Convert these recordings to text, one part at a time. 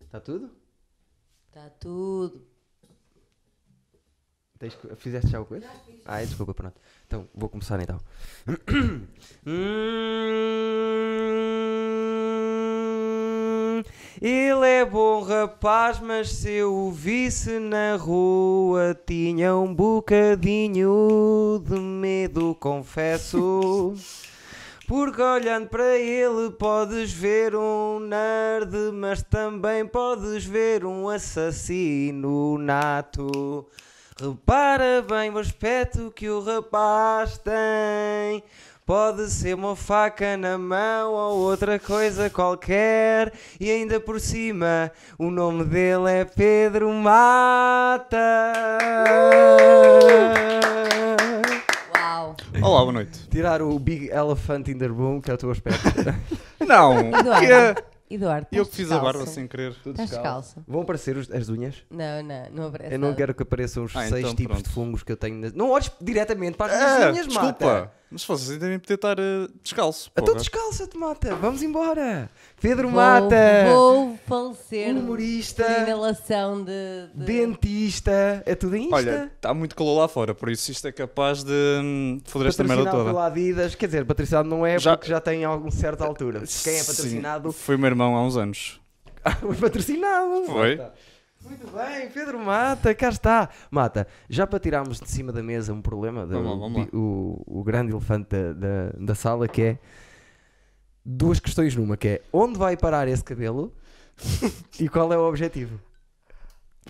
Está Tá tudo? Está Tá tudo. Tens que- Fizeste já o coisa? Ai, desculpa, pronto. Então, vou começar então. Hum, Ele é bom rapaz, mas se eu o visse na rua, tinha um bocadinho de medo, confesso. Porque olhando para ele podes ver um nerd, mas também podes ver um assassino nato. Repara bem o aspecto que o rapaz tem. Pode ser uma faca na mão ou outra coisa qualquer. E ainda por cima, o nome dele é Pedro Mata. Uau. Olá, boa noite. Tirar o Big Elephant in the Room, que é o teu aspecto. Não, que é- Eduardo. Eduardo. eu estás que fiz a barba descalço? assim, sem querer. Estás descalço. Vão aparecer os- as unhas? Não, não, não aparece. eu não nada. quero que apareçam os Ah, seis então tipos pronto. de fungos que eu tenho. Nas... Não olhes diretamente para as minhas Ah, unhas, desculpa, mata. mas vocês ainda nem poder estar eh, descalço. Então porra. descalça-te, mata. Vamos embora. Pedro Vou- Mata, Um Vou falecer. humorista, Por inalação de. de- dentista, é tudo em Insta. Olha, está muito calor lá fora, por isso isto é capaz de hum, foder esta merda patrocinado toda. pela Adidas. Quer dizer, patrocinado não é Já- porque já tem alguma certa altura. Quem é Sim, patrocinado foi o meu irmão há uns anos. Foi patrocinado. Foi. Lá está. Muito bem, Pedro Mata, cá está. Mata, já para tirarmos de cima da mesa um problema, do, Vamos lá, vamos lá. di- O, o grande elefante da, da, da sala, que é duas questões numa, que é onde vai parar esse cabelo e qual é o objetivo?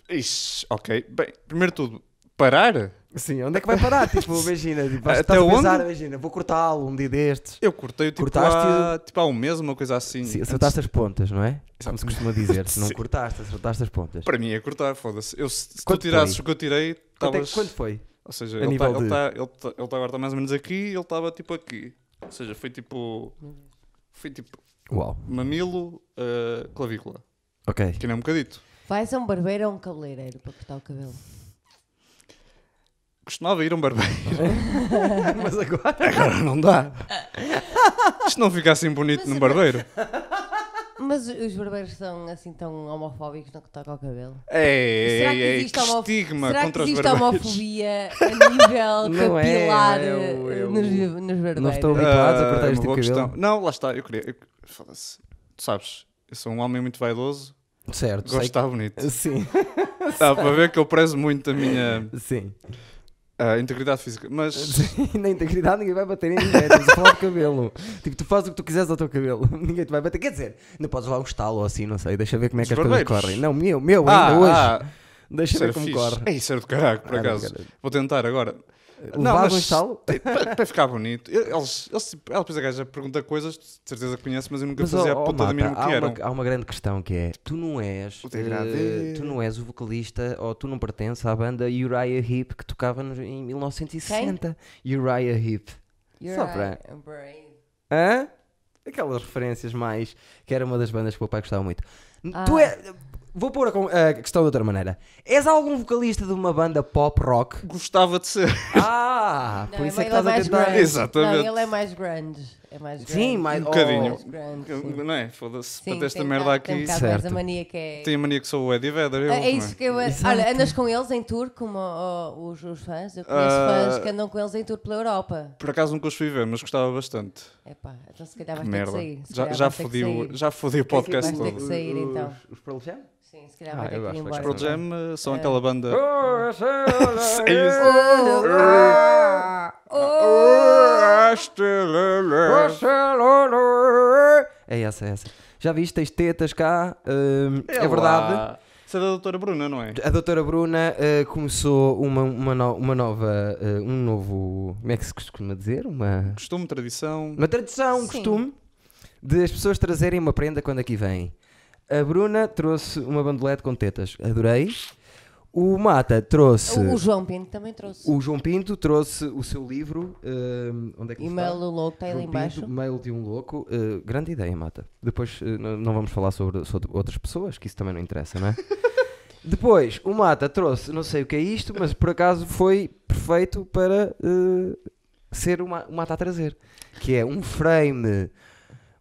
Ixi, ok. Bem, primeiro de tudo, parar? Sim, onde é que vai parar? tipo, imagina, tipo, Até Até estás a pensar, onde? imagina, vou cortá-lo um dia destes. Eu cortei tipo, Cortaste há, tipo há um mês, uma coisa assim. Sim, Antes- acertaste as pontas, não é? Como Exato. se costuma dizer, se não Sim. cortaste, acertaste as pontas. Para mim é cortar, foda-se. Eu, se se tu Quanto tirasses foi? o que eu tirei, Quanto, é, que- estavas. quanto foi? Ou seja, A ele está nível de- ele tá, ele tá, ele tá agora tá mais ou menos aqui e ele estava tipo aqui. Ou seja, foi tipo. Foi tipo Uau, mamilo, ah, clavícula. ok. Que não é um bocadito. Vais a um barbeiro ou a um cabeleireiro para cortar o cabelo? Costumava ir a um barbeiro. Mas agora. agora não dá. Isto não fica assim bonito Mas num é- barbeiro. Mas os barbeiros são assim tão homofóbicos no que toca ao cabelo? É, Será que é, é. existe homo- Estigma Será que contra os existe barbeiros. homofobia a nível Não é, capilar eu- eh, eu- nos, nos barbeiros? Não estou Ah, habituados a cortar é este uma boa tipo de questão. cabelo. Não, lá está. Eu queria. eu- Foda-se. Tu sabes, eu sou um homem muito vaidoso. Certo, Gosto de sei estar bonito. que... Sim, Dá para ver que eu prezo muito a minha sim. ah, integridade física. Mas. Na integridade ninguém vai bater em ninguém. Estamos a falar de cabelo. Tipo, tu fazes o que tu quiseres ao teu cabelo. Ninguém te vai bater. Quer dizer, não podes levar um estalo ou assim, não sei. Deixa ver como é que Dos as coisas barbeiros. correm. Não, meu, meu, Ah, ainda hoje. ah, Deixa isso ver era como fixe. corre. É, isso era do caralho, por Ah, não, acaso. cara. Vou tentar agora. Não, Levar mas- um estalo? Tem- para, para ficar bonito. Eu- Eles, eles, tipo, ela depois a gaja pergunta coisas, de certeza que conhece, mas oh, eu nunca Mas, fazia ó, a ó, puta da Mata, mínima que há, eram. uma, há uma grande questão que é: tu não és, O degrade. eh, tu não és o vocalista ou tu não pertences à banda Uriah Heep que tocava nos- em 1960. Uriah Heep. You're Só para- right, I'm brave. Hã? Aquelas referências mais. que era uma das bandas que o meu pai gostava muito. N- Ah. Tu é. Vou pôr a, con- a questão de outra maneira. És algum vocalista de uma banda pop rock? Gostava de ser. Ah, Não, por isso é que ele estás a mais tentar. grunge. Exatamente. Não, ele é mais grunge. É mais grunge. Sim, mais. Oh. Um bocadinho. Mais grunge, sim. Não é? Foda-se. Sim, Para ter esta tem um merda bocado- Tem um aqui. bocado mais a Certo. mania que é. Tem um a mania que sou o Eddie Vedder. Eu, Ah, é isso que eu. Exato. Olha, andas com eles em tour, como ó, os, os fãs. Eu conheço Ah. fãs que andam com eles em tour pela Europa. Por acaso nunca os fui ver, mas gostava bastante. Epá, então se calhar Que vais ter que merda. sair. Se Já, calhar já, vais ter que fodi sair. o, já fodi o podcast vais ter que todo. sair, então. Os, os Pearl Jam? Sim, se calhar Ah, vai ter eu que ir gosto, embora. gosto. Pro Jam eh, são É. aquela banda. Oh, Ah. oh. É essa, é essa. Já viste, tens tetas cá. hum, é verdade. Isso é da doutora Bruna, não é? A doutora Bruna eh, começou uma, uma, no- uma nova, eh, um novo, como é que se costuma dizer? Uma, Costume, tradição. uma tradição, um Sim. costume de as pessoas trazerem uma prenda quando aqui vêm. A Bruna trouxe uma bandolete com tetas, adorei. O Mata trouxe, É O, o João Pinto também trouxe. o João Pinto trouxe o seu livro, eh, onde é que ele está? E-mail do louco está tá aí lá João Pinto, embaixo. Mail de um louco. Uh, grande ideia, Mata. Depois uh, n- não vamos falar sobre, sobre outras pessoas, que isso também não interessa, não é? Depois, o Mata trouxe, não sei o que é isto, mas por acaso foi perfeito para uh, ser o Ma- o Mata a trazer. Que é um frame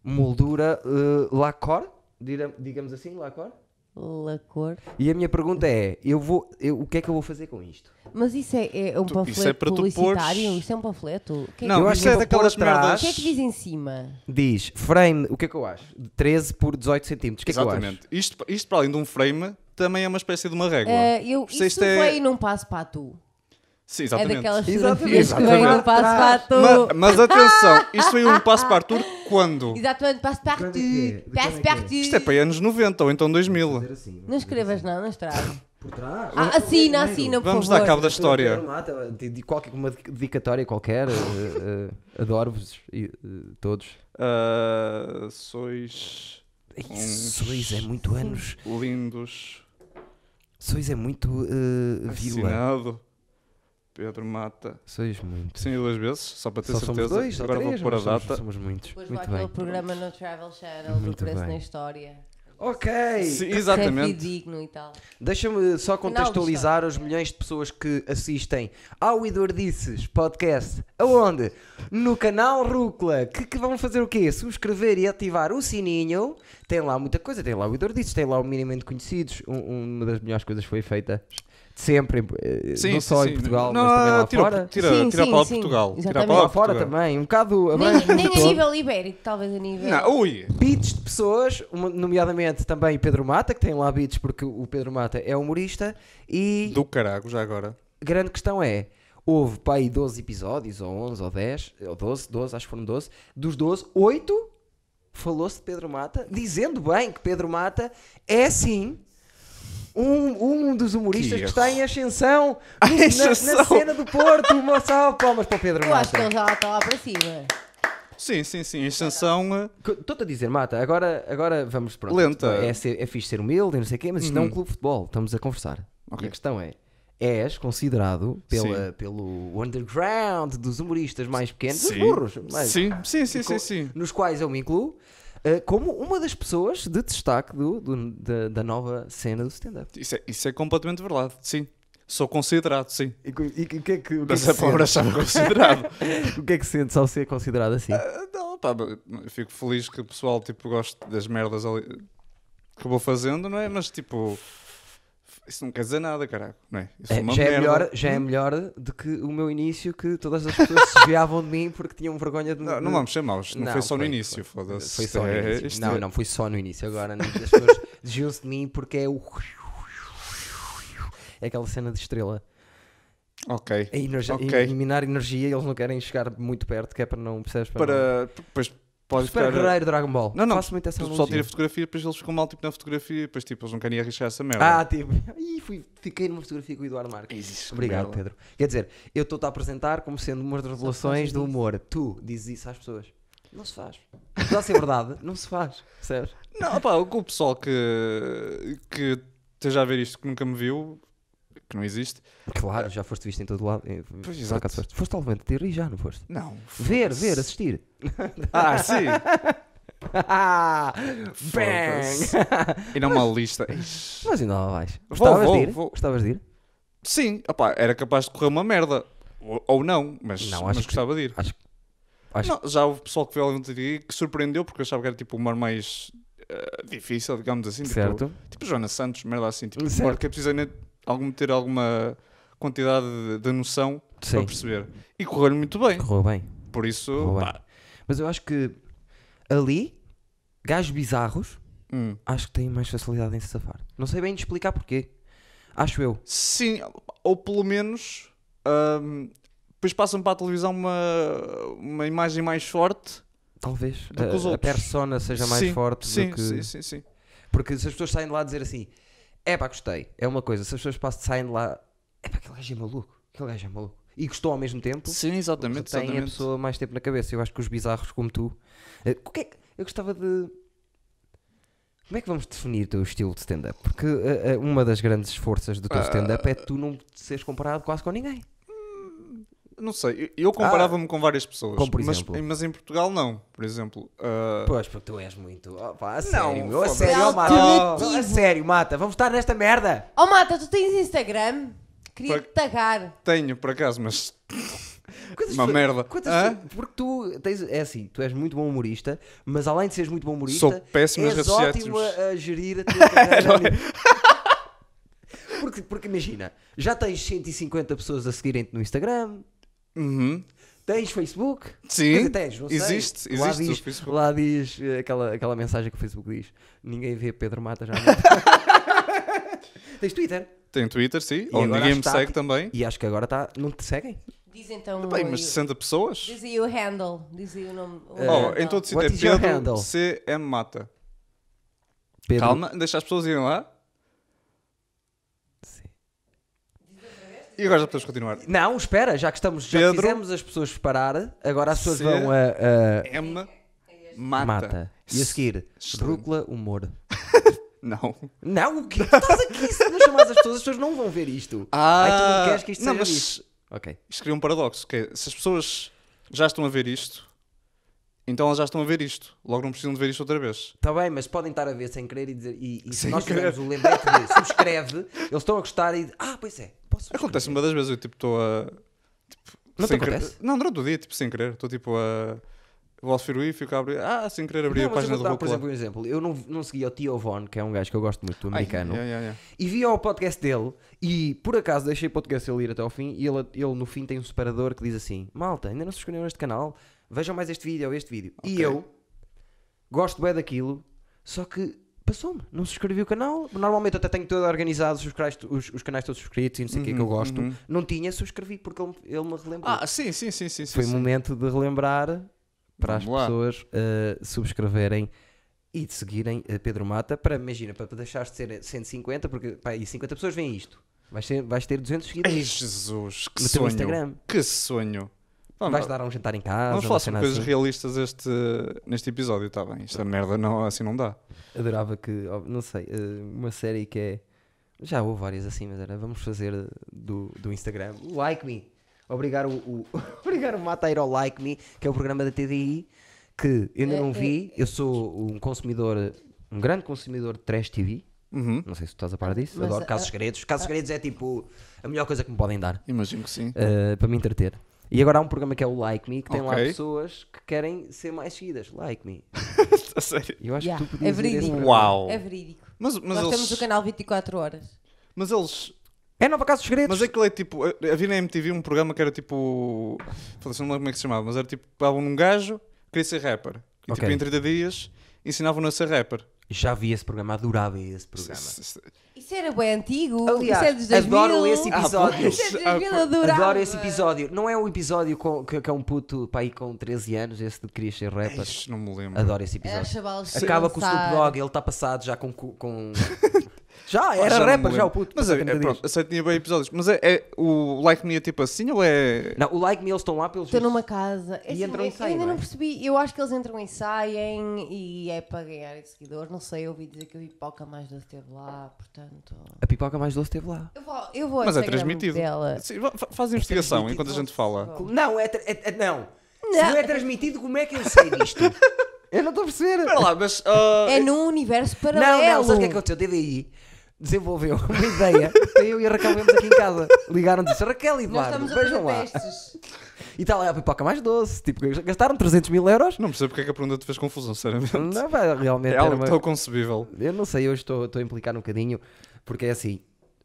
moldura uh, lacor, dira- digamos assim, lacor. lacor. E a minha pergunta é: eu vou, eu- o que é que eu vou fazer com isto? Mas isso é, é um Tu- panfleto isso é para tu publicitário? pôres- Isso é um panfleto? O que é Não, eu que acho diz- isso é que eu vou daquelas pôr atrás. O merdas. que é que diz em cima? Diz frame, o que é que eu acho? De 13 por 18 centímetros. O que é que eu acho? Exatamente. Isto, isto, para além de um frame, também é uma espécie de uma régua. Ah, eu, Isto- isso isto é- foi num passo para tu. Sim, É exatamente. daquelas Exatamente. fotografias que vem num Exatamente. passo para Ma- tu. mas atenção, isto foi um passo para Arthur quando? Exatamente, passo para Quando é que é? tu. De Passo quando é para que é? tu. Isto é para aí anos 90 ou então 2000. Fazer assim, Não escrevas não, não estrago. por trás. Ah, assina, assina, por Vamos favor. dar cabo Pedro da história. Mata, de- de qualquer uma dedicatória qualquer, eh, eh, adoro-vos e, eh, todos. Ah, sois Isso, sois é muito anos, lindos. sois é muito eh, vila. Assinado. Pedro Mata. Sois muito. Sim, duas vezes, só para ter Só somos certeza. dois, só Agora três, vou pôr a mas somos- data. Somos, muitos. Depois lá Muito aquele bem. programa no Travel Channel do Muito preço bem. na história. Ok. Sim, Selfie exatamente. Tá digno e tal. Deixa-me só Final de contextualizar história. os milhões de pessoas que assistem ao Idordices Podcast. Aonde? No canal Rúcula. Que, que vão fazer o quê? Subscrever e ativar o sininho. Tem lá muita coisa. Tem lá o Idordices, tem lá o Minimamente Conhecidos. Um- uma das melhores coisas que foi feita de sempre, em- eh, Sim, não sim, só sim. em Portugal, Não, mas também lá tira, fora. Tira, Sim, tira a sim, palavra de sim, Portugal. Tira a exatamente. palavra Lá de fora Portugal. também. Um bocado abrange Nem, nem muito a todo. nível ibérico, talvez a nível. Não, ui. beats de pessoas, uma- nomeadamente também Pedro Mata, que tem lá beats porque o Pedro Mata é humorista. E Do carago, já agora. grande questão é: houve para aí 12 episódios, ou 11, ou 10, ou 12, 12, acho que foram 12. Dos 12, 8 falou-se de Pedro Mata, dizendo bem que Pedro Mata é sim. Um, um dos Que humoristas que, erro. está em ascensão, no- na- Na, ascensão. cena do Porto. Uma salva de palmas para o Pedro Eu acho que Mata. ele já lá está lá para cima. Sim, sim, sim. Extensão. eh, Estou-te a dizer, Mata, agora, agora vamos pronto. Lenta. Uhum. É, ser, é fixe ser humilde e não sei o quê, mas isto não é um clube de futebol, estamos a conversar. Ok. E a questão é: és considerado pela, pelo underground dos humoristas mais pequenos, os Sim. burros, mais- Sim, sim, sim, co- sim, sim. nos quais eu me incluo, eh, como uma das pessoas de destaque do, do- da, da nova cena do stand-up. Isso é, isso é completamente verdade, sim. Sou considerado, sim. E, o que é que, o Essa palavra chave considerado. sentes ao ser considerado assim? Ah, não, pá, eu fico feliz que o pessoal tipo, goste das merdas ali que eu vou fazendo, não é? Mas tipo, isso não quer dizer nada, caraca, não é? Eu sou É, uma já, é merda. melhor, já é melhor do que o meu início, que todas as pessoas se desviavam de mim porque tinham vergonha de Não, não vamos ser maus, não, Não, foi só no foi- início, foda-se. Foi só no É, início. isto Não, é- não, foi só no início. Agora não, as pessoas desviam-se de mim porque é o. É aquela cena de estrela. Ok. É energia, Ok. Eliminar energia e eles não querem chegar muito perto, que é para não. Percebes? não- Para. Depois pode Super ficar. Guerreiro Dragon Ball. Não, não, Faço muito essa O pessoal tira analogia. fotografia, depois eles ficam mal tipo na fotografia, depois tipo, eles não querem arriscar essa merda. Ah, tipo. Ih, fui, fiquei numa fotografia com o Eduardo Marques. Isso, Obrigado, merda. Pedro. Quer dizer, eu estou-te a apresentar como sendo uma das revelações do humor. Tu dizes isso às pessoas. Não se faz. Apesar de ser verdade, não se faz. Percebes? Não, pá, com o pessoal que, que esteja a ver isto que nunca me viu, que não existe. Claro, já foste visto em todo lado. Eh, Pois, por exato. acaso Foste, foste ao Levante ter e já, não foste? Não. Ver, foda-se. ver, assistir. Ah, sim. Bang! Foda-se. E não uma lista. Mas ainda lá vais. Vou, Gostavas vou, de ir? vou. Gostavas de ir? Sim, opá, era capaz de correr uma merda. Ou, ou não, mas, Não, mas acho que- gostava de ir. acho- acho- Não, já houve pessoal que veio ao Levante Gay que surpreendeu porque eu achava que era tipo uma mais eh, difícil, digamos assim. tipo- certo. Tipo, Joana Santos, merda assim. Tipo, Certo. porque é preciso ainda algum, ter alguma quantidade de, de noção Sim. para perceber. E correu-lhe muito bem. Correu bem. Por isso, Correu bem. pá, Mas eu acho que ali, gajos bizarros, hum. acho que têm mais facilidade em se safar. Não sei bem te explicar porquê. Acho eu. Sim, ou pelo menos hum, depois passam para a televisão uma, uma imagem mais forte. Talvez Do que a- os a, outros. persona seja mais Sim, forte sim, do que. sim, sim, sim. Porque se as pessoas saem de lá a dizer assim, é pá, gostei, é uma coisa. Se as pessoas passam, saem de lá, é pá, aquele gajo é maluco, aquele gajo é maluco. E gostou ao mesmo tempo, Sim, exatamente. tem a exatamente. pessoa mais tempo na cabeça. Eu acho que os bizarros como tu. eh, o que é que- eu gostava de. Como é que vamos definir o teu estilo de stand-up? Porque eh, eh, uma das grandes forças Ah, do teu stand-up é tu não seres comparado quase com ninguém. Não sei, eu- eu comparava-me com várias pessoas. Ah, Como por mas- exemplo? Mas, em Portugal não, por exemplo. Ah, Pois, porque tu és muito. Oh, pá, a sério, sério, meu, meu, a a sério, foda-se. mata. Alternativo. a sério, mata. Vamos estar nesta merda. Oh Mata, tu tens Instagram? Queria Para- te tagar. tenho, por acaso, mas Quantas Uma pessoas- merda. quantas Hã? pessoas- porque tu tens, é assim, tu és muito bom humorista, mas além de seres muito bom humorista, Sou péssimo és nas redes sociais. é. ótimo a, a gerir a tua carreira. a nível- porque, porque imagina, já tens 150 pessoas a seguirem-te no Instagram, Uhum. tens Facebook. Sim, Quer dizer, tens, não sei. existe, Lá existe o diz, Facebook. lá diz eh, aquela, aquela mensagem que o Facebook diz: ninguém vê Pedro Mata já. há muito." tens Twitter. Tem Twitter, E sim. Ou agora ninguém me está- segue também. E acho que agora está. Não te seguem? Diz então. Bem, aí- mas 60 pessoas? Diz aí o handle. Diz aí o nome. o Oh, handle. em todo sítio What é is your Pedro handle? CM Mata. Pedro. Calma, deixa as pessoas irem lá. Sim. E agora já podemos continuar. Não, espera, já que estamos, já Pedro. fizemos as pessoas parar, agora as pessoas Se- vão a, M a Mata. Mata. E a seguir, Excelente. Rúcula Humor. Não. Não, o quê? Tu estás aqui, se não chamares as pessoas, as pessoas não vão ver isto. Ai, tu não queres que isto Ah, não, seja mas visto. Ok. isto cria um paradoxo, que é, se as pessoas já estão a ver isto, então elas já estão a ver isto. Logo não precisam de ver isto outra vez. Está Tá bem, mas podem estar a ver sem querer e dizer. E, e se Sem nós querer. tivermos o lembrete de subscreve, eles estão a gostar e. Ah, pois é, posso. Acontece uma das vezes, eu tipo estou a... tipo, Não te sem querer- acontece? Não, durante o dia, tipo, sem querer. Estou tipo a... Vou ao Firu e fico a abrir... Ah, sem querer abri Não, a mas eu página vou do dar, por Rúcula. exemplo, um exemplo. Eu não, não segui o Tio Von, que é um gajo que eu gosto muito, Ai, americano. yeah, yeah, yeah. E vi ao podcast dele e por acaso deixei o podcast dele ir até ao fim e ele, ele no fim tem um separador que diz assim: Malta, ainda não se inscreveram neste canal, vejam mais este vídeo ou este vídeo. E Ok. eu gosto bem daquilo, só que passou-me, não subscrevi o canal. Normalmente eu até tenho todo organizado, os, canais- os, os canais todos subscritos e não sei o que que eu gosto. Não tinha, subscrevi porque ele, ele me relembrou. Ah, sim, sim, sim, sim. sim, Foi sim. momento de relembrar para as Vamos lá. pessoas uh, subscreverem e de seguirem a Pedro Mata para, imagina, para deixares de ser 150, porque pá, e 50 pessoas veem isto. Vais ter, vais ter 200 Ei, seguidores. Jesus, que No teu sonho. Instagram. Que sonho. Vamos, vais dar a um jantar em casa. vamos uma falar sobre cena coisas assim. realistas este, neste episódio, está bem? Esta merda não, assim não dá. Adorava que, ó, não sei, uh, uma série que é. Já houve várias assim, mas era. Vamos fazer uh, do, do Instagram. o Like Me. Obrigar o, o, obrigar o Mata a ir ao Like Me, que é o programa da TDI, que eu ainda É, não vi. Eu sou um consumidor, um grande consumidor de Trash TV. Uhum. Não sei se tu estás a par disso. Mas, Adoro ah, Casos Segredos. Casos Segredos é tipo a melhor coisa que me podem dar Imagino que sim. uh, para me entreter. E agora há um programa que é o Like Me, que tem lá Ok. pessoas que querem ser mais seguidas. Like Me. A sério. E Eu acho Yeah, que tu podias é ir a esse verídico. programa. Uau. É verídico. Mas, mas, Nós temos o eles, canal 24 horas. mas eles. É Nova Casos Segredos. Mas aquilo é tipo. Havia na MTV um programa que era tipo. Foda-se, não lembro como é que se chamava, mas era tipo. Pegavam num gajo, queria ser rapper. E tipo, Ok. em 30 dias ensinavam-no a ser rapper. Já vi esse programa, adorava esse programa. S- s- Isso era bem antigo. Aliás, isso é dos 2000. adoro esse Ah, episódio. Isso é dos 2000, adorava. Adoro esse episódio. Não é um episódio com- que, que é um puto pai com 13 anos, esse de queria ser rapper. Ixi, não me lembro. Adoro esse Era episódio. chavalos de Acaba com o Snoop dançar. Dogg, ele está passado já com. cu- com... já, Pá, era não me rapper, já lembro. o puto. Mas passado é, 30 é, dias. pronto, aceito tinha bem episódios. Mas é, é- o Like Me é tipo assim ou é. Não, o like me eles estão lá pelos. Estão numa casa. E É assim, entram e eu saem, ainda não é? não percebi. Eu acho que eles entram e saem e é para ganharem seguidores. Não sei, eu ouvi dizer que o Hipoca mais doce esteve lá, portanto. A pipoca mais doce esteve lá. Eu vou, eu vou ao Mas é Instagram transmitido. Dela. Sim, fa- faz a é investigação enquanto a gente fala. Não, é. tra- é- é- não. Se não é transmitido, como é que eu sei disto? eu não estou a perceber. Espera lá, mas. ah, É num universo paralelo. Não, não, sabes o que é que aconteceu? DDI desenvolveu uma ideia. eu e a Raquel vemos aqui em casa. Ligaram-nos e disse, Raquel e Nós Eduardo, estamos a fazer vejam lá. testes. E está lá a pipoca mais doce. Tipo, gastaram 300 mil euros. Não percebo porque é que a pergunta te fez confusão, sinceramente. Não vai realmente É era algo uma... tão concebível. Eu não sei, hoje estou estou a implicar um bocadinho, porque é assim,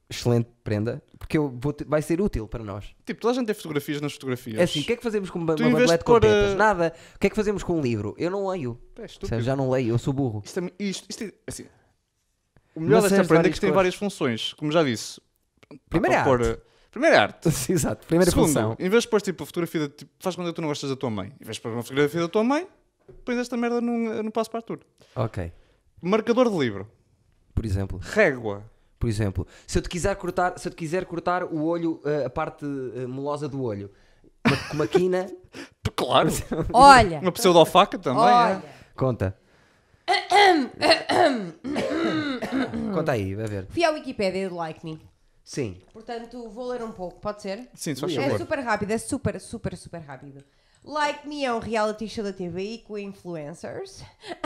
excelente prenda, porque eu vou te- vai ser útil para nós. Tipo, toda a gente tem fotografias nas fotografias. É assim, o que é que fazemos com uma, Tu, uma em vez de bandelete com pôr, tetas? eh, Nada. O que é que fazemos com um livro? Eu não leio. Pá, é Ou estúpido. seja, já não leio, eu sou burro. Isto, é, isto, isto é, assim, o melhor Maçãs desta de prenda é várias que tem cores. várias funções. Como já disse. Primeiro é Para pôr, arte. eh, primeiro é arte. Exato, primeira Segundo, função. em vez de pôr tipo, fotografia, de, tipo, faz quando tu não gostas da tua mãe. Em vez de pôr uma fotografia da tua mãe, pões esta merda num, num passo para Arthur. Ok. Marcador de livro. Por exemplo. Régua. Por exemplo, se eu te quiser cortar, se eu te quiser cortar o olho, eh, a parte eh, melosa do olho, uma- com uma quina, Claro. Olha. Uma pseudofaca também. Olha. é? conta. conta aí, vai ver. Fui à Wikipédia do Like Me. Sim. Portanto, vou ler um pouco, pode ser? Sim, se faz É favor. super rápido, é super, super, super rápido. Like Me é um reality show da TVI com influencers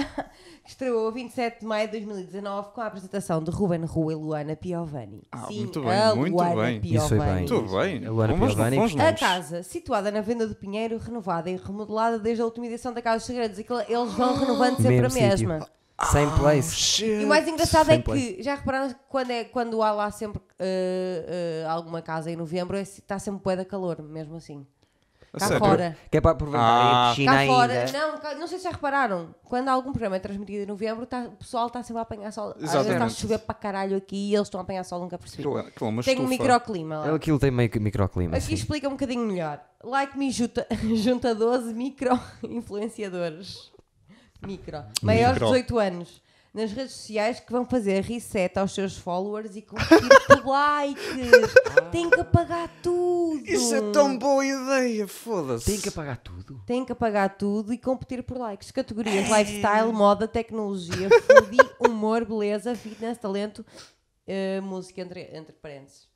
que estreou a 27 de maio de 2019 com a apresentação de Ruben Rua e Luana Piovani. Ah, muito bem, muito bem. Isso foi bem. Muito bem. A Luana Vamos, Piovani vamos, A Vamos. casa, situada na Venda do Pinheiro, renovada e remodelada desde a última edição da Casa dos Segredos, aquilo- eles vão renovando sempre a Mesmo sítio. mesma. Same Ah. place. Shit. E o mais engraçado é Same place. que, já repararam que quando, é, quando há lá sempre eh, eh, alguma casa em novembro, é- está sempre bué da calor, mesmo assim. A Cá sério? fora. Que é para aproveitar Ah. a piscina Cá ainda. fora, não, cá- não sei se já repararam, quando algum programa é transmitido em novembro, tá- o pessoal está sempre a apanhar sol. Às vezes está a Exatamente. chover para caralho aqui e eles estão a apanhar sol, nunca percebi. Aquilo é- aquilo é uma Tem um estufa. microclima lá. Aquilo tem meio que microclima. Aqui sim. explica um bocadinho melhor. Like Me junta, junta 12 micro-influenciadores. Micro. Maiores de Micro. 18 anos. Nas redes sociais que vão fazer reset aos seus followers e competir por likes. Tem que apagar tudo. Isso é tão boa ideia, foda-se. Tem que apagar tudo. Tem que apagar tudo e competir por likes. Categorias: lifestyle, moda, tecnologia, foodie, humor, beleza, fitness, talento, eh, música, entre, entre parênteses.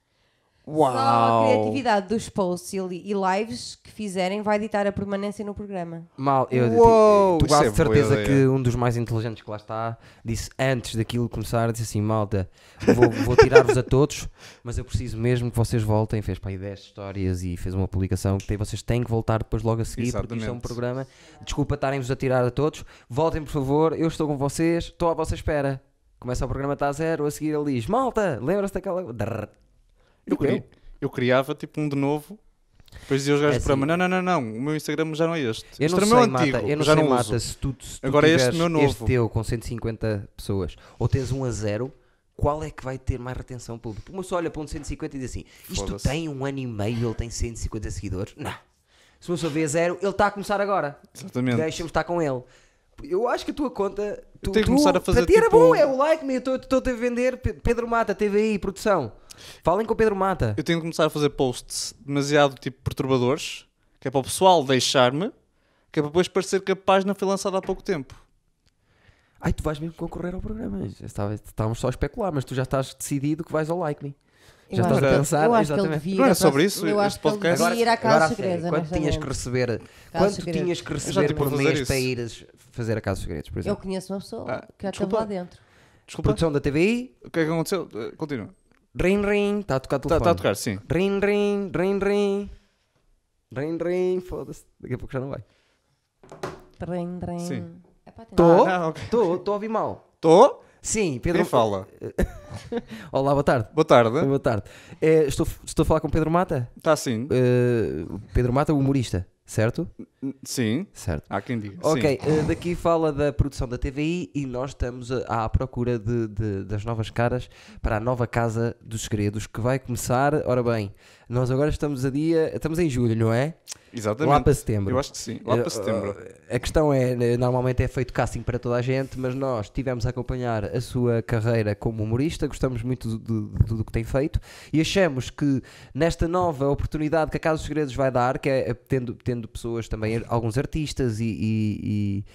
Só a Uau! criatividade dos posts e, li- e lives que fizerem vai ditar a permanência no programa. Mal, eu Uou, tu isso quase é boa certeza ideia. que um dos mais inteligentes que lá está disse antes daquilo começar, disse assim, malta, vou, vou tirar-vos a todos, mas eu preciso mesmo que vocês voltem, fez para aí 10 histórias e fez uma publicação que tem- vocês têm que voltar depois logo a seguir, porque isto é um Exatamente. programa. Desculpa estarem-vos a tirar a todos, voltem por favor, eu estou com vocês, estou à vossa espera. Começa o programa, está a zero, a seguir ele diz, malta, lembra-se daquela. Drrr. Então? Eu, cri- eu criava tipo um de novo. Depois dizia os gajos É do programa: não, não, não, não, o meu Instagram já não é este. Eu este não é o sei, meu antigo, Mata, eu não já sei, não Mata, uso. se tu, se tu Agora este tiveres meu novo. este teu com 150 pessoas, ou tens um a zero, qual é que vai ter mais retenção pública? Uma só olha para um de 150 e diz assim, isto Foda-se. tem um ano e meio, ele tem 150 seguidores? Não. Se uma pessoa vê a zero, ele está a começar agora. Exatamente. Deixa-me estar com ele. Eu acho que a tua conta... Tu, tenho que tu- começar a fazer Para ti era tipo- bom, é o like me, eu estou- estou-te a vender Pe- Pedro Mata, TVI, produção. Falem com o Pedro Mata. Eu tenho de começar a fazer posts demasiado tipo perturbadores, que é para o pessoal deixar-me, que é para depois parecer que a página foi lançada há pouco tempo. Ai, tu vais mesmo concorrer ao programa. Já estava- Estávamos só a especular, mas tu já estás decidido que vais ao like né? me. Já estás acho a que- pensar, eu acho que ele exatamente. devia ir Não era à sobre casa- isso, Eu este acho que ele podcast? devia ir à agora casa a sério, segredos. quanto tinhas que receber, quanto segredos. tinhas que Já receber estou por para fazer mês isso. para ires fazer a Casa dos Segredos, por Eu exemplo? conheço uma pessoa Ah, que já esteve desculpa. lá dentro. Desculpa, Produção da TVI, o que é que aconteceu? Eh, Continua. ring ring, está a tocar o Está telefone. tá a tocar, sim. Ring ring, ring ring, ring ring, foda-se, daqui a pouco já não vai. Trem, trem. Sim. É para Estou, Ah, ok. estou, estou a ouvir mal. Estou? Sim, Pedro. Quem fala? Olá, boa tarde. Boa tarde. Boa tarde. Eh, estou, estou a falar com Pedro Mata. Está sim. Eh, Pedro Mata, humorista, certo? Sim. Certo. Há quem diga. Ok, Sim. eh, daqui fala da produção da TVI e nós estamos a- à procura de- de- das novas caras para a nova Casa dos Segredos que vai começar. Ora bem, nós agora estamos a dia. Estamos em julho, não é? Exatamente. Lá para setembro. Eu acho que sim. Lá para setembro. Eh, A questão é, né, normalmente é feito casting para toda a gente, mas nós tivemos a acompanhar a sua carreira como humorista, gostamos muito do- de tudo o que tem feito e achamos que nesta nova oportunidade que a Casa dos Segredos vai dar, que é eh, tendo, tendo pessoas também, alguns artistas e.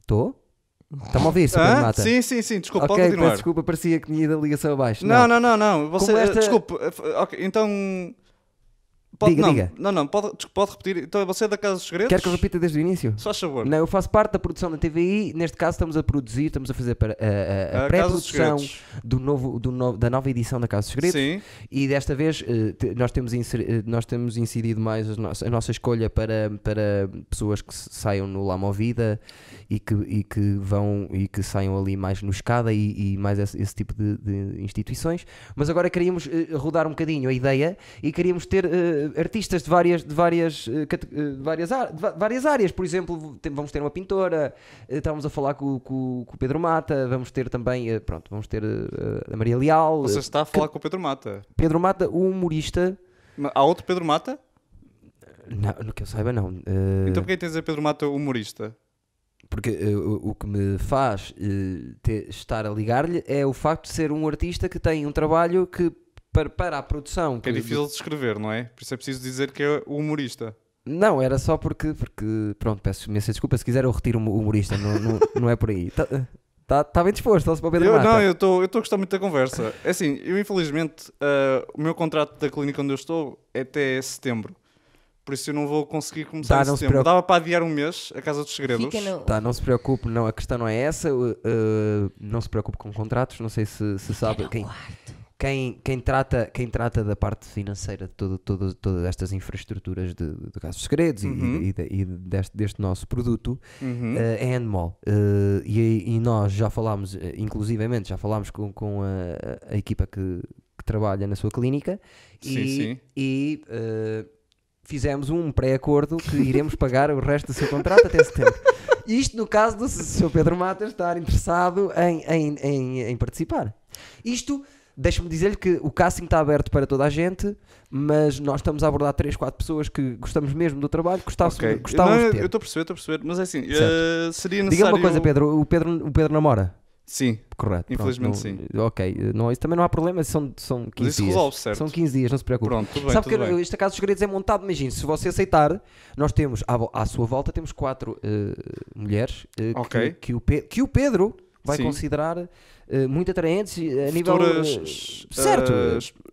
Estou? Está-me a ouvir, Super Hã? é Mata? Ah, Sim, sim, sim. Desculpa, ok, pode continuar. peço desculpa, parecia que tinha ido a ligação abaixo. Não, não, não, não. Você, Como esta- Desculpe, eh, f- ok, então. Pode, Diga, não, diga. Não, não, pode, desculpe, pode repetir. Então é você da Casa dos Segredos? Quer que eu repita desde o início? Só favor. Não, eu faço parte da produção da TVI. Neste caso, estamos a produzir, estamos a fazer para- eh, a- a, a Ah, Casa dos pré-produção Segredos. do novo, do no- da nova edição da Casa dos Segredos. Sim. E desta vez eh, te- nós temos, inseri- eh, nós temos incidido mais as nossas- a nossa escolha para, para pessoas que se- saiam no La Movida e que, e que vão e que saiam ali mais no escada e, e mais esse, esse tipo de, de instituições. Mas agora queríamos eh, rodar um bocadinho a ideia e queríamos ter eh, artistas de várias, de, várias, eh, cate- eh, de várias, ar- de va- várias áreas. Por exemplo, tem- vamos ter uma pintora, eh, estávamos a falar com, com- com o Pedro Mata, vamos ter também, eh, pronto, vamos ter eh, a Maria Leal. Você está a falar com o Pedro Mata. Pedro Mata, o humorista. Ma- Há outro Pedro Mata? Não, no que eu saiba, não. Eh, Então porquê tens a dizer Pedro Mata humorista? Porque eh, o, o que me faz eh, ter- estar a ligar-lhe é o facto de ser um artista que tem um trabalho que, para, para a produção. Que é que- difícil de escrever, não é? Por isso é preciso dizer que é o humorista. Não, era só porque. porque pronto, peço imensa desculpa. Se quiser, eu retiro o humorista. não, não, não é por aí. Está tá, tá bem disposto, está-se para o Pedro Eu, Mata. não, eu estou eu estou a gostar muito da conversa. É eh, assim, eu infelizmente, ah, o meu contrato da clínica onde eu estou é até setembro. Por isso eu não vou conseguir começar Tá, em não se setembro. preocupe. Dava para adiar um mês a Casa dos Segredos. Fica no... Tá, não se preocupe, não, a questão não é essa. uh, uh, não se preocupe com contratos. Não sei se, se sabe quem, quem, quem, trata, quem trata da parte financeira de todo, todo, todas estas infraestruturas de, de casos segredos e- e, de- e deste, deste nosso produto Uhum. uh, é Endemol. Uh, e, e nós já falámos, uh, inclusivamente, já falámos com, com a, a equipa que, que trabalha na sua clínica Sim, e, sim. e, uh, fizemos um pré-acordo que iremos pagar o resto do seu contrato até setembro. Isto no caso do Sr. Pedro Matas estar interessado em, em, em, em participar. Isto, deixa-me dizer-lhe que o casting está aberto para toda a gente, mas nós estamos a abordar 3, 4 pessoas que gostamos mesmo do trabalho, gostávamos, Ok. gostávamos Não, de eu ter. estou a perceber, estou a perceber. Mas é assim, Certo. eh, seria necessário... Diga-me uma coisa, Pedro. é O Pedro, o Pedro namora? Sim, Correto. pronto, Infelizmente não- Ok, não, isso também não há problema, são, são 15 isso dias. resolve-se, certo? São 15 dias, não se preocupe. pronto, tudo bem, Sabe tudo que bem. este caso dos segredos é montado, imagina, se você aceitar, nós temos à, vo- à sua volta temos quatro eh, mulheres eh, que- Ok. que, o Pe- que o Pedro vai Sim. considerar eh, muito atraentes eh, a nível eh, Futuras, eh, certo,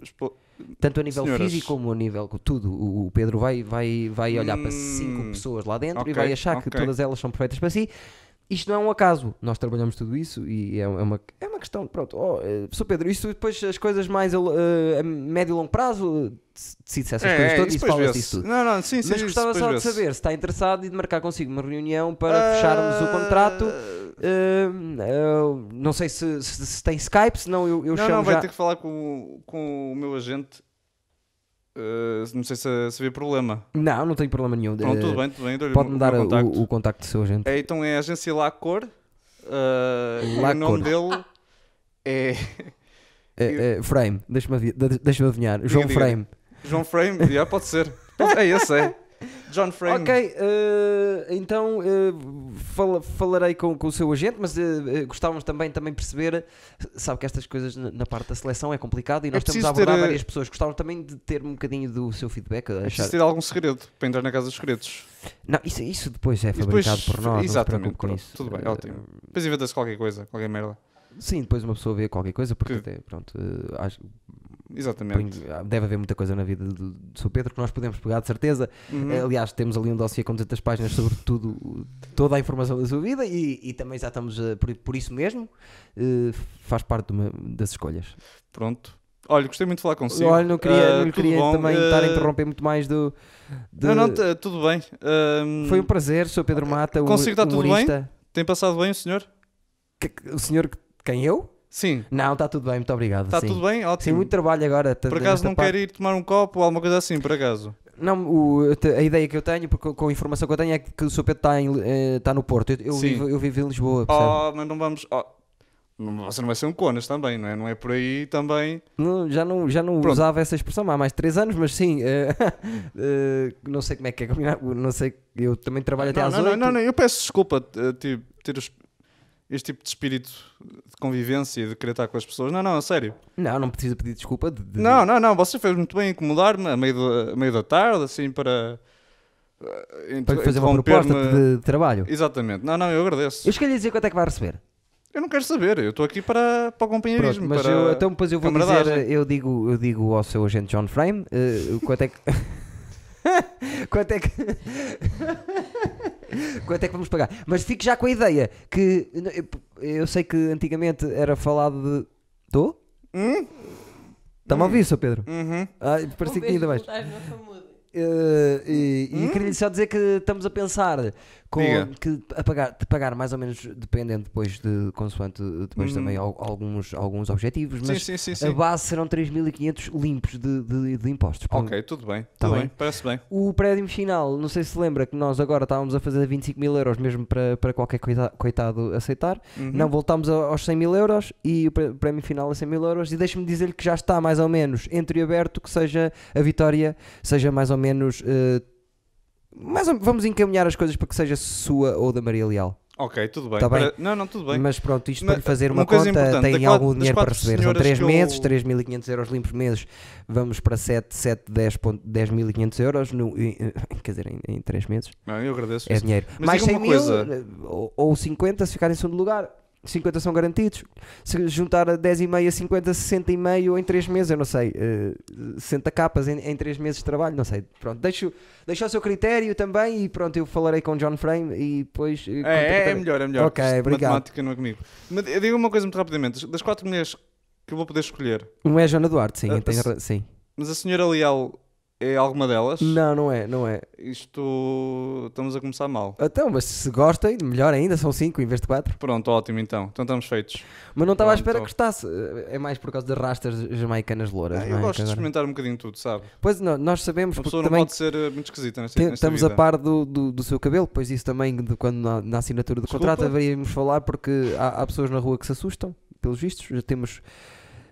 expo- tanto a nível senhoras. físico como a nível tudo. O o Pedro vai, vai, vai olhar para cinco Hum, pessoas lá dentro ok, e vai achar que ok. todas elas são perfeitas para si. Isto não é um acaso, nós trabalhamos tudo isso e é é uma, é uma questão, pronto, oh, eh, Sr. Pedro, isto depois as coisas mais a lo- eh, a médio e longo prazo, eh, decide-se essas coisas todas e É, isso depois fala-se vê-se. disso tudo. Não, não, sim, sim, Mas isso gostava depois só de vê-se. saber se está interessado e de marcar consigo uma reunião para fecharmos o Ah, contrato. Ahm, eu não sei se, se- se tem Skype, senão eu, eu não, chamo não, vai já. ter que falar com, o- com o meu agente. Eh, não sei se, se havia problema. Não, não tenho problema nenhum. Pronto, Eh, tudo bem, tudo bem. dou-lhe Pode-me o meu dar o, contacto. o contacto do seu agente. É, então é a agência Lacor. Eh, Lacor. O nome dele é É, é, frame, deixa-me avi- de- deixa-me adivinhar. João diga. Frame. John Frame. Já pode ser. É esse, é. John Frame. Ok, eh, então eh, fala- falarei com, com o seu agente, mas eh, eh, gostávamos também também perceber, sabe que estas coisas na, na parte da seleção é complicado e nós estamos preciso a abordar ter, eh, várias pessoas. Gostávamos também de ter um bocadinho do seu feedback. É achar- preciso ter algum segredo para entrar na Casa dos Segredos. Não, isso, isso depois é E depois- fabricado por nós, Exatamente, não se preocupe com pronto, isso. Tudo bem, Eh, ótimo. Depois inventa-se qualquer coisa, qualquer merda. Sim, depois uma pessoa vê qualquer coisa, porque Que- até, pronto, eh, acho, Exatamente. deve haver muita coisa na vida do, do, Sr. Pedro que nós podemos pegar de certeza. Uhum. Eh, Aliás, temos ali um dossiê com 200 páginas sobre tudo, o- toda a informação da sua vida e, e também já estamos, eh, por, por isso mesmo, eh, faz parte de uma- das escolhas. Pronto. Olha, gostei muito de falar consigo. Olha, não Ah, queria, não lhe tudo queria bom? também estar a Ah, interromper muito mais do... de- Não, não, tá- tudo bem. Ahm, Foi um prazer, Sr. Pedro Mata, um Consigo, está tudo bem? humorista. Tem passado bem o senhor? Que- que- o senhor, que- quem eu? Sim. Não, está tudo bem, muito obrigado. Está sim. Tá tudo bem? Sim, Ótimo. muito trabalho agora. Por acaso não quero quer ir tomar um copo ou alguma coisa assim, por acaso? Não, o- eu te- a ideia que eu tenho, porque com a informação que eu tenho, é que o Sr. Pedro está em, eh, tá no Porto. Eu, eu Sim. vivo, eu vivo em Lisboa, percebe? Oh, mas não vamos. oh. Não- Você não vai ser um conas também, não é? Não é por aí também. Não, já não, já não Pronto. usava essa expressão há mais de 3 anos, mas sim, eh, eh, não sei como é que é combinar, não sei, eu também trabalho até não, às não, 8. não, não, não, eu peço desculpa eh, ti- ter os- este tipo de espírito de convivência e de querer estar com as pessoas. Não, não, a sério. Não, não precisa pedir desculpa. de- de- Não, não, não, você fez muito bem em incomodar-me a meio, da- a meio da tarde, assim, para. eh, Para lhe fazer uma interromper-me. proposta de, de trabalho. Exatamente, não, não, eu agradeço. Eu escolhi dizer quanto é que vai receber. Eu não quero saber, eu estou aqui para, para o Pronto, companheirismo. mas para... eu, então depois eu vou dizer, camaradagem. eh, eu digo, eu digo ao seu agente John Frame eh, o quanto é que. quanto é que. quanto é que vamos pagar? Mas fico já com a ideia que. n- eu- Eu sei que antigamente era falado de. Tô? Hum? Está-me a ouvir, Sr. Pedro? Uhum. Ah, parecia que tinha ainda mais. Eh, e e queria-lhe só dizer que estamos a pensar com, Hum? Diga. que a pagar, de pagar mais ou menos dependendo depois de consoante depois também al- alguns, alguns objetivos, Hum. Sim, mas sim, sim, a sim. base serão 3.500 limpos de, de, de impostos. Ok, tudo bem, Tá tudo bem. bem. parece bem. O prédio final, não sei se lembra que nós agora estávamos a fazer 25 mil euros mesmo para, para qualquer coita- coitado aceitar. Não, voltámos a- aos 100 mil euros e o pré- prémio final é 100 mil euros. E deixa-me dizer-lhe que já está mais ou menos entreaberto que seja a vitória, seja mais ou menos. eh, mais ou- vamos encaminhar as coisas para que seja sua ou da Maria Leal. Ok, tudo bem. Tá bem. Pare- Não, não, tudo bem. Mas pronto, isto Mas, para lhe fazer uma, uma coisa conta, importante, tem da quatro- algum das dinheiro para quatro receber. São senhoras 3 que eu- meses, 3.500 euros limpos meses. Vamos para 7, 7, 10, ponto- 10.500 euros. No, e, eh, quer dizer, em, em 3 meses. Não, eu agradeço. É dinheiro. Mas Mais diga-me 100 uma mil coisa. eh, ou, ou 50 se ficar em segundo lugar. 50 são garantidos. Se juntar a 10,5 a 50, 60,5 em 3 meses, eu não sei. eh, 60 capas em, em 3 meses de trabalho, não sei. Pronto, deixo, deixo ao seu critério também e pronto, eu falarei com o John Frame e depois. eh, É, é, é contactarei. melhor, é melhor. Ok, Isto de obrigado. Matemática não é comigo. Mas eu digo uma coisa muito rapidamente. Das quatro mulheres que eu vou poder escolher, Um é Joana Duarte, sim, Ah, eu tenho se- ra- sim. mas a senhora Leal é alguma delas? Não, não é, não é. Isto estamos a começar mal. Então, mas se gostem, melhor ainda, são 5 em vez de 4. Pronto, ótimo então. Então estamos feitos. Mas não estava à espera que Pronto. gostasse. É mais por causa das rastas jamaicanas louras. Ah, não eu é? gosto Que de agora- experimentar um bocadinho tudo, sabe? Pois não, nós sabemos Uma porque pessoa não também pode ser eh, muito esquisita nesta, te- nesta estamos vida. a par do, do, do seu cabelo, pois isso também de quando na, na assinatura do Desculpa? contrato haveríamos falar porque há, há pessoas na rua que se assustam, pelos vistos, já temos.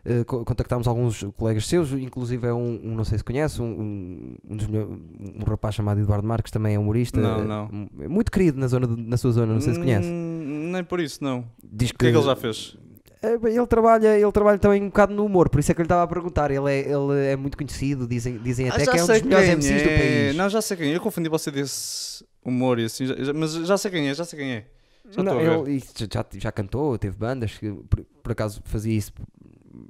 eh, co- contactámos alguns colegas seus, inclusive é um, um, não sei se conhece, um, um, um dos melhor- um rapaz chamado Eduardo Marques, também é humorista, Não, eh, não. mu- muito querido na, zona do- na sua zona, não sei se conhece. Hum, nem por isso, não. Diz O que é que ele já fez? É, bem, Ele trabalha, ele trabalha também um bocado no humor, por isso é que eu lhe estava a perguntar. Ele é, ele é muito conhecido, dizem, Ah, dizem até que é um dos melhores MCs do país. Não, já sei quem é. Eu confundi você desse humor e assim, já- já- mas já sei quem é, já sei quem é. Já Não, estou a ver. ele isto já, já cantou, teve bandas que por, por acaso fazia isso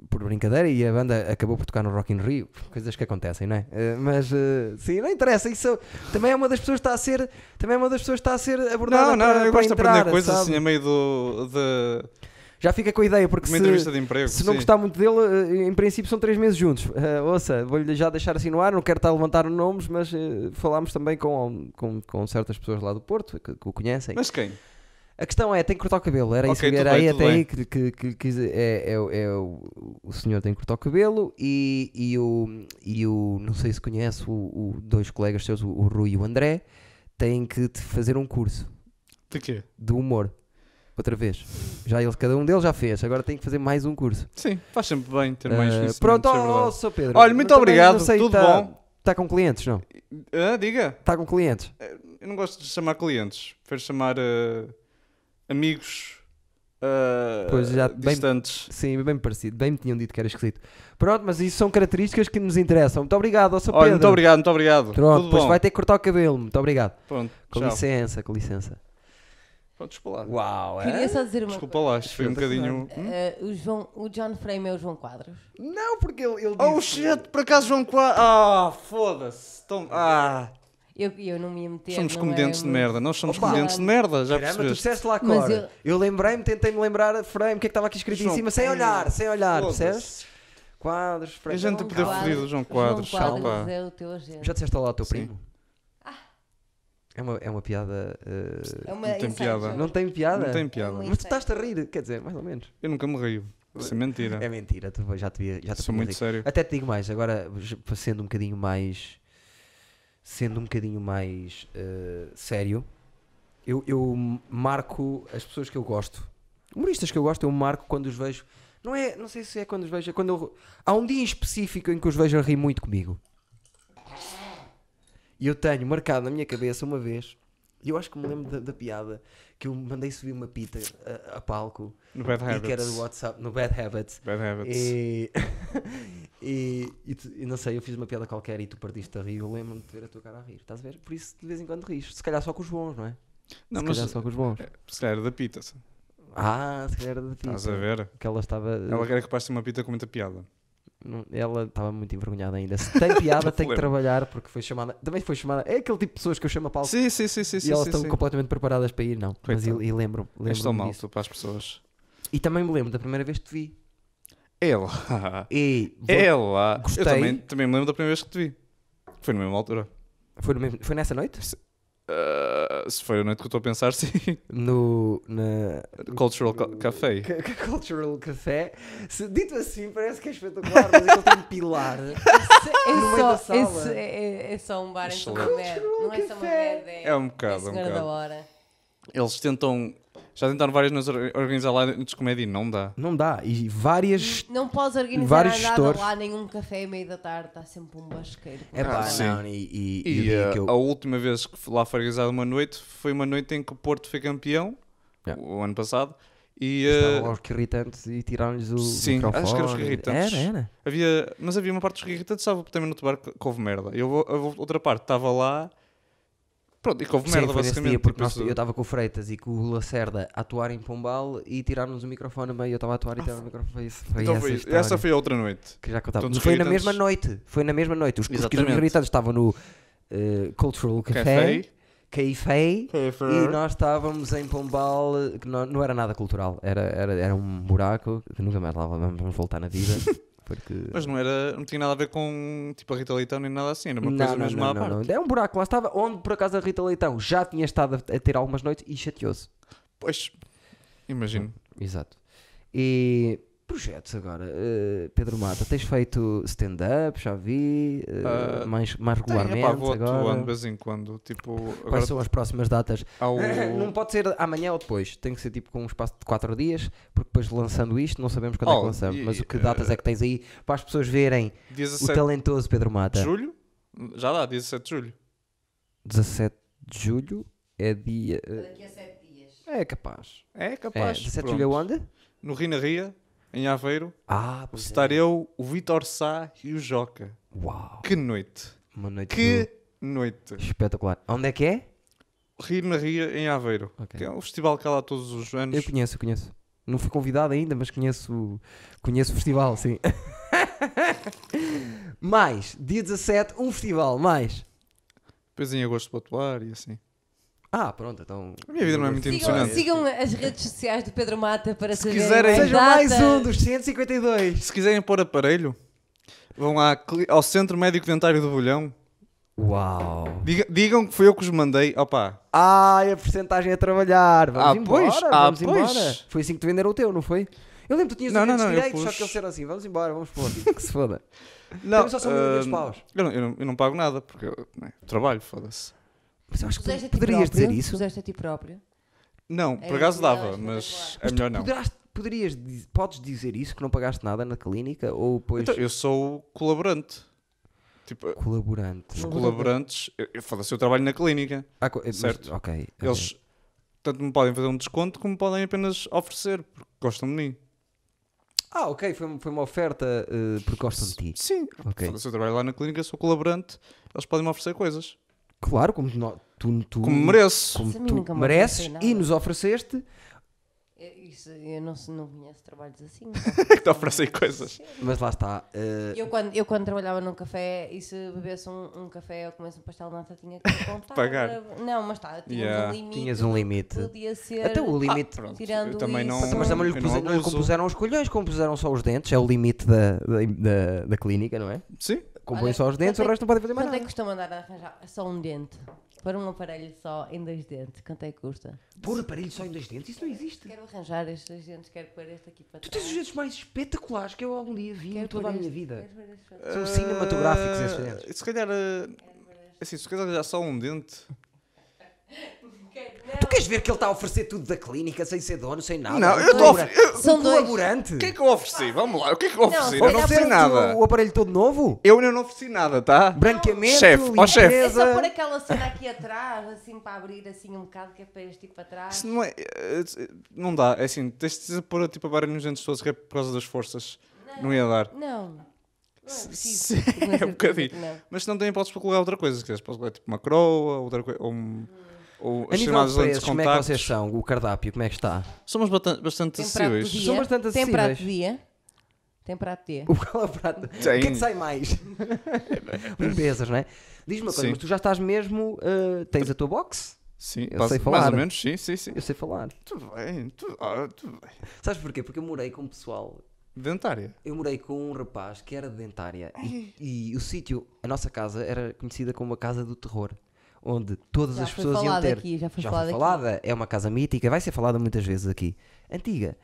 por brincadeira e a banda acabou por tocar no Rock in Rio, coisas que acontecem, não é? Eh, mas eh, sim, não interessa, isso também é uma das pessoas que está a ser, também é uma das pessoas que está a ser abordada. Não, não, para- eu para gosto de entrar, aprender coisas sabe? assim a meio do, de, Já fica com a ideia, porque de uma se, entrevista de emprego. Se não sim. gostar muito dele, eh, em princípio são três meses juntos. Eh, ouça, vou-lhe já deixar assim no ar, não quero estar a levantar nomes, mas eh, falámos também com, com, com certas pessoas lá do Porto que, que o conhecem. Mas quem? A questão é, tem que cortar o cabelo. Era isso, Ok, tudo era bem, aí tudo até aí bem. que, que, que, que é, é o- é o, o senhor tem que cortar o cabelo e, e, o, e o, não sei se conhece, o, o- dois colegas seus, o, o Rui e o André, têm que te fazer um curso De quê? de humor. Outra vez. Já eles, cada um deles já fez, agora tem que fazer mais um curso. Sim, faz sempre bem ter mais Ah, conhecimentos, Pronto, é ó, verdade. ó, Sr. Pedro. Olha, muito Também obrigado, não sei, tudo tá- bom? Está com clientes, não? oh. Ah, diga. Está com clientes. Eu não gosto de chamar clientes. Prefiro chamar eh, amigos eh, Pois, já bem- distantes. Sim, bem parecido. Bem me tinham dito que era esquisito. Pronto, mas isso são características que nos interessam. Muito obrigado, ó, Sr. Pedro. Olha, muito obrigado, muito obrigado. Pronto, Tudo depois bom. vai ter que cortar o cabelo. Muito obrigado. Pronto, Com tchau. licença, com licença. Pronto, desculpa lá. Uau, é? Queria só dizer uma Desculpa lá, isto foi um bocadinho... coisa. Eh, o, João, o John Frame é o João Quadros. Não, porque ele, ele Oh disse- shit, por acaso João Quadros... Ah, foda-se. Tão- Ah, Eu, eu não me ia meter. somos não comediantes é de muito- merda, nós somos Opa. comediantes de merda, já Caramba, tu percebeste? disseste lá Mas agora. Eu, eu- lembrei-me, tentei-me lembrar a frame, o que é que estava aqui escrito em João cima, sem Pedro. olhar, sem olhar, Foda-se. percebes? Quadros, frame. A gente Não, poder calma. fodido, João Quadros, João Quadros pá. é o teu agente. Já disseste olá ao teu Sim. primo? É uma, é uma piada. eh, É uma Não tem inside piada. joke. Não tem piada? Não tem piada. Mas tu estás a rir, quer dizer, mais ou menos. Eu nunca me rio. Isso é mentira. É mentira, tu já te via. Já te Sou tinha muito dito. sério. Até te digo mais, agora j- sendo um bocadinho mais. Sendo um bocadinho mais eh, sério, eu, eu marco as pessoas que eu gosto. Humoristas que eu gosto, eu marco quando os vejo. Não, é, não sei se é quando os vejo, é quando eu- Há um dia em específico em que os vejo a rir muito comigo. E eu tenho marcado na minha cabeça uma vez, e eu acho que me lembro da, da piada, que eu mandei subir uma pita a, a palco No Bad e que era do Habits. WhatsApp, no Bad Habits. Bad Habits. E, e, e tu- e não sei, eu fiz uma piada qualquer e tu partiste a rir. Eu lembro-me de ver a tua cara a rir. Estás a ver? Por isso de vez em quando rires. Se calhar só com os bons, não é? Não, se mas é, calhar só com os bons. se calhar era da pita. se- Ah, se calhar era da Estás pita. a ver? Que ela estava. Ela era capaz de ter uma pita com muita piada. não- Ela estava muito envergonhada ainda. Se tem piada, Não tem que lembro. trabalhar porque foi chamada. Também foi chamada. É aquele tipo de pessoas que eu chamo a palco Sim, sim, sim, sim, sim. e elas sim, estão sim. completamente preparadas para ir, não. Mas e, Coitado. e lembro-me. És tão Lembro mal, disso. tu, para as pessoas. E também me lembro da primeira vez que te vi. Ela. E vou- Ela. Gostei. Eu também, também me lembro da primeira vez que te vi. Foi na mesma altura. foi, no mesmo- foi nessa noite? Ah, se foi a noite que eu estou a pensar, sim. No, na, Cultural Ca- C- Café. C- Cultural Café. Se- dito assim, parece que é espetacular, mas aquilo tem um pilar. No meio da É só, sala. esse é, é só um bar em São Mamed. Excelente. Não é São Café. Mamed, é, É um bocado, é é um Senhora da bocado. Hora. Eles tentam. Já tentaram várias vezes or- organizar lá noites de comédia e não dá. Não dá. E várias. Não podes organizar Vários nada gestores. lá, nenhum café à meia da tarde, está sempre um basqueiro. É pá, sim. não. E, e, e o E dia eh, que eu. a última vez que fui lá foi organizada uma noite foi uma noite em que o Porto foi campeão, Yeah. é o ano passado, e eh, Estavam aos irritantes e tiraram-lhes o. Sim, microfone. acho que eram os irritantes. Era, era. havia, mas havia uma parte dos irritantes, estava também no outro bar que que houve merda. E houve- houve outra parte, estava lá Pronto, e que houve Sim, merda foi nesse basicamente. dia, porque tipo, nós- isso- eu estava com o Freitas e com o Lacerda a atuar em Pombal e tiraram-nos o microfone a meio. Eu estava a atuar e tiraram o microfone. Foi, isso, foi Então essa, foi isso. história Essa foi a outra noite. que já contava. Todos E foi na irritantes. mesma noite. Foi na mesma noite. Os, os Exatamente. irritantes estavam no eh, Cultural Café. Café. Café. Café. E nós estávamos em Pombal, que não, não era nada cultural, era, era, era um buraco que nunca mais lá vamos voltar na vida. Porque. Mas não, era, não tinha nada a ver com tipo a Rita Leitão nem nada assim, era uma coisa mesmo à parte. É um buraco, lá estava, onde por acaso a Rita Leitão já tinha estado a a ter algumas noites e chateou-se. Pois, imagino. Exato. E projetos agora. eh, Pedro Mata, tens feito stand-up, já vi, eh, Ah, mais, mais Tem, regularmente epá, vou atuando de é agora. vez em quando. Tipo, agora Quais são as próximas datas? há o. Não pode ser amanhã ou depois, tem que ser tipo com um espaço de 4 dias, porque depois lançando isto não sabemos quando é Oh, que lançamos, e- mas o que datas é que tens aí para as pessoas verem Dia o 17 talentoso Pedro Mata? de julho? Já dá, dia 17 de julho. 17 de julho é dia. eh, Daqui a sete dias. É capaz. É É, capaz. 17 de pronto. julho é onde? No Rina Ria, em Aveiro, Ah, pois é. estar eu, o Vitor Sá e o Joca. Uau! Que noite! Uma noite Que Uhum. noite! do- espetacular. Onde é que é? Rina Ria, em Aveiro. Ok. Que é um festival que há lá todos os anos. Eu conheço, eu conheço. Não fui convidado ainda, mas conheço, conheço o festival, sim. mais, dia 17, um festival, mais. Depois em agosto vou atuar e assim. Ah, pronto, então. A minha vida não é muito Sigam, emocionante. sigam as redes sociais do Pedro Mata para Se saberem quiserem- mais Seja mais datas. um dos 152. Se quiserem pôr aparelho, vão à cli- ao Centro Médico Dentário do Bolhão. Uau! Diga- digam que fui eu que os mandei. Opa, Ai, a porcentagem a trabalhar. Vamos Ah, embora, pois, ah, vamos embora. pois. Foi assim que te venderam o teu, não foi? Eu lembro que tu tinhas Não, não, não, não, eu direitos, só pus- que eles eram assim, vamos embora, vamos pôr. tipo, que se foda. não, Também só são mil e duzentos hum, paus. Eu não, eu não- eu não pago nada porque eu né, trabalho, foda-se. Mas eu acho Puseste que a tu ti poderias próprio? dizer isso. Puseste a ti próprio. Não, por Era acaso melhor, dava, espetacular. mas é Mas tu melhor não. poderás- poderias, diz- podes dizer isso, que não pagaste nada na clínica ou pois Então, eu sou colaborante. Tipo, colaborante? os colaborantes, eu, eu, foda-se, eu trabalho na clínica. Ah, co- mas- Certo. ok. ok. Eles tanto me podem fazer um desconto como podem apenas oferecer, porque gostam de mim. Ah, ok, foi, uma- foi uma oferta eh, porque gostam de ti. Sim, Ok. foda-se, eu trabalho lá na clínica, sou colaborante, eles podem me oferecer coisas. Claro, como no- tu, tu, Como mereço. como Mas a mim tu nunca me mereces oferecem nada. e nos ofereceste, Eu, isso- eu não, se- não conheço trabalhos assim. que te oferecem coisas. mas lá está. eh, Eu quando, eu quando trabalhava num café e se bebesse um, um café ou comesse um pastel de nata tinha que contar. Pagar. Não, mas tá, tinhas Yeah. Ah, um limite. Tinhas um do que limite. Podia ser. até o limite. Pronto, Tirando eu também não. é isso. Mas também lhe eu compuse- não lhe abuso. compuseram os colhões, compuseram só os dentes, é o limite da, da, da, da clínica, não é? Sim, Compõem Olha, só os dentes, quanto é o que- resto não podem fazer mais Quanto é nada. que custa mandar arranjar só um dente? Para um aparelho só em dois dentes, quanto é que custa? Pôr aparelho só em dois dentes, isso não existe. Quero arranjar estes dois dentes, quero pôr este aqui para Tu trás. tens os dentes mais espetaculares que eu algum dia vi em Quero toda a pôr minha este, vida. quero pôr este para trás. São cinematográficos esses Eh, dentes. Se calhar. eh, Assim, se calhar já só um dente. Quero- Ah, Tu queres ver que ele está a oferecer tudo da clínica sem ser dono, sem nada? Não, Um eu tô a colabora- oferecer- São um dois. colaborante. O que é que eu ofereci? Vamos lá, o que é que eu ofereci? se eu não calhar ofereci Oferece-te nada. O, o aparelho todo novo? Eu ainda não ofereci nada, tá? Branqueamento, Chefe, ó limpeza. chefe. É só pôr aquela cena aqui atrás, assim para abrir assim um bocado, que é para este ir para trás. Isso não é. eh, eh, Não dá, é assim, tens de pôr tipo, a barra nos dentes todos que é por causa das forças. Não ia dar. Não. Não é Sim, preciso. Com é um certeza bocadinho. que não. Mas se não tem hipóteses para colocar outra coisa, se quiseres, podes colocar tipo uma coroa, outra coisa, ou, um, ou A as nível chamadas de lentes preços, de como é que contacto. vocês são? O cardápio, como é que está? Somos bastante, bastante Tem prato de acessíveis. dia. São bastante Tem prato de acessíveis. dia. Tem prato de dia. O qual é o prato? O que é que sai mais? Limpezas, não é? Diz-me uma coisa, Sim. mas tu já estás mesmo. uh, tens a tua box? Sim, Eu passa- sei falar. mais ou menos, sim, sim, sim. Eu sei falar. Tudo bem, tudo, ah, tudo bem. Sabes porquê? Porque eu morei com um pessoal. Dentária. Eu morei com um rapaz que era de dentária e, e o sítio, a nossa casa, era conhecida como a Casa do Terror. Onde todas Já as foi pessoas iam falado ter. aqui, já foi já falado foi aqui. falada. É uma casa mítica, vai ser falada muitas vezes aqui. Antiga.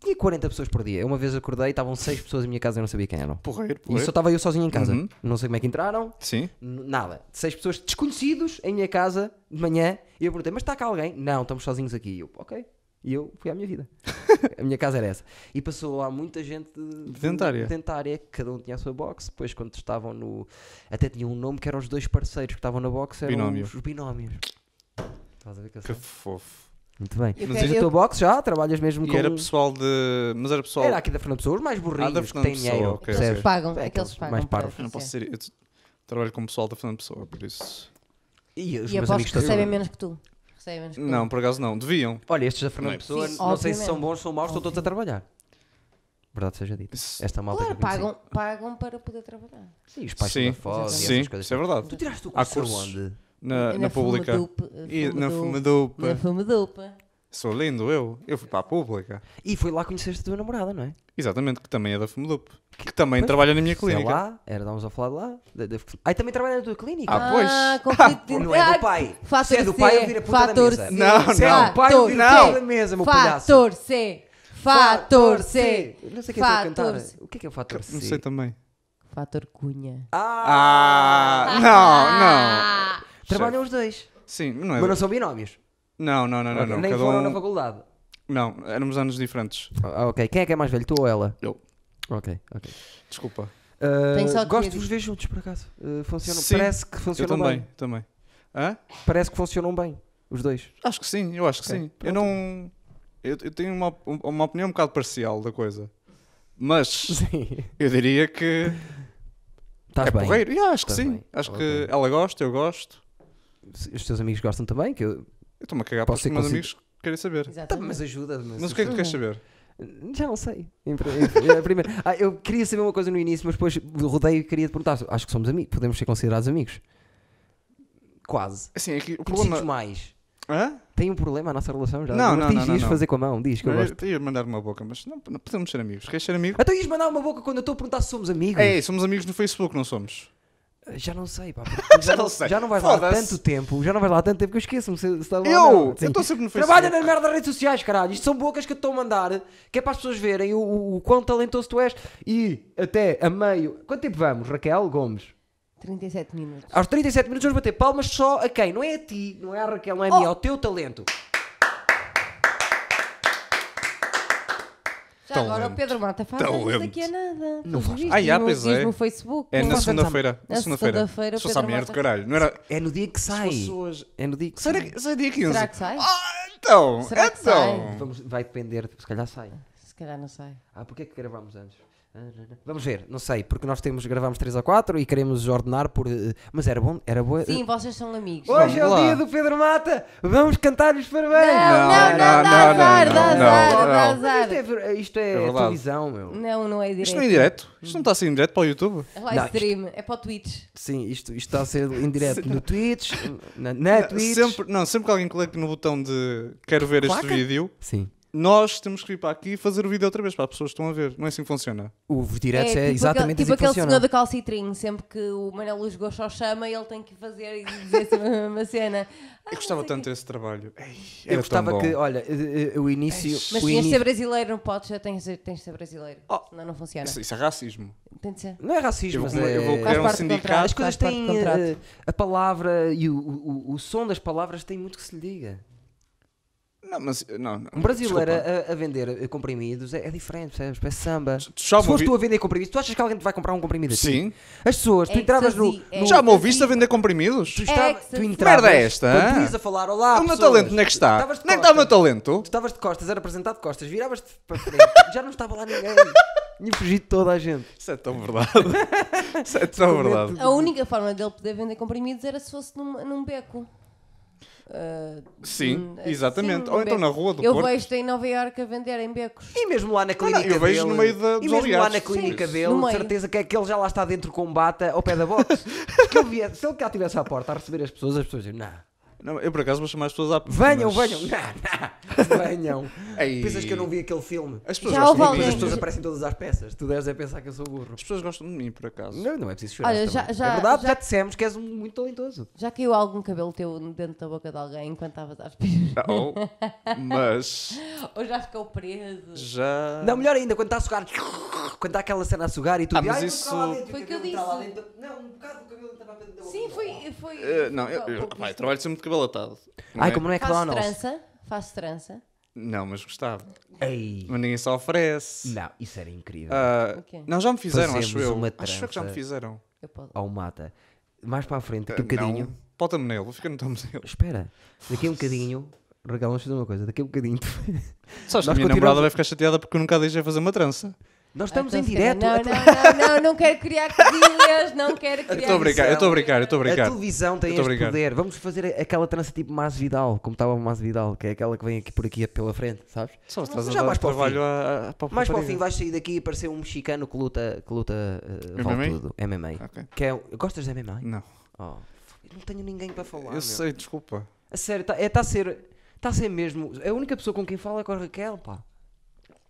Tinha 40 pessoas por dia. Eu Uma vez acordei, estavam 6 pessoas na minha casa e eu não sabia quem eram. Porreiro, E só porreiro. estava eu sozinho em casa. Uhum. Não sei como é que entraram, Sim. N- Nada. Seis pessoas desconhecidos em minha casa de manhã. E eu perguntei, mas está cá alguém? Não, estamos sozinhos aqui. E eu, ok. E eu fui à minha vida. a minha casa era essa. E passou lá muita gente de- Dentária. dentária, que cada um tinha a sua box. Depois, quando estavam no. Até tinha um nome que eram os dois parceiros que estavam na box, eram Binómio. os binómios. Estás a ver que eu Que sei? fofo. Muito bem. Eu Mas quero- a eu- tua box já? Trabalhas mesmo E com. um- era pessoal de. Mas era pessoal. Era aqui da Fernando Pessoa, os mais burrinhos da que Fernando têm dinheiro. Pessoa, ok, percebes? Eles É, pagam, é que eles aqueles pagam. mais para parvos. Eu não fazer. posso ser. Eu t- trabalho com pessoal da Fernando Pessoa, por isso. E os E meus aposto amigos que todos. recebem menos que tu. Recebem menos que tu. Não, por acaso não. Deviam. Olha, estes da Fernando Não é Pessoa, preciso. não sei se Obviamente. são bons, são maus, estão todos a trabalhar. Verdade seja dita. Isso- Esta malta Claro, que eu conheci. pagam, pagam para poder trabalhar. Sim, os pais sim, estão a foda e sim, essas coisas. isso é verdade. Tu tiraste o Há curso cursos. onde? Ah, Na, na, pública. E na eh, Na Né? fumadupa. fumadupa. Sou lindo eu. Eu fui para a pública. E foi lá que conheceste a tua namorada, não é? Exatamente, que também é da fumadupa. Que também Pois, trabalha na minha Sei clínica. lá, era, estávamos a falar de lá. Da- da- Ai, também trabalha na tua clínica? Ah, pois. conflito de- Não é Ah, do pai. Fator Se é do C, pai, eu viro a puta da fator mesa. C, Não, Se é não. do pai, eu viro a fator puta da C, mesa, meu palhaço. Fator C. Fator C. Eu Não sei o que é que estou a cantar. Fator C. O que é que é o fator C? Não sei também. Fator Cunha. Tá, Ah, não, Ah, não. Trabalham os dois, não. Sim, não é. mas não são binómios. Não, não, não, não. não. Nem Cada foram na um... faculdade. Não, éramos anos diferentes. Ah, ok. Quem é que é mais velho? Tu ou ela? Eu. Ok, ok. Desculpa. Ah, Tem só que gosto eu de vos digo. ver juntos, por acaso. Ah, funcionam, Sim, parece que eu funcionam também, bem. também. Hã? Parece que funcionam bem, os dois. Acho que sim, eu acho que Ok, sim. Eu não. Eu, eu tenho uma, op- uma opinião um bocado parcial da coisa. Mas Sim. eu diria que Estás é bem. porreiro. Yeah, acho que Estás sim. bem. Acho Ok. que ela gosta, eu gosto. Os teus amigos gostam também? Que eu... Eu estou-me a cagar para Posso os ser meus consider- amigos que querem saber. Tá, Exatamente. mas ajuda. Mas, Mas o que é que tu queres saber? Já não sei. Em pri- em- em primeiro- Ah, eu queria saber uma coisa no início, mas depois rodeio e queria te perguntar. Acho que somos amigos. Podemos ser considerados amigos. Quase. Assim, aqui o Conhecidos problema. mais. Hã? Tem um problema a nossa relação já? Não, Mas não, diz, não, não, diz não. fazer com a mão. Diz que eu Eu gosto. te ia mandar uma boca, mas não, não podemos ser amigos. Queres ser amigo? Então ias mandar uma boca quando eu estou a perguntar se somos amigos. É, somos amigos no Facebook, não somos? Já não sei, pá. porque tu já, Já não, não sei. já não vais lá há Foda-se. tanto tempo. Já não vais lá há tanto tempo que eu esqueço-me se, se está lá ou não. Eu! Sim. Eu estou sempre no Facebook. Trabalha na merda das redes sociais, caralho. Isto são bocas que eu te estou a mandar, que é para as pessoas verem o, o- o quão talentoso tu és. E até a meio. Quanto tempo vamos, Raquel Gomes? 37 minutos. Aos 37 minutos vamos bater palmas só a quem? Não é a ti, não é a Raquel, não é a Oh! mim, é ao teu talento. Já Tão agora lento. o Pedro Mata faz Tão anos aqui a lento. nada. Não Pelos faz. vistos, Ah, já, não pois diz é. no Facebook. É não na faz. segunda-feira. Na Na segunda-feira. segunda-feira, Sou só Pedro merda, Mota. caralho. Não era. É no dia que sai. fosse hoje- É no dia que Será sai. que será dia 15? Será que sai? Ah, então, Será que sai? então. Vamos, vai depender, se calhar sai. Se calhar não sai. Ah, porque é que gravámos antes? Ah, não, não. Vamos ver, não sei, porque nós temos, gravámos 3 ou 4 e queremos ordenar por. eh, Mas era bom, era boa. eh, Sim, vocês são amigos. Hoje é o Vamos lá. dia do Pedro Mata. Vamos cantar-lhes parabéns. Não, não, não, não, dá azar, é dá não, não, azar, não. dá Mas isto é, azar. ver- isto é, É verdade. televisão, meu. Não, não é direito. Isto não é em direto? Isto não está assim em direto para o YouTube? É Não, live isto- stream, é para o Twitch. Sim, isto, isto está a ser em direto no Twitch, na, na É Twitch. Sempre, não, sempre que alguém clica no botão de quero ver este Claca. vídeo, Sim. nós temos que ir para aqui e fazer o vídeo outra vez para as pessoas que estão a ver. Não é assim que funciona. Os diretos é, tipo exatamente aquele, tipo assim que aquele funciona. senhor do calcitrinho, sempre que o Manuel Luz Gosto só chama, ele tem que fazer e dizer sempre a mesma cena. Ah, Eu gostava não sei o tanto quê. desse trabalho. Ei, Eu era tão gostava bom. que, olha, eh, eh, o início. Mas o tinhas de ser início... brasileiro, não podes, já tens, de- tens de ser brasileiro. Oh. Senão não funciona. Isso, isso é racismo. Tem de ser. Não é racismo, Eu vou, mas é... eu vou Faz criar um parte do contrato. As sindicato. coisas Faz parte têm. do contrato. eh, a palavra e o, o, o- o som das palavras tem muito que se lhe diga. Não, mas. eh, Não, não. Um brasileiro Desculpa. a, a vender eh, comprimidos é, é diferente, percebes? Parece samba. Se Tu já me fores ouvi... tu a vender comprimidos, tu achas que alguém te vai comprar um comprimido assim? Sim. As pessoas, tu É entravas no. ecstasy, é no- Já me ouviste a vender comprimidos? Tu, estava, Ecstasy. tu Que entravas, merda é esta, quando tu hã? ias a falar, olá, o meu pessoas", talento, onde é que está? estavas de Onde é que está o meu costas. talento? Tu estavas de costas, era apresentado de costas, viravas-te para frente, já não estava lá ninguém. Tinha fugido toda a gente. Isso é tão verdade. Isso é tão verdade. A única forma dele poder vender comprimidos era se fosse num, num beco. Ah, Sim, hum, exatamente. sim, Ou num então beco. na rua do Eu Porto. vejo-te em Nova Iorque a vender em becos. E mesmo lá na não, clínica eu vejo dele, no meio da- e dos mesmo lá aliados. na clínica Sim, dele, no de meio. certeza que é que ele já lá está dentro com um bata ao pé da box. que ele viesse- se ele cá estivesse à porta a receber as pessoas, as pessoas diziam, não, Não, eu por acaso vou chamar as pessoas à venham, mas- venham, não, não, venham. Ei. Pensas que eu não vi aquele filme? As pessoas, Já houve gostam de mim. Mas as alguém- pessoas aparecem todas às peças, tu deves é pensar que eu sou burro. As pessoas gostam de mim, por acaso. Não, não é preciso chorar. Olha, já- também. já- é verdade, já... já- dissemos que és um muito talentoso. Já caiu algum cabelo teu dentro da boca de alguém enquanto estavas a aspirar? Não, mas Ou já ficou preso? já. Não, melhor ainda, quando está a sugar, quando está aquela cena a sugar e tu Ah, dizes, mas "Ai, isso- vou ficar lá dentro, Foi o que eu cabelo está lá disse. dentro." Não, um bocado do cabelo estava dentro da boca. Sim, foi. foi Eh, não, eu, eu, pouco pá, eu visto. trabalho sempre de cabelo atado. não Ai, é? como no Faz McDonald's. trança, faz trança. Não, mas gostava. Ei, Mas ninguém se oferece. não, isso era incrível. Ah, Ok. Não, já me fizeram, Fazemos acho eu. uma Acho eu que já me trança. fizeram. Eu posso. Ao oh, mata. Mais para a frente, Eh, daqui a um bocadinho. Não, para o thumbnail, fica no thumbnail. Espera, daqui a um bocadinho. Raquel, vamos fazer uma coisa. Daqui a um bocadinho. tu- Sabes Nós que a minha continuamos- namorada vai ficar chateada porque eu nunca a deixei fazer uma trança. Nós estamos em Então, se direto. calhar- a te- Não, não, não, não, não quero criar quadrilhas, não quero criar. Eu estou a brincar, eu estou a brincar, eu estou a A brincar. televisão tem Eu tô este brincando. poder. Vamos fazer a- aquela trança tipo Mas Vidal, como estava o Mas Vidal, que é aquela que vem aqui por aqui pela frente, sabes? Só estás a Já dar mais para o trabalho fim. a, a, para a Mais para o rapariga. fim vais sair daqui e aparecer um mexicano que luta, que luta eh, vale MMA? tudo. MMA. Ok. Que é, o- gostas de MMA? Não, Oh, f- não tenho ninguém para falar. meu. eu sei, desculpa. A sério, está é, tá a ser. Está a ser mesmo. A única pessoa com quem fala é com a Raquel, pá.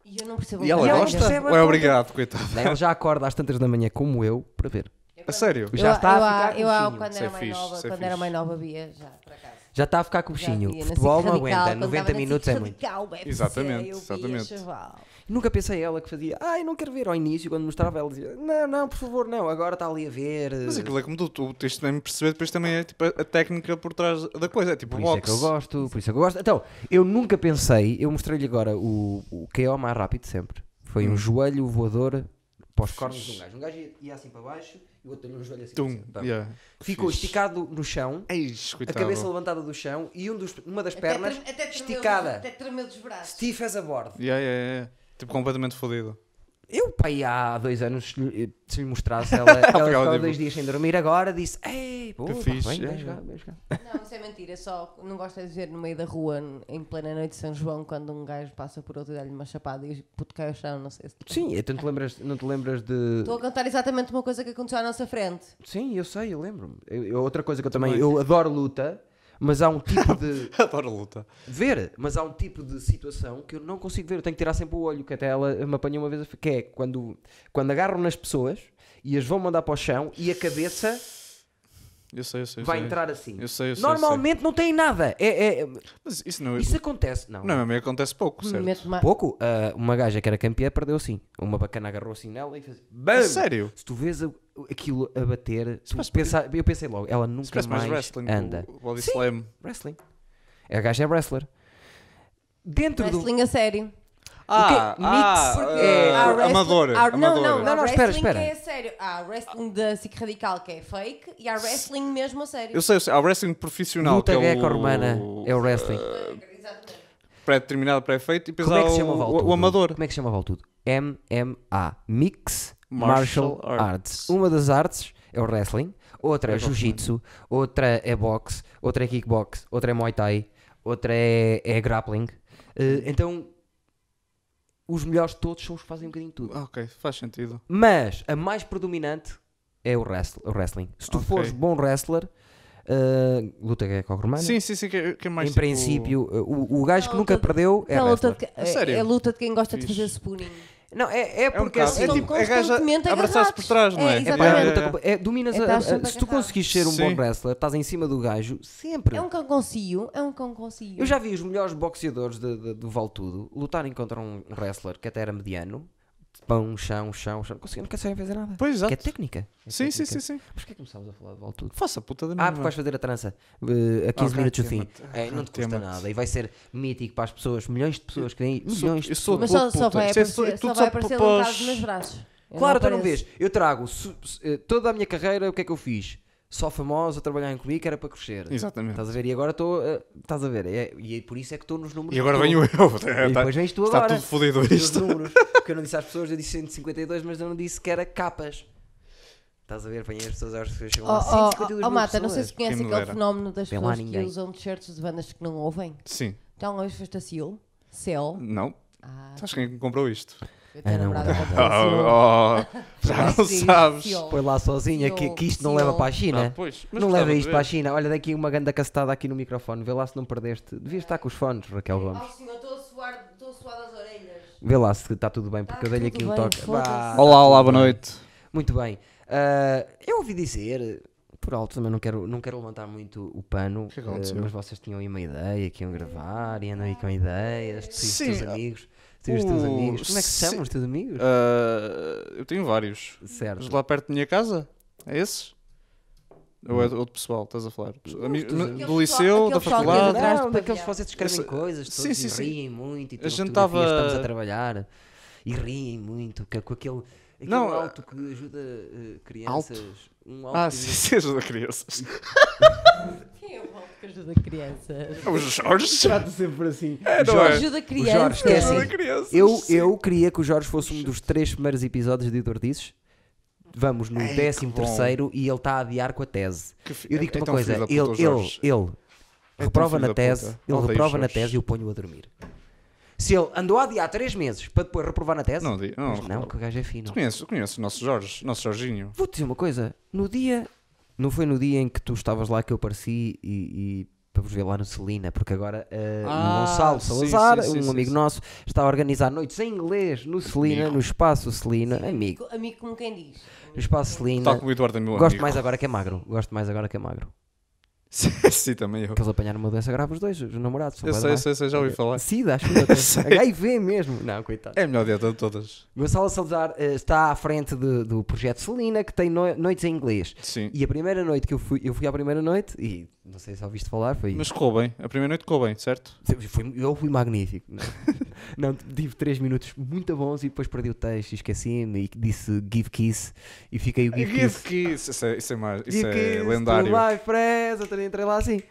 E eu não percebo. E ela o que é. gosta? percebe a Ou é conta. obrigado, coitado? Daí Ela já acorda às tantas da manhã, como eu, para ver. A sério? Já está eu, a ficar com eu, eu, bichinho. quando Isso é era mais fixe, nova, isso é quando era fixe. mais nova, via já, para casa. Já está a ficar com o Já bichinho. via na Futebol SIC não Radical, aguenta, quando dava 90 na minutos SIC é muito. Radical, UFC, Exatamente, eu via, exatamente. chaval. Nunca pensei ela que fazia, ai, não quero ver ao início, quando mostrava ela dizia, não, não, por favor, não, agora está ali a ver. Mas aquilo é como tu, tu tens de mesmo perceber, depois também é tipo a, a técnica por trás da coisa, é tipo Por isso é boxe. que eu gosto, por isso é que eu gosto. Então, eu nunca pensei, eu mostrei-lhe agora o, o KO mais rápido sempre. Foi Hum. um joelho voador para os cornos de um gajo. Um gajo ia, ia assim para baixo e o outro deu-lhe um joelho assim. para Tum, cima. Tá. yeah. Ficou Fixe. esticado no chão, Eis, a coitado. cabeça levantada do chão e um dos- uma das Até pernas treme- até tremeu- esticada. Até tremeu dos braços. Steve as a bordo. Yeah, yeah, yeah. Tipo completamente fodido. Eu, pai, há dois anos, se lhe, se lhe mostrasse, ela, ela Ficava ficava tipo- dois dias sem dormir, agora disse, ei, pô, Que pá, fixe, vem, é, vem é. jogar, vem jogar. Não, isso é mentira. Só não gosto é de ver no meio da rua, n- em plena noite de São João, quando um gajo passa por outro e dá-lhe uma chapada e o puto cai ao chão. Não sei se. Sim, então te lembras, não te lembras de... Estou a contar exatamente uma coisa que aconteceu à nossa frente. Sim, eu sei, eu lembro-me. Eu- eu- outra coisa que eu é também, eu adoro luta, mas há um tipo de... Adoro a luta. ver, mas há um tipo de situação que eu não consigo ver, eu tenho que tirar sempre o olho, que até ela me apanhou uma vez, a- que é quando, quando agarram nas pessoas e as vão mandar para o chão e a cabeça Eu sei, eu sei. eu vai sei. entrar assim. Eu sei, eu sei. eu Normalmente não tem nada. É, é- sei. Mas isso não, isso acontece, não. não é mesmo, acontece pouco, certo? Mete uma... Pouco, ah, uma gaja que era campeã perdeu assim. Uma bacana agarrou assim nela e fez. A BAM! sério? Se tu vês a- aquilo a bater, tu parece- pensa- eu pensei logo, ela Isso nunca parece mais mais, wrestling, anda. o- o body Sim. slam. Wrestling. A gaja é wrestler. Dentro do. Wrestling a sério. Ah, quê? Mix, ah, porque- é, Há wrestling- amador, há- Não, amador. não, Ah, Não, há não, espera, wrestling espera. que é a sério. Há wrestling da SIC Radical que é fake e há wrestling mesmo a sério. Eu sei, eu sei. Há o wrestling profissional Luta que é o... greco-romana é o wrestling. Exatamente. Pré-determinado, pré-feito e depois Como é há que se o, chama o- Valtudo? o amador. Como é que se chama Valtudo? MMA Mix Martial, Martial Arts. Arts. Uma das artes é o wrestling, outra é jiu-jitsu, outra é boxe, outra é kickbox, outra é muay thai, outra é, é grappling. Eh, então, os melhores de todos são os que fazem um bocadinho de tudo. Ah, ok, faz sentido. Mas a mais predominante é o, wrestl- o wrestling. Se tu Ok. fores bom wrestler, eh, luta greco-romana. Sim, sim, sim, que é, que é mais Em tipo- princípio, eh, o, o gajo que Não, nunca luta- perdeu é Não, a luta wrestler. de, A sério? é a luta de quem gosta de Fixe. fazer spooning. Não, é, é É um porque bocado. assim, É tipo, a gaja Constantemente abraçar-se por trás, não é? É, É, pá, Exatamente. é luta com- é, dominas É, a- tá a- a- sempre se tu agarrado. conseguires ser um bom Sim. wrestler, estás em cima do gajo sempre. É um cão concio, é um cão concio. Eu já vi os melhores boxeadores de, de- do Valtudo lutarem contra um wrestler que até era mediano, pão, chão, chão, chão, conseguiam, não conseguem fazer nada. Pois, Que é exato. técnica. É Sim, sim, técnica. sim, sim. Mas porquê começámos a falar de Valtudo? Faça puta da minha Ah, porque vais fazer a trança eh, a 15 Ah, minutos do fim. tema-te. É, não te custa Tema-te. nada. E vai ser mítico para as pessoas, milhões de pessoas que têm. Milhões de eu pessoas. sou- Mas só, Puta, só vai isto é aparecer, tudo só só vai aparecer para um os- bocado nos meus braços. Eu Claro, tu não apareço. vês. Eu trago su- su- eh, toda a minha carreira, o que é que eu fiz? Só famosa a trabalhar comigo, era para crescer. Exatamente. Estás a ver? E agora estou. eh, Estás a ver? É- e por isso é que estou nos números. E agora que venho estou. eu. E tá, depois vens tu Está agora. tudo fodido Os isto. números. Porque eu não disse às pessoas, eu disse 152, mas eu não disse que era capas. Estás a ver? Apanhei as pessoas às pessoas chegam Oh, lá. oh, 152 oh, oh, mil Mata, não sei pessoas. se conhece Quem me aquele dera. fenómeno das Vem lá pessoas ninguém. que usam t-shirts de bandas que não ouvem. Sim. Então hoje foste a Seal? Cell? Não. Ah, Sabes quem é que comprou isto? eu tenho Ah, não, namorada não, que Oh, adora Seal. oh, já não Sim, sabes. Seal. Põe lá sozinha que, Senhor, que isto não senhor. leva para a Ah, China. pois. Mas não gostava leva de isto ver. para a Cina. Olha, daqui uma ganda castada aqui no microfone. Vê lá se não perdeste. Devias estar com os fones, Raquel Gomes. Oh, senhor, estou a suar, estou a suar das orelhas. Vê lá se está tudo bem, porque Tá eu dei-lhe tudo aqui um bem, toque. foda-se. Vá. Olá, olá, boa noite. Muito bem. Ah, eu ouvi dizer, por alto também não quero, não quero levantar muito o pano, que ah, aconteceu? mas vocês tinham aí uma ideia que iam gravar e andam aí com ideias, tu e os teus Sim, ah, amigos. Tu e os teus o- amigos. Como é que se sim. chamam os teus amigos? Ah, eu tenho vários. Os certo. lá perto da minha casa? É esses? Ou é do- outro pessoal, estás a falar? Amigos- estou a dizer- do liceu, Aquele da pessoal que faculdade? atrás do não, daqueles pavilhão. que vocês escrevem Esse- coisas, sim, todos sim, e sim. riem muito e A tiram gente fotografias, tava- estamos a trabalhar e riem muito, que- com aquele Aquele Não, alto que ajuda eh, crianças. Um alto Ah, que- sim, seja da crianças. Quem é o alto que ajuda crianças? É o Jorge. Trato sempre assim. não Jorge, Ajuda Jorge, crianças? que é assim. da crianças. Eu, sim. eu queria que o Jorge fosse um dos três primeiros episódios de Idordices. Vamos no Ei, décimo que bom. terceiro e ele está a adiar com a tese. Que fi- Eu é- digo-te é uma tão coisa, filho da ele, puta, o ele, Jorge. ele tão reprova filho na da tese, puta. ele Odeio o reprova na Jorge. tese e eu ponho-o a dormir. Se ele andou a adiar três meses para depois reprovar na tese, Não, di- não, mas não reprova. que o gajo é fino. Conheço, conheço o nosso Jorge, nosso Jorginho. Vou-te dizer uma coisa, no dia, não foi no dia em que tu estavas lá que eu apareci e, e para vos ver lá no Celina, porque agora eh, Ah, o Gonçalo sim, Salazar, sim, sim, um sim, amigo sim. nosso, está a organizar noites em inglês no Celina, no espaço Celina, amigo, Amigo como quem diz. no espaço Celina. Tal como o Eduardo é meu Gosto amigo. mais agora que é magro, gosto mais agora que é magro. Sim, sim, também eu. Porque eles apanharam uma doença grave os dois, os namorados. são Eu bué de sei, eu magros. sei, sei, já ouvi falar. SIDA, acho que ainda tem. HIV mesmo. Não, coitado. É a melhor dieta de todas. Gonçalo Salazar eh, está à frente de- do projeto Celina, que tem no- noites em inglês. Sim. E a primeira noite que eu fui, eu fui à primeira noite, e não sei se ouviste falar, foi. Mas correu bem. A primeira noite correu bem, certo? foi- eu fui magnífico. Não, Não, tive três minutos muito bons e depois perdi o texto e esqueci-me e disse give kiss e fiquei o give kiss. Kiss. Isso é, isso é, mais, isso Give é kiss, lendário. to my friends. Eu entrei lá assim.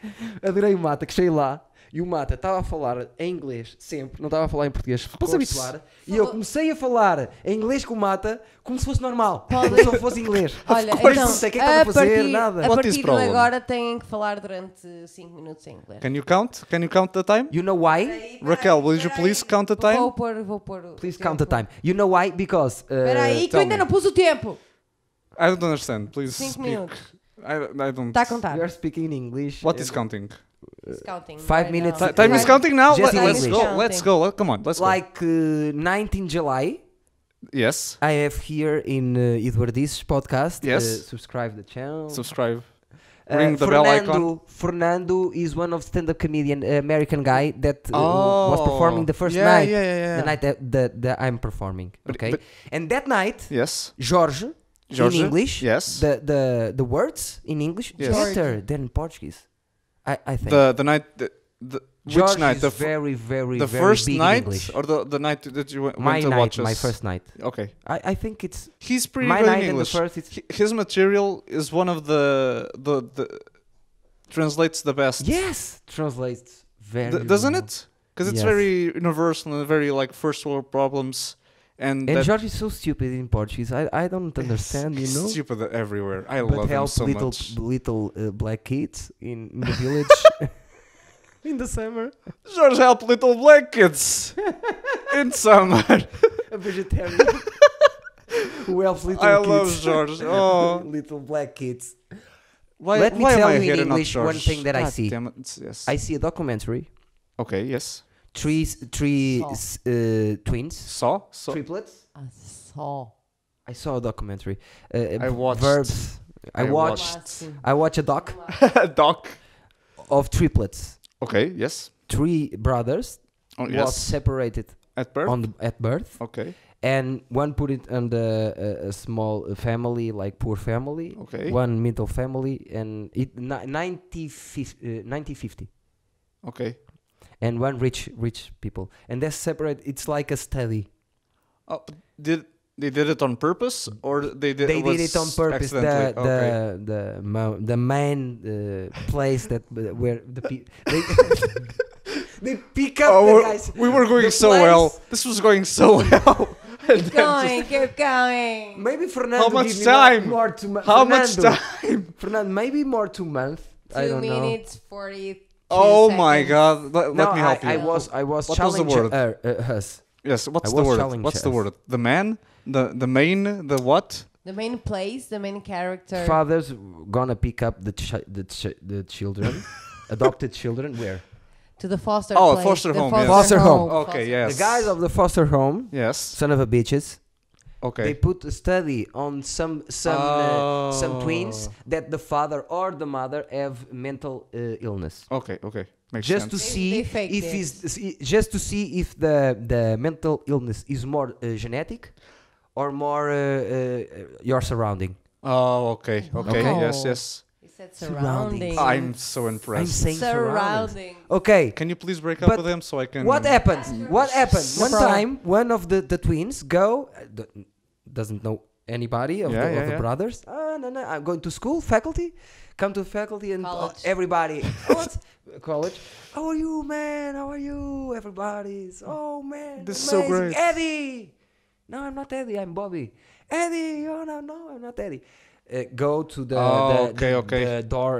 Adorei o Mata, que cheguei lá. E o Mata estava a falar em inglês sempre, não estava a falar em português, para se Recurso. habituar. E eu comecei a falar em inglês com o Mata como se fosse normal, Podem- como se não fosse inglês. Olha, Of course, então, não sei o que é que a estava a fazer, partir, nada. a What is partir de problem? agora têm que falar durante 5 minutos em inglês. Can you count? Can you count the time? You know why? Raquel, will you please count the time? Vou pôr, vou pôr. o- Please o count the tempo. time. You know why? Because. uh, Espera aí, que eu tell ainda me. não pus o tempo. I don't understand. Please 5 speak. minutos. I, I don't... Tá Está a contar. You're speaking in English. What is counting? It's counting. five right minutes. now. Ti- Time is counting now. Tá, Just Let, in let's English. go. Let's go. Let- Come on. Let's go. Like uh, 19 July, Yes. I have here in uh, Eduardices podcast. Yes. Uh, subscribe the channel. Subscribe. Uh, Ring the bell Fernando, icon. Fernando is one of stand-up comedian uh, American guy that uh, was performing the first Oh. yeah, night, Yeah, yeah, yeah. the night that, that, that I'm performing. But- Okay, but- and that night, Yes. Jorge, Jorge, in English, yes. the the the words in English Yes. better than Portuguese. I I think The the night. The, the, Jorge which night? is The, fir- very very the very first big in night English. or the, the night that you went my to night, watch us? my first night. Okay. I I think it's He's pretty my good night in and the English. first. It's, Hi- His material is one of the the, the translates the best. yes, translates very. D- doesn't well. it? Because it's Yes. very universal and very like first world problems. And, And that Jorge is so stupid in Portuguese. I, I don't understand, you he's know. stupid everywhere. I but love him help so little much. little uh, black kids in, in the village in the summer. George help little black kids in summer. A vegetarian who helps little I kids. love George. Oh, little black kids. why, Let me why am tell I you in here and not English one George? thing that I God see. damn it, yes. I see a documentary. okay. Yes. Three s- three Saw. s- uh, twins, Saw. Saw. triplets. Ah, só. I saw a documentary. Uh, I v- watched. Verbs. I, I watched. I watched a doc Doc. of triplets. Okay. Yes. Three brothers Oh, was yes. separated At birth. on the, at birth. Okay. and one put it under a, a small uh, family like poor family Okay. one middle family and it ni- 90 fif- uh, 90 50 Okay. and one rich rich people and they separate it's like a study Oh, but did they did it on purpose or they did? they it was did it on purpose the accidentally? the okay. the, mo- the main uh, place that uh, where the pe- they, they pick up Oh, the we're- guys we were going the so place- well. This was going so well. And then Going, keep going. maybe Fernando much give me time? more, more two mo- just- how much Fernando, time? Fernando maybe more two months I Two don't know minutes, 40. Oh my God! Let, No, let me I, help I you. was, I was What was the challenging word? her- uh, us. Yes. What's I the was word? challenged, What's the yes. word? The man. The the main. The what? The main place, the main character. Fathers gonna pick up the chi- the, chi- the children, adopted children. Where To the foster Oh, place. foster the home, yes. Foster home. Okay. Yes. the guys of the foster home, Yes. son of a bitches, they Okay. put a study on some some uh, some twins Oh. that the father or the mother have mental uh, illness. Okay. Okay. Makes Just to sense. see they faked if it. is just to see if the the mental illness is more uh, genetic or more uh, uh, your surrounding. Oh. Okay. Okay. Yes. Oh. Yes. He said Surroundings. surrounding. I'm so Oh. I'm impressed. saying surrounding. surrounding. Okay, Can you please break up But with him so I can? What happened? What happened? No One problem. time, one of the, the twins go. uh, The, doesn't know anybody of, Yeah, the, yeah, of the yeah. brothers. Ah, no, no. I'm going to school, faculty. Come to faculty and College. oh, everybody. what? College. How are you, man? How are you? Everybody's. Oh, man. This is so amazing. great. Eddie. No, I'm not Eddie. I'm Bobby. Eddie. Oh, no, no, I'm not Eddie. Uh, go to the, Oh, the, okay, the, okay. the door.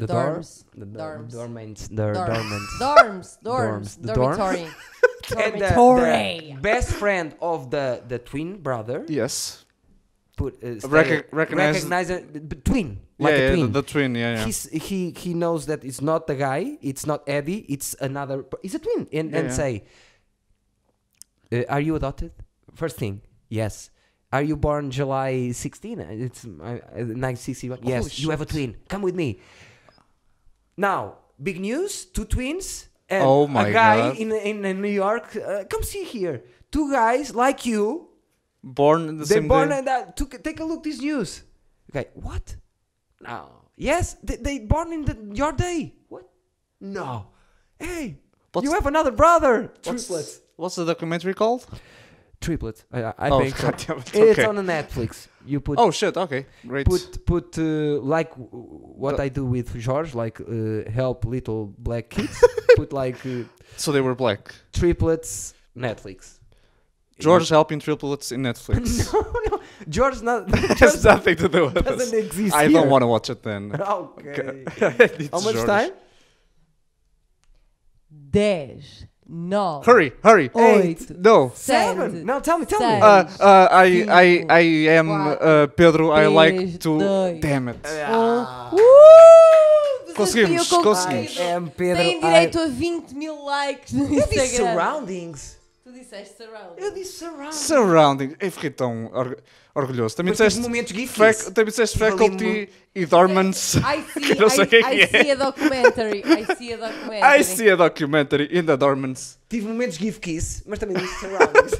The, dorms. Door, the Dorms. Dormants. The dormants. Dorms. Dorms. Dorms. Dorms. The dorms? Dormitory. And the- Dormitory. the best friend of the, the twin brother Yes. put uh, stay- Recog- recognize- recognize a- b- twin like yeah, a yeah, twin. The, the twin, yeah, yeah. He's, he he knows that it's not the guy, it's not Eddie, it's another. per- It's a twin, and Yeah, and yeah. say, uh, are you adopted? First thing, yes. Are you born July 16? Uh, It's uh, 1961. Yes, Holy you have a twin. Come with me. Now, big news: two twins and Oh my a guy God. in in in New York. Uh, come see here, two guys like you Born in the they same born day. and that. Took, take a look this news. Okay, what? No. Yes, they, they born in the, your day. What? No. Hey, What's- you have another brother. What's- Triplets. What's the documentary called? Triplets. I, I- I Oh, think so. God damn it, it's okay. on the Netflix. You put Oh shit, okay. Great. put put uh, like w- what Uh, I do with George, like uh, help little black kids. put like uh, So they were black. triplets Netflix. George helping triplets in Netflix. no, no. George not. Has George nothing to do with this. doesn't exist. I here. don't want to watch it then. Okay. It's How much George. time? 10, 9, Hurry, hurry. Oh, Eight. No. Seven. No, tell me, tell me. Seven. Uh, uh, I, I, Cinco, I am uh, Pedro. I like três, to. dois, Damn it. Uh, Conseguimos, desafio conseguimos. concluído. I am Pedro. Têm direito a 20 mil likes no É Eu disse Instagram. surroundings. Tu disseste surround. Eu disse surroundings. Surrounding. Eu Ah. fiquei tão org- orgulhoso. Também Mas tive disseste, tipo momentos geekies. fac- também disseste Tive ali um faculty e dormants. I see, Eu não I, sei o que é I que é. see a documentary. I see a documentary. I see a documentary in the dormants. Tive momentos give kiss, mas também disse surroundings.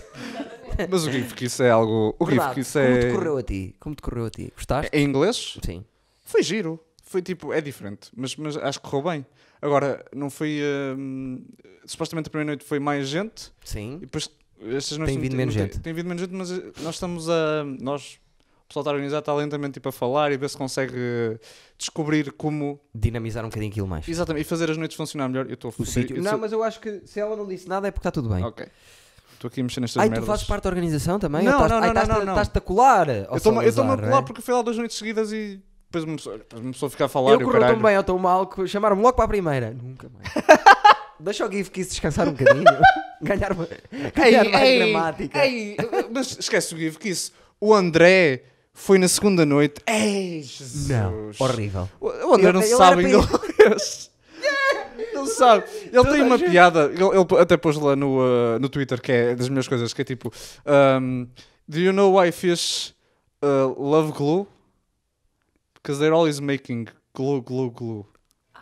Mas o Give Kiss é algo. O Give Verdade. Kiss Como te é. correu a ti? Como te correu a ti? Gostaste? Em inglês? Sim. Foi giro. Foi tipo, é diferente, mas, mas acho que correu bem. Agora, não foi. hum, supostamente a primeira noite foi mais gente Sim. e depois estas Tem noites. não vindo ti- menos não ti- gente. Tem vindo menos gente, mas eh, nós estamos a. Nós, o pessoal está a organizar, está lentamente tipo, a falar e ver se consegue eh, descobrir como. Dinamizar um bocadinho aquilo mais. Exatamente, e fazer as noites funcionar melhor. Eu estou O a foder- sítio. eu Não, sou- mas eu acho que se ela não disse nada é porque está tudo bem. Ok. Estou aqui a mexer nestas Ai, tu merdas. fazes parte da organização também? Não, Ou estás- não, ai, não, estás-te- não, não. Estás-te a colar? é? Eu estou-me- eu estou-me a colar porque foi lá duas noites seguidas e depois uma pessoa, depois uma pessoa fica a Eu falar e o corro caralho. tão bem ou tão mal que chamaram-me logo para a primeira. Nunca mais. Deixa o Give Kiss descansar um bocadinho. ganhar uma, ganhar mais gramática. ei, mas esquece o Give Kiss. O André foi na segunda noite. Ei, Jesus. Não, horrível. O- O André Eu- não eu sabe era para inglês. Não sabe. Ele tem uma piada. Ele, ele até pôs lá no, uh, no Twitter que é das minhas coisas, que é tipo. um, Do you know why fish uh, love glue? Because they're always making glue, glue, glue.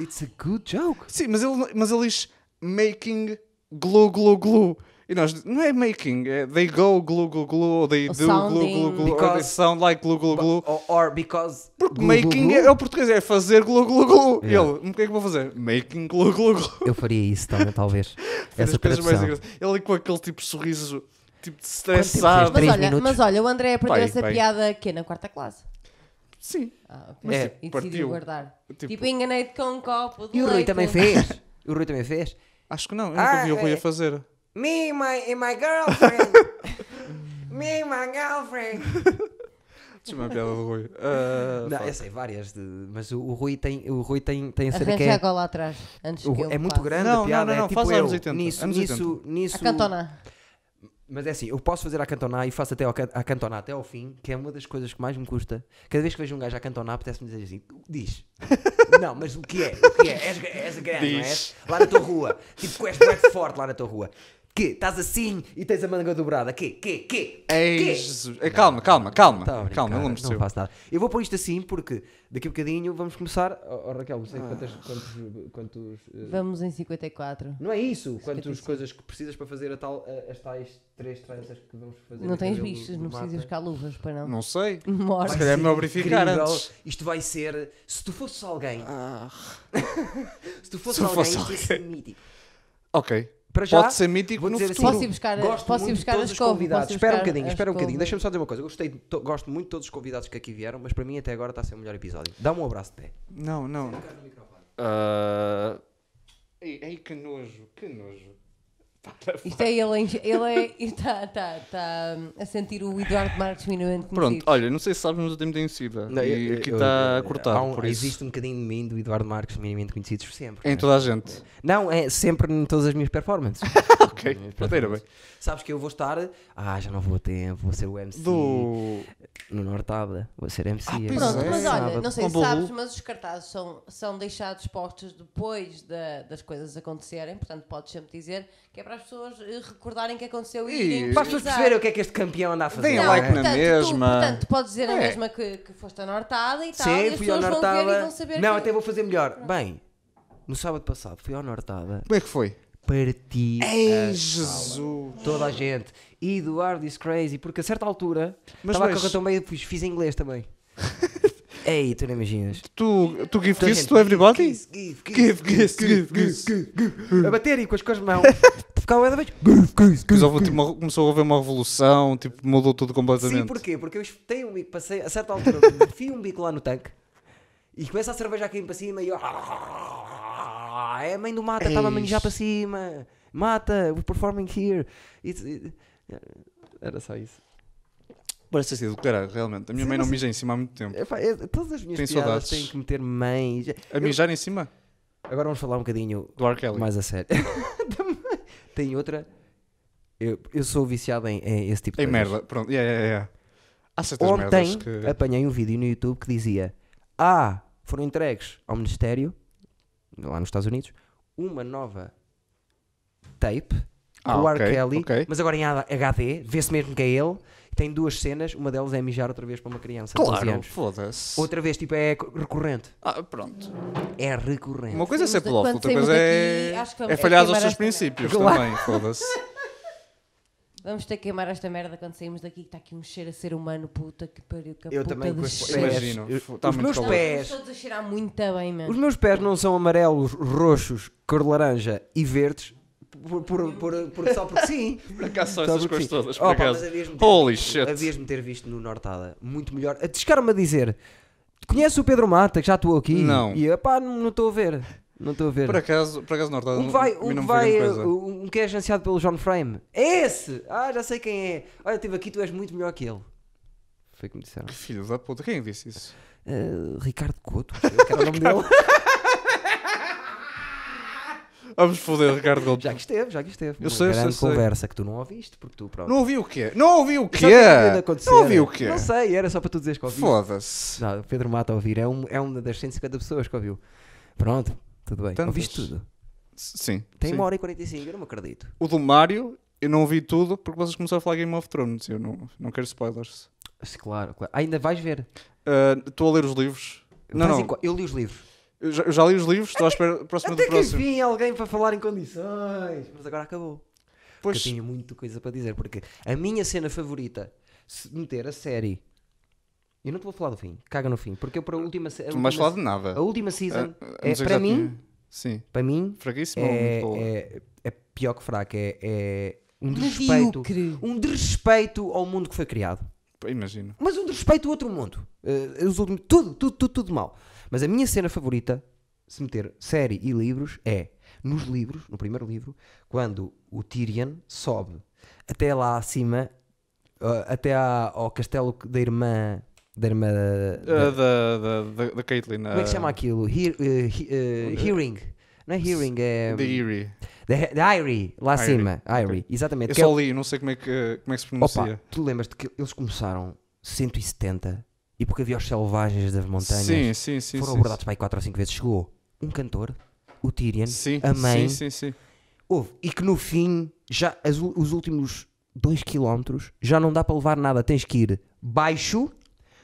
It's a good joke. Sim, mas ele, mas ele diz making glue, glue, glue. E nós, não é making, é they go glue, glue, glue, ou they Ou do glue, glue, sounding. glue, or they Because- sound like glue, glue, glue. Or, or because. Porque Glu, glu, making glu. É, é o português, é fazer glue, glue, glue. E Yeah. Ele, o que é que eu vou fazer? Making glue, glue, glue. Eu faria isso também, talvez. Faz Essa as coisas mais tradução. engraçadas. Ele com aquele tipo de sorriso, tipo de fez? estressado. Mas Três olha, minutos. mas olha, o André aprendeu Vai, essa vai. piada que na quarta classe. Sim, Ah, ok. Mas, tipo, e decidiu partiu. guardar. Tipo- Tipo, enganei-te com um copo de E o Rui leite. também fez. O Rui também fez. acho que não, eu nunca Ah, vi o Rui é. a fazer. Me and my, and my girlfriend. Me and my girlfriend. Tinha é uma piada do Rui. Ah, Não, fuck. eu sei várias, de- mas o, o Rui tem, o Rui tem, tem a cena que Arranja a é. gola atrás. Antes o- que eu é muito faça. grande Não, a não, piada, não, é não, tipo faz eu, anos 80, nisso, anos nisso, 80. nisso, A cantona. Mas é assim, eu posso fazer a cantonar e faço até ao can- a cantonar até ao fim, que é uma das coisas que mais me custa. Cada vez que vejo um gajo a cantonar, apetece-me dizer assim: diz. não, mas o que é? O que é? És, gra- és grande, não és? Diz. Lá na tua rua. Tipo, que és muito forte lá na tua rua. Que? Estás assim e tens a manga dobrada. Que? Que? Que? Ei, que? Jesus. Eh, Calma, calma, calma. Tá a brincar, calma, eu lembro não faço nada. Eu vou pôr isto assim porque daqui a bocadinho vamos começar. Oh, oh, Raquel, não Ah. sei quantas- quantos. quantos eh, Vamos em 54. não é isso, quantas coisas que precisas para fazer a tal, a- as tais três tranças que vamos fazer. Não aqui tens no- bichos, no não precisas mata. buscar luvas para não. Não sei. Uhum. Morre. Se calhar é melhor verificar Incrível. antes. Ah, Isto vai ser. Se tu fosses alguém. se tu fosses Se eu alguém, fosse isto ia ser mítico. Ok. Para já, Pode ser mítico vou no dizer assim. futuro. Posso ir buscar, Gosto posso ir muito de buscar a todos os escova, convidados. posso ir Espera um buscar bocadinho, a espera um escova. bocadinho. Deixa-me só dizer uma coisa. Eu Gostei, de to- gosto muito de todos os convidados que aqui vieram, mas para mim até agora está a ser o melhor episódio. Dá-me um abraço de pé. Não, não. Ah. Ei, ei, que nojo, que nojo. Isto é ele, em- ele é, está, está, está a sentir o Eduardo Marques minimamente Pronto, conhecido. olha, não sei se sabes, mas eu tenho sida. Não, eu- E eu- aqui eu- está eu- cortado, há um- por isso. Então, Existe um bocadinho de mim, do Eduardo Marques, minimamente conhecidos sempre. Em não é? toda a gente. Não, é sempre em todas as minhas performances. Ok, Minhas pronto, era bem. performances. Sabes que eu vou estar. Ah, já não vou a tempo, vou ser o MC. Do... No Nortada, vou ser MC. Ah, pois agora Pronto, é. mas olha, sábado. não sei Com se Bolu. sabes, mas os cartazes são, são deixados postos depois da- das coisas acontecerem, portanto podes sempre dizer que é para as pessoas eh, recordarem que aconteceu e, E- irem Para as pessoas pesquisar. perceberem o que é que este campeão anda a fazer. Deem não Não, é? like na portanto, mesma. Tu, portanto, podes dizer a É. mesma que, que foste anortada tá, e tal, e Sim, as fui ao pessoas vão ver e Nortada. vão saber Não, que- até vou fazer melhor. Bem, no sábado passado fui ao Nortada, Como é que foi? Ah, parti Ei, Jesus. toda a gente. Eduardo is crazy, porque a certa altura Mas, estava a mas- correr tão bem, eu fiz, fiz em inglês também. Ei, tu não imaginas. Tu, tu give Toda a kiss gente, to everybody? kiss, give, kiss, Give kiss, give kiss. A bater e com as, com as mãos. Ficava da vez. Give, kiss, Mas houve, tipo, uma- começou a haver uma revolução, tipo, mudou tudo completamente. Sim, porquê? Porque eu espetei um bico, passei, a certa altura, fio um bico lá no tanque e começa a cerveja aqui para cima e eu. É a mãe do mata, estava a manjar para cima. Mata, we're performing here. It's- it- Era só isso. Parece ter sido do caralho, realmente. A minha Sim, mãe não mas- mija em cima há muito tempo. Epá, é- todas as minhas Tem piadas saudades. têm que meter mães. A mijar em cima? Agora vamos falar um bocadinho Do R. Kelly. mais a sério. Tem outra. Eu, eu sou viciado em, em esse tipo de Em coisas. merda, pronto. Yeah, yeah, yeah. Há certas merdas Ontem que... apanhei um vídeo no YouTube que dizia: Ah, foram entregues ao Ministério, lá nos Estados Unidos, uma nova tape Ah, do ok, R. Kelly, ok. mas agora em HD, vê-se mesmo que é ele. Tem duas cenas, uma delas é mijar outra vez para uma criança de 12 Claro, anos. foda-se. Outra vez, tipo, é recorrente. Ah, pronto. É recorrente. Uma coisa é ser Quando pedófilo, outra saímos coisa é, daqui, acho que é vamos- falhar é aos seus queimar esta princípios merda. também, foda-se. Vamos ter que queimar esta merda quando saímos daqui, que está aqui um cheiro a ser humano, puta que pariu, que a Eu puta também de com estes cheiro. pés. Imagino, Eu- fo- tá os muito meus calor. pés. Estamos todos a cheirar muito bem, Os mano. meus pés não são amarelos, roxos, cor de laranja e verdes por, por, por, por- só porque sim. Por acaso só Tá Só essas porque coisas sim. todas, Oh, por pá, acaso. mas havias-me ter- Holy shit. Havias-me ter visto no Nortada. Muito melhor. Eh, Chegaram-me a dizer: Conhece o Pedro Mata, que já estou aqui? Não. E eu, pá, não não estou a ver. Não estou a ver. Por acaso, por acaso não, tá, um que vai, a mim um não que, me vai foi grande uh, coisa. um que é agenciado pelo John Frame. É esse! Ah, já sei quem é. Olha, estive aqui, tu és muito melhor que ele. Foi o que me disseram. Que filho da puta, quem disse isso? Eh, Ricardo Couto, que era o nome dele. Vamos foder, Ricardo Gold. Já que esteve, já que esteve. Eu Uma sei, eu sei, grande sei. conversa que tu não ouviste, porque tu pronto. Não ouvi o quê? Não ouvi o é. Isso quê? é o que devia de acontecer. Não ouvi o quê? Não sei, era só para tu dizeres que ouviste. Foda-se. Não, o Pedro Mata a ouvir, é, um, é uma das 150 pessoas que ouviu. Pronto, tudo bem. Tantas. Ouviste tudo. Sim. Tem Então sim. uma hora e 45, eu não me acredito. O do Mário, eu não ouvi tudo porque vocês começaram a falar Game of Thrones. Eu não, não quero spoilers. Se, Claro, claro. Ainda vais ver. Ah, Estou a ler os livros. Não, Vais não. em co- Eu li os livros. Eu já, eu já li os livros, estou à espera próxima Até do que próximo. enfim alguém para falar em condições. Mas agora acabou. Porque Pois, eu tinha muita coisa para dizer. Porque a minha cena favorita, se meter a série. Eu não te vou falar do fim, caga no fim. Porque eu para a última. se- A tu não vais última, falar de nada. a última season, Ah, é, não sei para, já mim, tinha. Sim. para mim, Fraquíssimo ou muito é, boa? é, é pior que fraca. É, é um desrespeito. Medíocre. Um desrespeito ao mundo que foi criado. Pá, Imagino. Mas um desrespeito ao outro mundo. Eh, os outros- tudo, tudo, tudo, tudo mal. Mas a minha cena favorita, se meter série e livros, é nos livros, no primeiro livro, quando o Tyrion sobe até lá acima, eh, até à- ao castelo da irmã. Da irmã. da- Ah, da, da, da, da Caitlyn. ah, como é que se chama aquilo? Hear- eh, he- eh, hearing. Não é hearing, é. Da Eerie. Da da Irie, lá Irie, acima. Irie, exatamente. Eu Que é só li, não sei como é que, como é que se pronuncia. Opa, tu lembras-te que eles começaram 170 e porque havia os selvagens das montanhas sim, sim, sim. foram sim, abordados para aí 4 ou 5 vezes. Chegou um cantor, o Tyrion, sim. a mãe, Sim, sim, sim. houve, e que no fim, já as u- os últimos 2 km já não dá para levar nada, tens que ir baixo,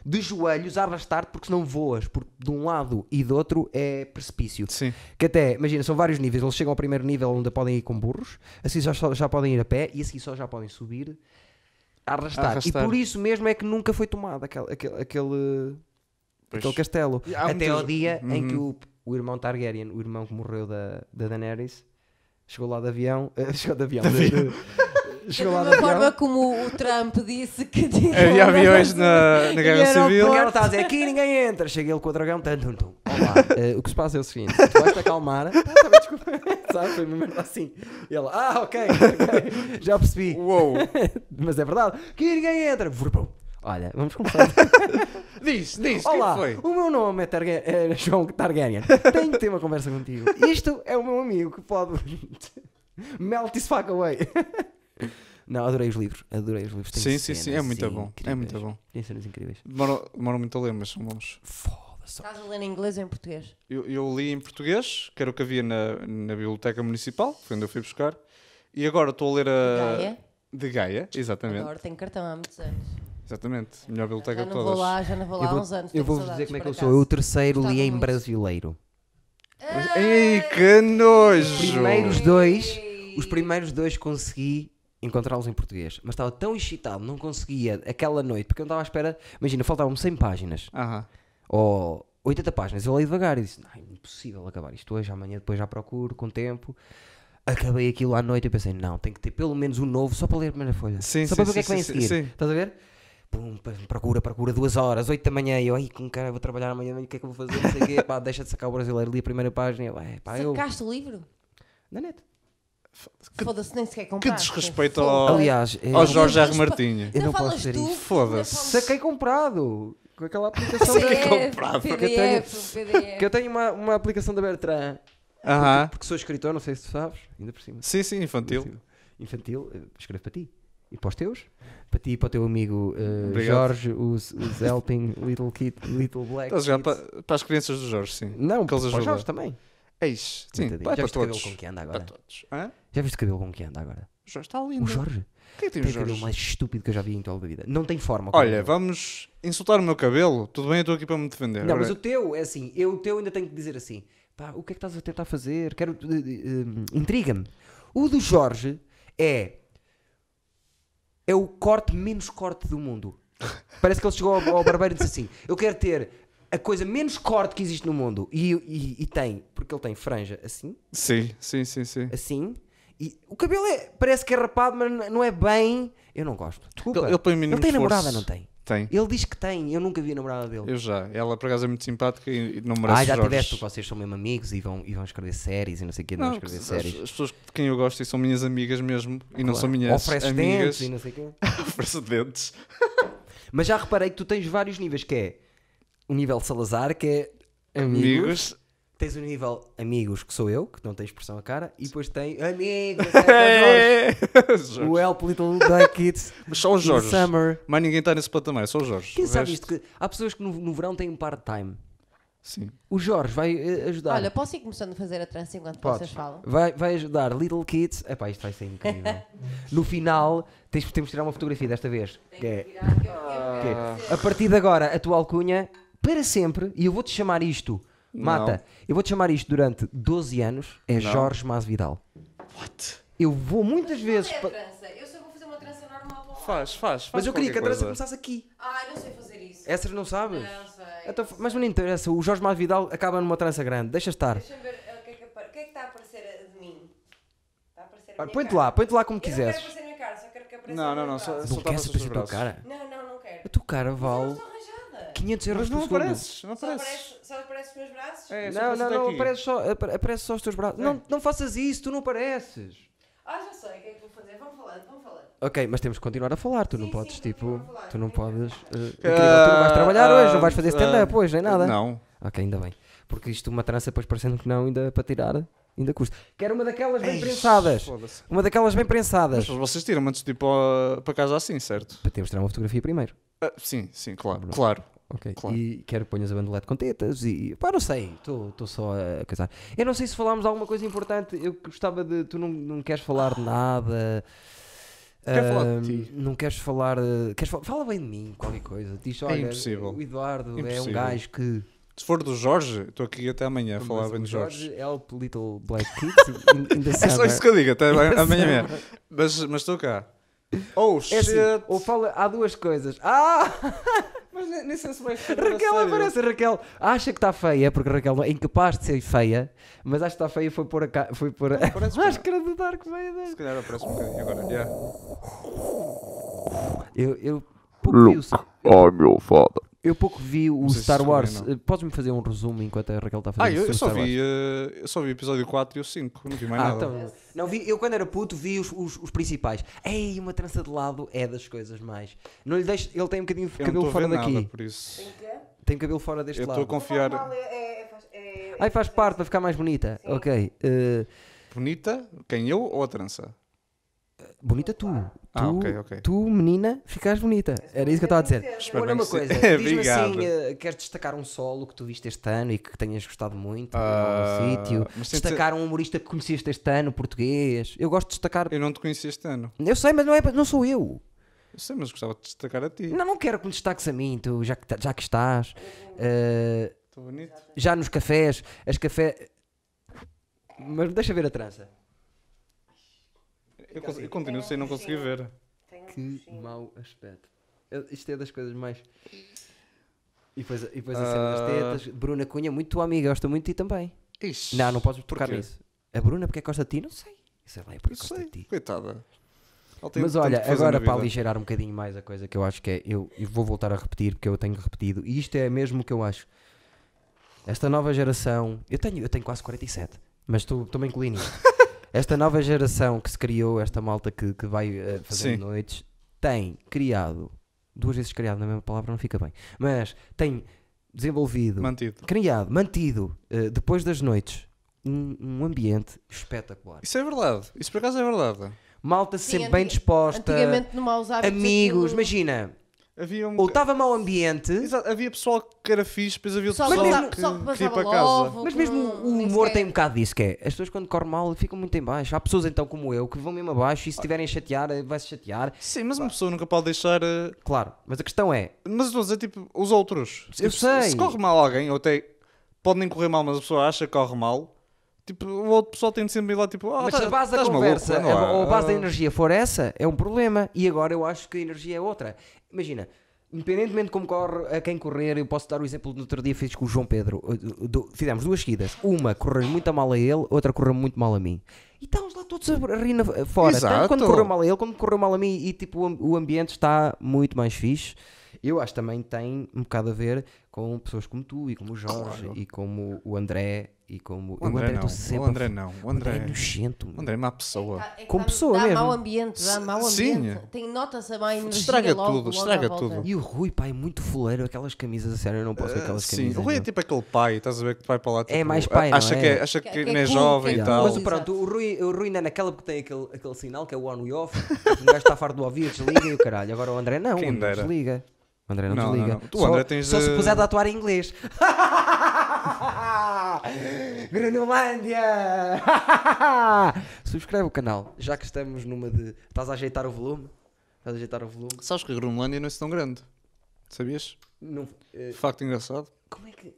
de joelhos, a arrastar-te porque senão voas, porque de um lado e do outro é precipício. Sim. Que até, imagina, são vários níveis. Eles chegam ao primeiro nível onde podem ir com burros, assim só, só- já podem ir a pé e assim só já podem subir a arrastar. Arrastar. E por isso mesmo é que nunca foi tomado aquele, aquele, aquele, Pois. aquele castelo. E há Uhum. Até muitas- ao dia em que o, o irmão Targaryen, o irmão que morreu da, da Daenerys, Chegou lá de avião. eh, chegou de avião. de- de- É Da chegou lá de mesma forma avião. como o Trump disse que um Havia aviões na, na Guerra Aeroporto. O Civil. cara está a dizer aqui ninguém entra. Chega ele com o dragão. Tum, tum, tum. Olá. eh, o que se passa é o seguinte: tu vais te acalmar. Ah, tá bem, desculpa. Sabe? Foi uma merda assim. E ele, ah, ok, ok. Já percebi. Uou! Mas é verdade. Aqui ninguém entra. Vurbum. Olha, vamos começar. Diz, diz, Olá, quem foi? o meu nome é, Targa- é João Targaryen. Tenho que ter uma conversa contigo. Isto é o meu amigo que pode. Melt this fuck away. Não, adorei os livros. Adorei os livros. Tem Sim, sim, sim, é cenas muito bom. É incríveis. muito bom. Tem cenas incríveis. Demoram, demoram muito a ler, mas são bons. Foda-se. Estás Tá a ler em inglês ou em português? Eu, eu li em português, que era o que havia na, na biblioteca municipal, foi onde eu fui buscar. E agora estou a ler a. Gaia? De Gaia, exatamente. é? Agora tenho cartão há muitos anos. Exatamente. Melhor biblioteca Já de não vou todas. lá, já não vou lá há uns anos. eu tenho vou-vos dizer saudades, como é que por eu sou. Eu o acaso. terceiro li Gostava em muito. brasileiro. Mas- Ei, que nojo! Primeiros dois, os primeiros dois consegui encontrá-los em português. Mas estava tão excitado, não conseguia aquela noite, porque eu não estava à espera. Imagina, faltavam-me 100 páginas. Aham. ou 80 páginas. Eu leio devagar e disse: não, é impossível acabar isto hoje, amanhã depois já procuro, com tempo. Acabei aquilo à noite e pensei: não, tem que ter pelo menos um novo só para ler a primeira folha. Sim, só sim, para ver o que é que sim, vem sim, a seguir. sim, sim. Estás a ver? Pum, pa- procura, procura, duas horas, oito da manhã. E eu, ai, como cara, vou trabalhar amanhã, o que é que eu vou fazer? Não sei o quê. Pá, deixa de sacar o brasileiro, li a primeira página. e Eu, é, pá, eu. Sacaste o livro? Na net. Foda-se, nem sequer é Que compraste. desrespeito Foda-se. ao, Aliás, eu- ao Jorge R. Mas- Martinho. Eu Não, não posso falas dizer tu? isso. Foda-se. é Saquei comprado com aquela aplicação Não da- falas- Saquei comprado. PDF, Que eu tenho- PDF, que eu tenho uma, uma aplicação da Bertrand. Aham. Porque sou escritor, não sei se tu sabes, ainda por cima. Sim, sim, infantil. Infantil. Infantil, eh, escreve para ti. E para os teus. Para ti e para o teu amigo eh, Obrigado. Jorge, os, os Helping Little Kid, Little Black. Estás Tá, já Kids. para, para as crianças do Jorge, sim. Não, que eles para os ajudam. Jorge também. Eis, sim, Coitadinho. Já vai para viste o cabelo todos. com que anda Para agora? todos. Hã? Já viste o cabelo com que anda agora? O Jorge está lindo. O Jorge O que é que tem tem o o cabelo Jorge? mais estúpido que eu já vi em toda a vida. Não tem forma. o Olha, cabelo. vamos insultar o meu cabelo. Tudo bem, eu estou aqui para me defender. Não, mas o Ora, teu é assim. Eu, o teu ainda tenho que dizer assim. Pá, o que é que estás a tentar fazer? Quero. eh, eh, Intriga-me. O do Jorge é. É o corte menos corte do mundo. Parece que ele chegou ao, ao barbeiro e disse assim: Eu quero ter a coisa menos corte que existe no mundo. E, e- e tem, porque ele tem franja assim, Sim, sim, sim, sim. assim. E o cabelo é, parece que é rapado, mas n- não é bem. Eu não gosto. Desculpa. Ele- ele põe o mínimo Ele tem esforço. namorada, não tem? Tem. Ele diz que tem. Eu nunca vi a namorada dele. Eu já. Ela, por acaso, é muito simpática e e não merece Ah, já Jorge. tiveste, porque vocês são mesmo amigos e vão, e vão escrever séries e não sei o quê, não, Não, vão as, escrever as- séries. as pessoas de quem eu gosto e são minhas amigas mesmo e não Claro. são minhas Ofereces amigas. dentes e não sei o quê. Oferece dentes. Mas já reparei que tu tens vários níveis, que é o nível Salazar, que é amigos. Amigos. Tens o nível amigos, que sou eu, que não tem expressão a cara, e depois tem amigos, é, Jorge. o Help Little Black Kids, Mas só o in Jorge. Summer. Mas ninguém está nesse patamar, é só o Jorge. Quem O sabe resto- isto? Que há pessoas que no, no verão têm um part-time. Sim. O Jorge vai eh, ajudar. Olha, posso ir começando a fazer a trança enquanto vocês falam? Vai, vai ajudar Little Kids. Epá, isto vai ser incrível. no final, tens, temos de tirar uma fotografia desta vez. Que é, que é, a partir de agora, a tua alcunha, para sempre, e eu vou-te chamar isto, Mata, eu vou-te chamar isto durante 12 anos, é Jorge Mas Vidal. What? Eu vou muitas vezes. pa- trança? Eu só vou fazer uma trança normal para Faz, faz, faz. Mas eu queria que a qualquer trança coisa. começasse aqui. Ah, não sei fazer isso. é Essas não sabes? Não sei. É, Então, mas não interessa, o Jorge Mas Vidal acaba numa trança grande, deixa estar. Deixa-me ver eh, o que é que, apare- o que, é que está a aparecer de mim. Está a aparecer a Olha, minha Põe-te cara. lá, põe-te lá como Eu não quero aparecer quiseres. a minha cara, só quero que apareça Não, o não, meu não. braço. Só, Não só quer tava aparecer a só tua os braços. cara? Não, não, não quero. A tua cara vale Estou arranjada. 500 euros Mas não por segundo. apareces, não Só apareces. aparece, só aparece os meus braços? É, só Não, aparece não, até não, aqui. aparece só, apa- aparece só os teus É. braços. Não, não faças isso, tu não apareces. Ah, já sei o que é que vou fazer. Vão falando, vão falando. Ok, mas temos que continuar a falar, tu não Sim, podes, sim, tipo, continuar a falar. tu não podes. eh, incrível, tu não Ah, vais trabalhar hoje, não vais ah, fazer stand-up ah, hoje, nem nada. Não. Ok, ainda bem. Porque isto, uma trança, depois parecendo que não, ainda para tirar, ainda custa. Quero uma daquelas bem prensadas. Foda-se. Uma daquelas bem prensadas. Mas vocês tiram antes de ir para, para casa assim, certo? Temos de tirar uma fotografia primeiro. Ah, sim, sim, claro. Claro. Ok, Claro. e quero que ponhas a bandolete com tetas e. Pá, não sei, estou só a casar. Eu não sei se falámos alguma coisa importante, eu gostava de. Tu não, não queres falar de nada. Quero ah, falar de ti. Não queres falar. eh, Queres fal- fala bem de mim, qualquer coisa. Diz, olha, É impossível. O Eduardo é um Impossível. gajo que. Se for do Jorge, estou aqui até amanhã a falar Mas bem o do Jorge. Help Little Black Kids in, in the É só summer. isso que eu digo, até amanhã Essa- mesmo. Mas mas estou cá. Oh, É shit. assim, ou fala, há duas coisas. Ah! Mas nem, nem sei se vai ser. Raquel aparece, Raquel acha que está feia, porque Raquel não- é incapaz de ser feia, mas acho que está feia e foi pôr a, ca- foi pôr a parece que máscara do Dark Vader. Se calhar aparece um bocadinho agora. Yeah. Eu, eu pouco vi o, I'm your father. eu pouco vi o sei se Star descobri, Wars. não. Eh, Podes-me fazer um resumo enquanto a Raquel está a fazer Ah, eu, o eu só Star Wars? vi, eh, eu só vi o episódio 4 e o 5. Não vi mais tá Ah, nada. então, não vi, eu quando era puto vi os, os- os principais. Ei, uma trança de lado é das coisas mais. Não lhe deixo, ele tem um bocadinho de eu cabelo não estou a fora ver nada, daqui. por isso. Tem cabelo fora deste Eu estou lado. a confiar. é, Ai, faz parte para ficar mais bonita. Ok. eh, Bonita, quem eu ou a trança? bonita tu. Ah, tu, ok, ok. tu, menina, ficas bonita. Era isso que eu estava a dizer. Espero Olha bem uma que sim. coisa, diz-me Obrigado. assim, eh, queres destacar um solo que tu viste este ano e que tenhas gostado muito Ah, em algum sítio? mas tem de Destacar um humorista que conheceste este ano, português. Eu gosto de destacar. Eu não te conheci este ano. Eu sei, mas não, é, não sou eu. Eu sei, mas gostava de destacar a ti. Não, não quero que me destaques a mim, tu, já que, ta- já que estás. Eh, Estou bonito. já nos cafés, as café. Mas deixa ver a trança. Eu, cons- eu continuo sem não conseguir ver. Que mau aspecto. Eu- Isto é das coisas mais. E depois, e depois a Ah. cena das tetas. Bruna Cunha, muito tua amiga, gosta muito de ti também. Ixi. Não, não podes tocar Porquê? nisso. A Bruna, porque é que gosta de ti? Não sei. Sei lá, é Eu porque gosta sei, de ti. coitada. Ela tem Mas tanto olha, que fazer agora na para vida. aligerar um bocadinho mais a coisa que eu acho que é. Eu, eu vou voltar a repetir porque eu tenho repetido. E isto é mesmo o que eu acho. Esta nova geração. Eu tenho, eu tenho quase 47, mas estou estou-me incluindo nisto. Esta nova geração que se criou, esta malta que, que vai eh, fazendo Sim. noites, tem criado. Duas vezes criado, na mesma palavra não fica bem. Mas tem desenvolvido Mantido. criado, mantido, eh, depois das noites, um, um ambiente espetacular. Isso é verdade. Isso por acaso é verdade. Malta Sim, sempre antiga- bem disposta, Antigamente não maus hábitos. amigos, aquilo- imagina, Havia um. ou estava mau ambiente, Exato, havia pessoal que era fixe, depois havia Só pessoal, que Mas passava- que, só que que ia passava para casa. logo, mas que mesmo não- o nem humor sequer- tem um bocado disso, que é, as pessoas quando correm mal ficam muito em baixo, há pessoas então como eu que vão mesmo abaixo e se estiverem a chatear, eh, vai-se chatear, Sim, mas uma pessoa nunca pode deixar. eh, claro, mas a questão é, Mas eu estou a dizer, tipo, os outros. Eu Tipo, se- sei. Se corre mal alguém, ou até. Pode nem correr mal, mas a pessoa acha que corre mal. Tipo, o outro pessoal tem de sempre ir lá, tipo, ah, mas tá- se a base da estás conversa maluco, não a- é? ou a base da Ah, energia for essa, é um problema. E agora eu acho que a energia é outra. Imagina, independentemente de como corre a quem correr, eu posso dar o exemplo do outro dia fiz com o João Pedro. Uh, do- do- Fizemos duas seguidas. Uma correu muito mal a ele, outra correu muito mal a mim. E estávamos lá todos a rir na, fora. Tanto Exato. quando correu mal a ele, quando correu mal a mim. E tipo, o am- o ambiente está muito mais fixe. Eu acho que também tem um bocado a ver com pessoas como tu e como o Jorge e como o André e como O André, eu não. estou sempre O a Ah, André não. O André, é nojento. o André é má pessoa. Tá, é que Como dá- pessoa dá mesmo. mau ambiente, dá mau Sim. ambiente. Tem notas a má energia Estraga logo, tudo, logo à estraga volta. tudo. E o Rui, pá, é muito fuleiro. Aquelas camisas, a sério, eu não posso com aquelas Sim, camisas. o Rui é meu. tipo aquele pai, estás a ver que vai para lá. Tipo, mais pai, não acha é? Que acha que, Que- que é não é cool, jovem que é e cool. tal. Mas Exato. pronto, o Rui, o Rui ainda é naquela porque tem aquele, aquele sinal que é o on e off. O gajo está farto do ouvir, desliga e o caralho. Agora o André não, Quem o André dera. desliga. O André não, Não, não, desliga. não. Tu, Só, André, tens só se de- puser a atuar em inglês. Granulândia! Subscreve o canal, já que estamos numa de. Estás a ajeitar o volume? Estás a ajeitar o volume? Sabes que a Groenlândia não é assim tão grande. Sabias? Não- eh, Facto engraçado. como é que.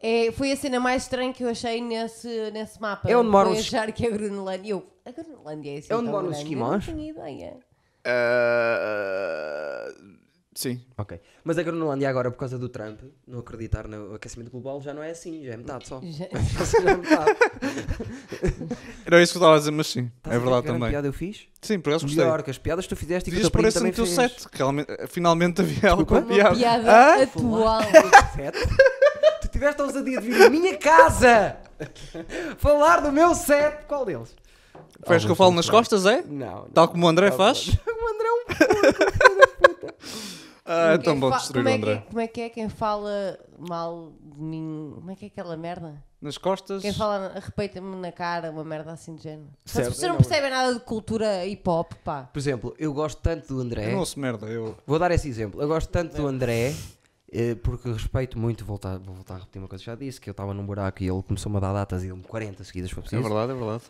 É, foi a cena mais estranha que eu achei nesse, nesse mapa. É onde moram Foi os- achar que a Grunlandia. Eu, a Grunlandia é assim. É onde tão moram os grande, eu esquimós? Não tenho ideia. Eh, Sim. Ok. Mas é a Groenlândia agora, por causa do Trump, não acreditar no aquecimento global, já não é assim, já é metade só. Já- já é metade. Era isso que eu estava a dizer, mas sim. Estás a é ver verdade que grande também. piada eu fiz? Sim, por acaso gostei. Melhor que as piadas que tu fizeste e que o teu Devias pôr primo essa também no teu fez. set, que realmente- finalmente havia alguma Desculpa? piada. Piada Hã? atual. Set? tu tiveste a ousadia de vir à minha casa falar do meu set. Qual deles? Parece que eu falo nas costas, é? Não. não. Tal como o André faz? Tá O André é um Ah, é tão Quem bom fa- destruir o como é, que, André. como é que é quem fala mal de mim? Como é que é aquela merda? Nas costas. Quem fala repeita-me na cara, uma merda assim de género. Mas Certo, vocês eu não não- percebem nada de cultura hip hop, pá. Por exemplo, eu gosto tanto do André. Eu não ouço merda, eu. Vou dar esse exemplo. Eu gosto tanto do André, eh, porque respeito muito, voltar, vou voltar a repetir uma coisa que já disse, que eu estava num buraco e ele começou-me a dar datas e ele-me 40 seguidas foi preciso. verdade, é verdade.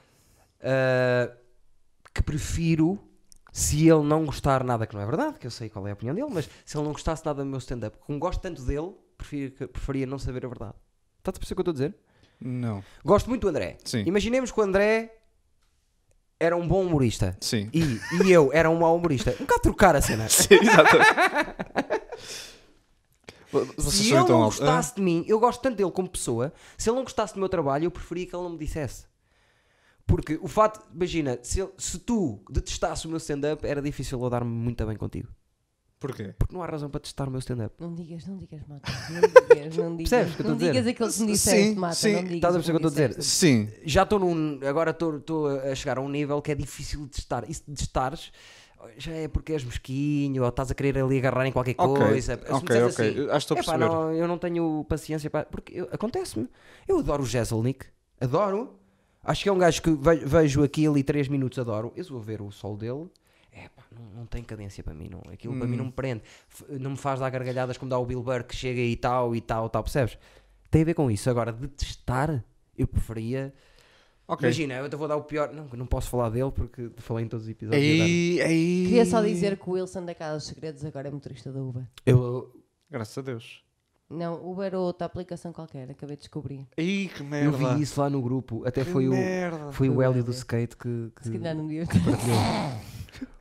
Ah, que prefiro se ele não gostar nada, que não é verdade, que eu sei qual é a opinião dele, mas se ele não gostasse nada do meu stand-up, como gosto tanto dele, prefiro, que- preferia não saber a verdade. Estás a perceber o que eu estou a dizer? Não. Gosto muito do André. Sim. Imaginemos que o André era um bom humorista Sim. e, e eu era um mau humorista, um bocado trocar a cena. Sim, exatamente. Vocês Se são ele tão não altos. gostasse de mim, eu gosto tanto dele como pessoa, se ele não gostasse do meu trabalho, eu preferia que ele não me dissesse. Porque o fato, imagina, se, ele- se tu detestasses o meu stand-up, era difícil eu dar-me muito bem contigo. Ah, porquê? Porque não há razão para testar o meu stand-up. Não digas, não digas, Mata. Não digas, não digas. Percebes o que eu não estou a digas aquilo que me Sim, disseste, Mata. sim. Não digas, Estás a perceber o que eu estou a dizer? Sim. Já estou num. Agora estou- estou a chegar a um nível que é difícil de testar. E se testares, já é porque és mesquinho ou estás a querer ali agarrar em qualquer Ok, coisa. Se me ok, disseres ok. assim, Acho que estou a "Epá, perceber." não, eu não tenho paciência para. Porque eu- acontece-me. Eu adoro o Jezelnik. Adoro. Acho que é um gajo que ve- vejo aqui ali 3 minutos, adoro. Eu vou ver o sol dele. É, pá, não, não tem cadência para mim, não. Aquilo para mim Hum. não me prende. F- Não me faz dar gargalhadas como dá o Bill Burr que chega e tal e tal, tal, percebes? Tem a ver com isso. Agora, detestar, eu preferia. Ok. Imagina, eu te vou dar o pior. Não, não posso falar dele porque falei em todos os episódios. Aí, aí. Queria só dizer que o Wilson da Casa dos Segredos agora é motorista da Uber. Eu, Graças a Deus. Não, Uber ou outra aplicação qualquer, acabei de descobrir. Aí, que merda. eu vi isso lá no grupo. Até foi o, merda. foi o Hélio do skate que. que Se calhar não devia partilhou.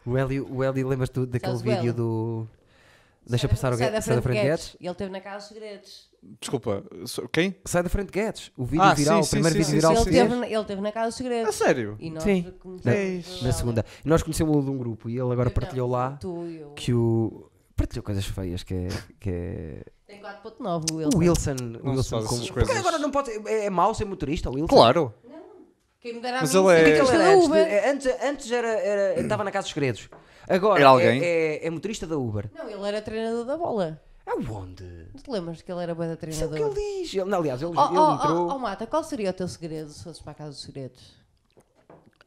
O Hélio, o Hélio lembras-te do- daquele Sabes o Hélio? vídeo do. Deixa passar o Sai da Guedes. Sai da frente Guedes. E ele teve na Casa dos Segredos. Desculpa, sou- quem? Sai da frente Guedes. O vídeo Ah, viral, sim, o sim, primeiro sim, vídeo sim, viral Ele sim. português. teve, na, ele teve na Casa dos A Segredos. sério? E nós Sim. conhecemos. Na segunda. Nós conhecemos-lo de um grupo e ele agora Eu partilhou não, lá Tu e eu. que o. Partilhou coisas feias que é. Que é... Tem 4.9 o O Wilson. Wilson. Não o se Wilson faz como... essas Porque coisas. agora não pode. É, é mau ser motorista, o Wilson? Claro. Quem me dera a Mas mim ele ser O que é- é que ele motorista era da antes? Uber. de- antes, antes era, era- estava na Casa dos Segredos. Agora Era alguém? É, é- é motorista da Uber. Não, ele era treinador da bola. Aonde? Não te lembras que ele era bué da Isso é o treinador? que ele diz. Ele, aliás, ele, Oh, ele oh, entrou. oh, oh, Mata, qual seria o teu segredo se fosses para a Casa dos Segredos?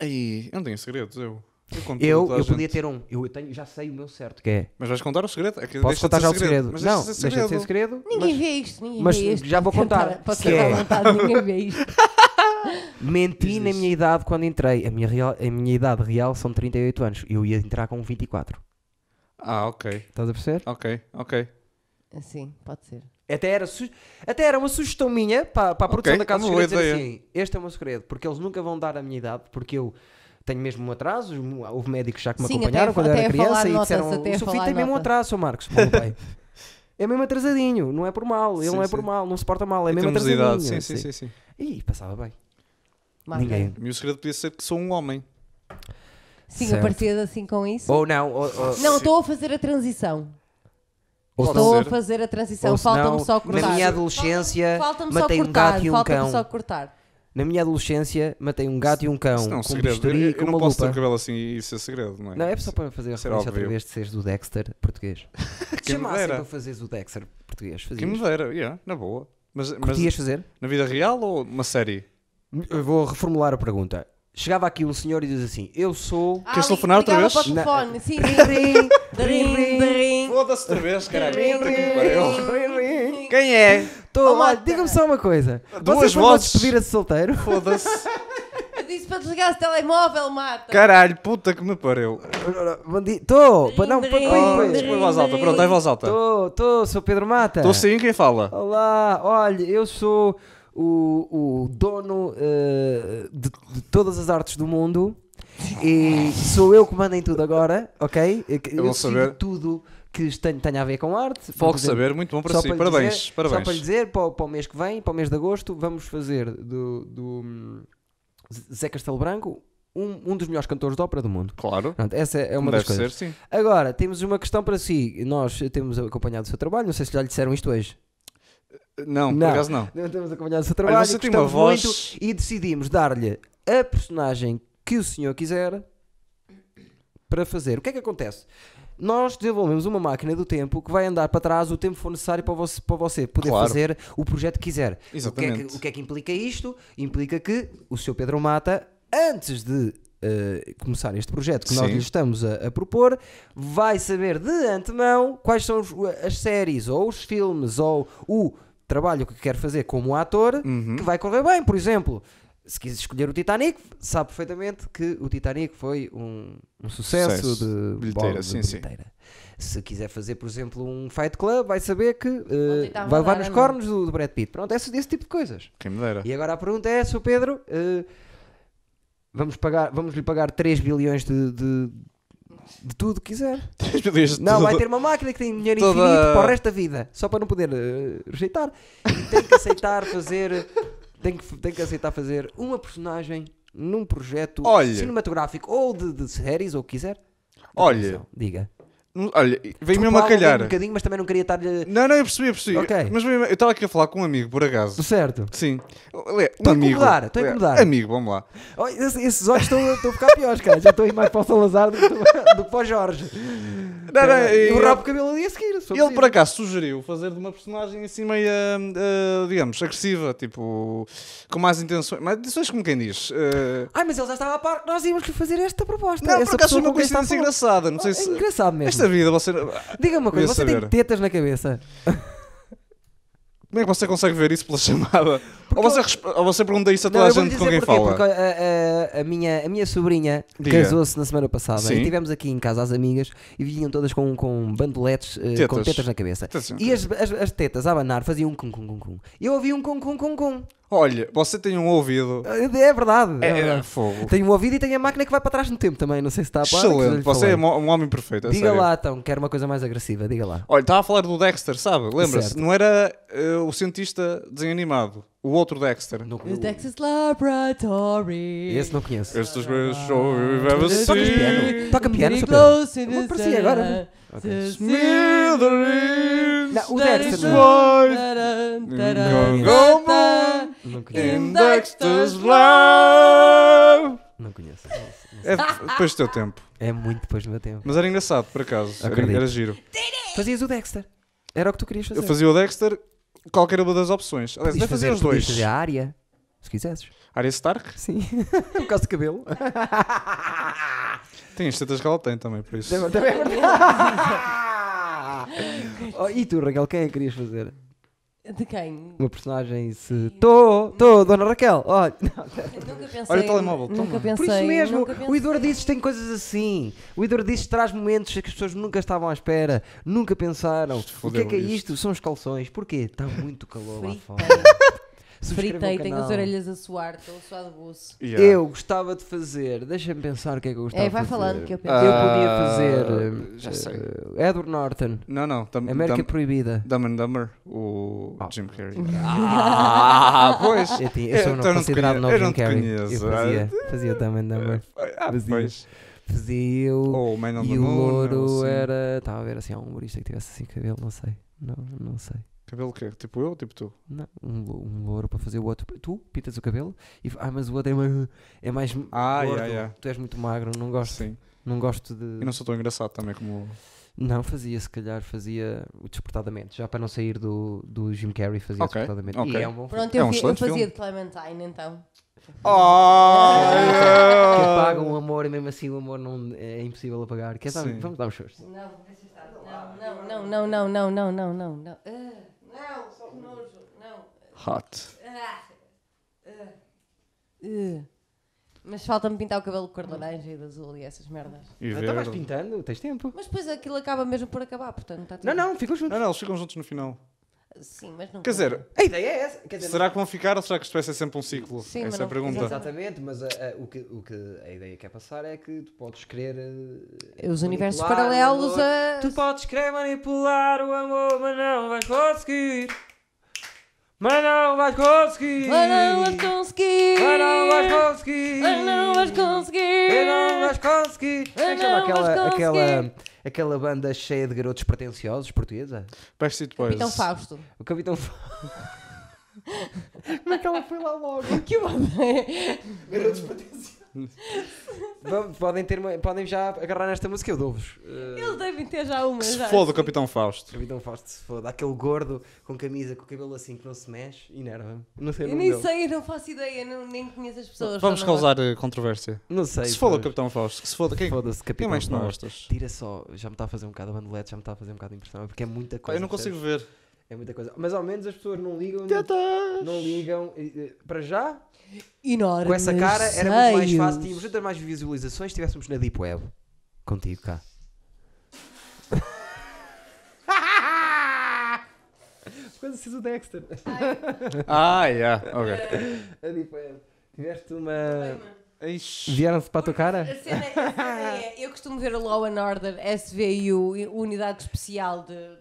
Aí, eu não tenho segredos, eu. Eu, conto eu tudo à eu podia gente. ter um. Eu tenho, já sei o meu certo, que é. Mas vais contar o segredo? É que Posso deixa de contar ser já o segredo? Mas não, deixa de ser deixa de ser segredo. Ninguém vê isto, ninguém mas vê isto. já vou Pode contar, cantar- Pode que cantar é- à vontade, ninguém vê isto. Menti na minha idade quando entrei. A minha, real- a minha idade real são 38 anos. Eu ia entrar com 24. Ah, ok. Estás a perceber? Ok, ok. Sim, Assim, pode ser. Até era, su- até era uma sugestão minha para, para a Ok, produção da Casa uma dos boa Segredos dizer assim: este é o meu segredo, porque eles nunca vão dar a minha idade, porque eu tenho mesmo um atraso. Houve médicos já que me Sim, acompanharam até- quando eu até era a falar criança e notas, disseram: até a o Sofia falar tem mesmo um notas." atraso, seu Marcos, meu pai. É mesmo atrasadinho, não é por mal, ele Sim, não é sim. por mal, não se porta mal, é em mesmo termos de atrasadinho. idade, sim, sim, sim, sim. E passava bem. Mata. Ninguém. O meu segredo podia ser que sou um homem. Sim, Certo. aparecias assim com isso. Ou não, ou, ou, Não, estou a fazer a transição. ou Pode Estou a ser. fazer a transição. Ou Falta-me senão, só cortar. Na minha adolescência, Falta-me só matei um cortar. gato e um Falta-me cão. só cortar. Na minha adolescência, matei um gato e um Isso cão. não é um com segredo. Eu, bisturi e eu com não uma posso ter o lupa. cabelo assim e isso é segredo, não é? Não, é só para fazer a Isso é referência outra óbvio. vez de seres do Dexter português. Quem me Chamassem dera. para fazeres o Dexter português. Quem me Fazias. dera, yeah, na boa. Mas, mas Curtias fazer? na vida real ou uma série? Eu vou reformular a pergunta. Chegava aqui um senhor e diz assim: Eu sou. Ah, Queres telefonar outra ligava vez? para o Não. telefone. Sim, sim. Rim, Rim, rim, Foda-se outra vez, caralho. Rim, Puta que rim. pariu. rim, rim. Quem é? Tô- Oh, olha, Marta. Diga-me só uma coisa. Duas Vocês vão vozes. despedir a solteiro? Foda-se. Eu disse para desligar o telemóvel, mata. Caralho, puta que me pariu. Estou. Não, Rim, pa- rim, pa- pa- rim, Põe voz alta, pronto, é voz alta. Estou, estou, sou Pedro Mata. Estou sim, quem fala? Olá, olha, eu sou o, o dono eh, de, de todas as artes do mundo e sou eu que mando em tudo agora, ok? Eu, bom sigo saber. tudo que tenha, tenha a ver com arte. Foco Por exemplo, saber, muito bom para só si. lhe parabéns, dizer- Só parabéns. para lhe dizer, para, o- para o mês que vem, para o mês de agosto, vamos fazer do, do hum, Zé Castelo Branco um, um dos melhores cantores de ópera do mundo. Claro, Pronto, essa é uma das deve coisas. ser, sim. Agora, temos uma questão para si. Nós temos acompanhado o seu trabalho, não sei se já lhe disseram isto hoje. Não, Não. por acaso não. Não temos acompanhado o seu trabalho, Olha, você tem uma gostamos voz- muito e decidimos dar-lhe a personagem que o senhor quiser para fazer. O que é que acontece? Nós desenvolvemos uma máquina do tempo que vai andar para trás o tempo que for necessário para você, para você poder Claro. fazer o projeto que quiser. O que, é que, Exatamente. o que é que implica isto? Implica que o seu Pedro Mata, antes de eh, começar este projeto que nós Sim. lhe estamos a, a propor, vai saber de antemão quais são os- as séries ou os filmes ou o trabalho que quer fazer como ator Uhum. que vai correr bem. Por exemplo, se quiser escolher o Titanic, sabe perfeitamente que o Titanic foi um, um sucesso, Sucesso. de Bilheteira, bola de sim, sim. bilheteira. Se quiser fazer, por exemplo, um Fight Club, vai saber que eh, tentar vai levar rodar nos a mão. cornos do, do Brad Pitt. Pronto, é esse, esse tipo de coisas. Quem me dera. E agora a pergunta é, Sr. Pedro, eh, Vamos, pagar, vamos lhe pagar 3 bilhões de, de, de tudo que quiser. 3 bilhões de Não, tudo. vai ter uma máquina que tem dinheiro Toda- infinito para o resto da vida, só para não poder eh, rejeitar. E tem que aceitar fazer. Tem que, tem que aceitar fazer uma personagem num projeto Olha. cinematográfico ou de, de séries, ou o que quiser. Olha. Atenção, diga. Não- Olha, veio mesmo Desculpa, a calhar. alonguei-me Um bocadinho, mas também não queria estar-lhe. Não, não, eu percebi, eu percebi. Ok. Mas veio- eu estava aqui a falar com um amigo, por acaso. Certo. Sim. Ele é um Estou a amigo. incomodar, estou a Ele é incomodar. Amigo, vamos lá. Oh, esses, esses olhos estão, estão a ficar piores, cara. Já estou a ir mais para o Salazar do que, do que para o Jorge. Não, não, e eu- o rabo de cabelo ali a seguir. se for Ele por possível. acaso sugeriu fazer de uma personagem assim meio, ah, ah, digamos, agressiva, tipo, com mais intenções, mais intenções como quem diz. Ah, Ai, mas ele já estava a par que nós íamos lhe fazer esta proposta. não, Essa por acaso pessoa foi uma com quem está a coincidência falar. engraçada, não sei É se... engraçado mesmo. Esta vida, você... é Diga-me uma coisa, Queria você saber. tem tetas na cabeça? Como é que você consegue ver isso pela chamada? Ou Porque você, resp- ou você pergunta isso a toda Não, a eu vou-lhe gente com dizer quem porquê, fala? Porque eh, a, a- a minha, a minha sobrinha Diga. casou-se na semana passada Sim. e tivemos aqui em casa as amigas e vinham todas com, com bandoletes eh, Tetas. com tetas na cabeça. Tetas na E as, as, as tetas a abanar faziam um cum cum cum cum. E eu ouvi um cum cum cum cum. Olha, você tem um ouvido... É verdade. É, É, verdade. fogo. Tenho um ouvido e tenho a máquina que vai para trás no tempo também. Não sei se está a par. que eu já Excelente, lhe você é falei. um um homem perfeito, é Diga sério. lá então, quero uma coisa mais agressiva, diga lá. Olha, estava a falar do Dexter, sabe? Lembra-se? Certo. Não era eh, o cientista desanimado, o outro Dexter. Os Texas Laboratory. Esse não conheço. Estes dos greatest show you've ever Tocas seen. piano? Toca piano, seu Pedro? Eu apareci agora. Smithereens. Não, o Dexter não. Go, Dexter. go, man, Não conheço. In Dexter's love. Não conheço. É depois do teu tempo. É muito depois do meu tempo. Mas era engraçado, por acaso. Era, Acredito. era giro. Fazias o Dexter. Era o que tu querias fazer. Eu fazia o Dexter, qualquer uma das opções. Aliás, Podias até fazia fazer- os dois. podias fazer a área. Se quisesses. Arya Stark? Sim. Por causa de cabelo. Tem as tetas que ela tem também, por isso. Também também é verdade. Oh, e tu, Raquel, quem é que querias fazer? De quem? Uma personagem se. Tô, tô, Dona Raquel. Olha. Nunca pensei. Olha o telemóvel, toma. Nunca Por pensei. isso mesmo, nunca o Idor pensei. Dices tem coisas assim. O Idor Dices traz momentos que as pessoas nunca estavam à espera, nunca pensaram. O que é fodeu que é isto. isto? São os calções. Porquê? Está muito calor lá fora. Fritei. Subscrevam o Fritei, tenho as canal. orelhas a suar, estou a suar de buço. Yeah. Eu gostava de fazer, deixa-me pensar o que é que eu gostava É, vai de fazer. falando que eu penso. Ah, Eu podia fazer. já eh, sei. eh, Edward Norton, Não, não. Tam, América tam- Proibida. Dumb and Dumber, o Jim Carrey. Oh. Ah, pois. Eu, tinha- eu sou Eu- um então não te considerado conheço, novo eu não Jim te Carrey. Eu conheço. é? fazia, fazia o Dumb and Dumber. Ah, Fazia. pois. Fazia o. Ou o Man on the E o Moon. louro assim. era. Estava a ver assim, há um humorista que tivesse assim cabelo, não sei. Não, não sei. Cabelo o quê? Tipo eu ou tipo tu? Não, um, lo- um louro para fazer o outro. Tu pintas o cabelo e. Ah, mas o outro é mais. É mais Ah, gordo. yeah, yeah. Tu és muito magro, não gosto. Ah, Sim. Não gosto de. E não sou tão engraçado também como... Não, fazia se calhar, fazia o Despertadamente. Já para não sair do, do Jim Carrey, fazia Ok, o Despertadamente. ok. E é um bom filme. Pronto, É eu, um vi- eu excelente filme. fazia de Clementine então. Oh, Que yeah. apaga o amor e mesmo assim o amor não, é impossível apagar. Quer dar, Sim. vamos dar um uns shows. Não, deixa estar. Não, não, não, não, não, não, não, não, não. Ah, Não, só que nojo, não. Hot. Ah, ah, ah. Mas falta-me pintar o cabelo de cor de laranja e de azul e essas merdas. E Então vais verde. pintando, tens tempo. Mas depois aquilo acaba mesmo por acabar, portanto está tudo. Não, não, ficam juntos. Não, não, eles ficam juntos no final. Sim, mas não. Quer dizer, A ideia é essa. Quer dizer, será que vão ficar ou será que isto vai ser sempre um ciclo? Sim, mas Essa não- é a não- pergunta. Exatamente, mas a, a- o que, o que a ideia quer passar é que tu podes querer. eh, Os universos manipular o paralelos amor. a. Tu podes querer manipular o amor, mas não vais conseguir. Mas não vais conseguir. Mas não vais conseguir! Mas não vais conseguir. Mas não vais conseguir! Mas não vais conseguir. Como é que chama Mas não aquela, vais aquela, conseguir. aquela banda cheia de garotos pretenciosos portuguesa? Backstreet Boys. Capitão Fausto. O Capitão. Fa- Como é que é- ela foi lá logo? Que bom! Garotos pretenciosos. Vamos- podem, ter uma- podem já agarrar nesta música, eu dou-vos. Eh, Eles devem ter já uma. Que já, se foda o assim. Capitão Fausto. Capitão Fausto se foda, aquele gordo com camisa, com o cabelo assim que não se mexe, enerva-me. Não sei o Eu nome nem dele. sei, eu não faço ideia, não- nem conheço as pessoas. Vamos só não- causar eh, controvérsia. Não sei. Se foda o pois. Capitão Fausto. que Se foda. Quem, Foda-se, quem Capitão mais tu não Fausto. gostas? Tira só, já me está a fazer um bocado a bandolete, já me está a fazer um bocado de impressão, porque é muita Pá, coisa. Eu não consigo ver. percebes? É muita coisa. Mas ao menos as pessoas não ligam. Tetas. Não ligam. e, e, Para já, Enormes com essa cara, era muito mais seios. fácil. Tínhamos muitas mais visualizações se estivéssemos na Deep Web. Contigo cá. Quase fiz o Dexter. Ah, yeah. Ok. A Deep Web. Tiveste uma. Eish. Vieram-se para a tua A cara? cena, a cena é, eu costumo ver a Law and Order, SVU, Unidade Especial de,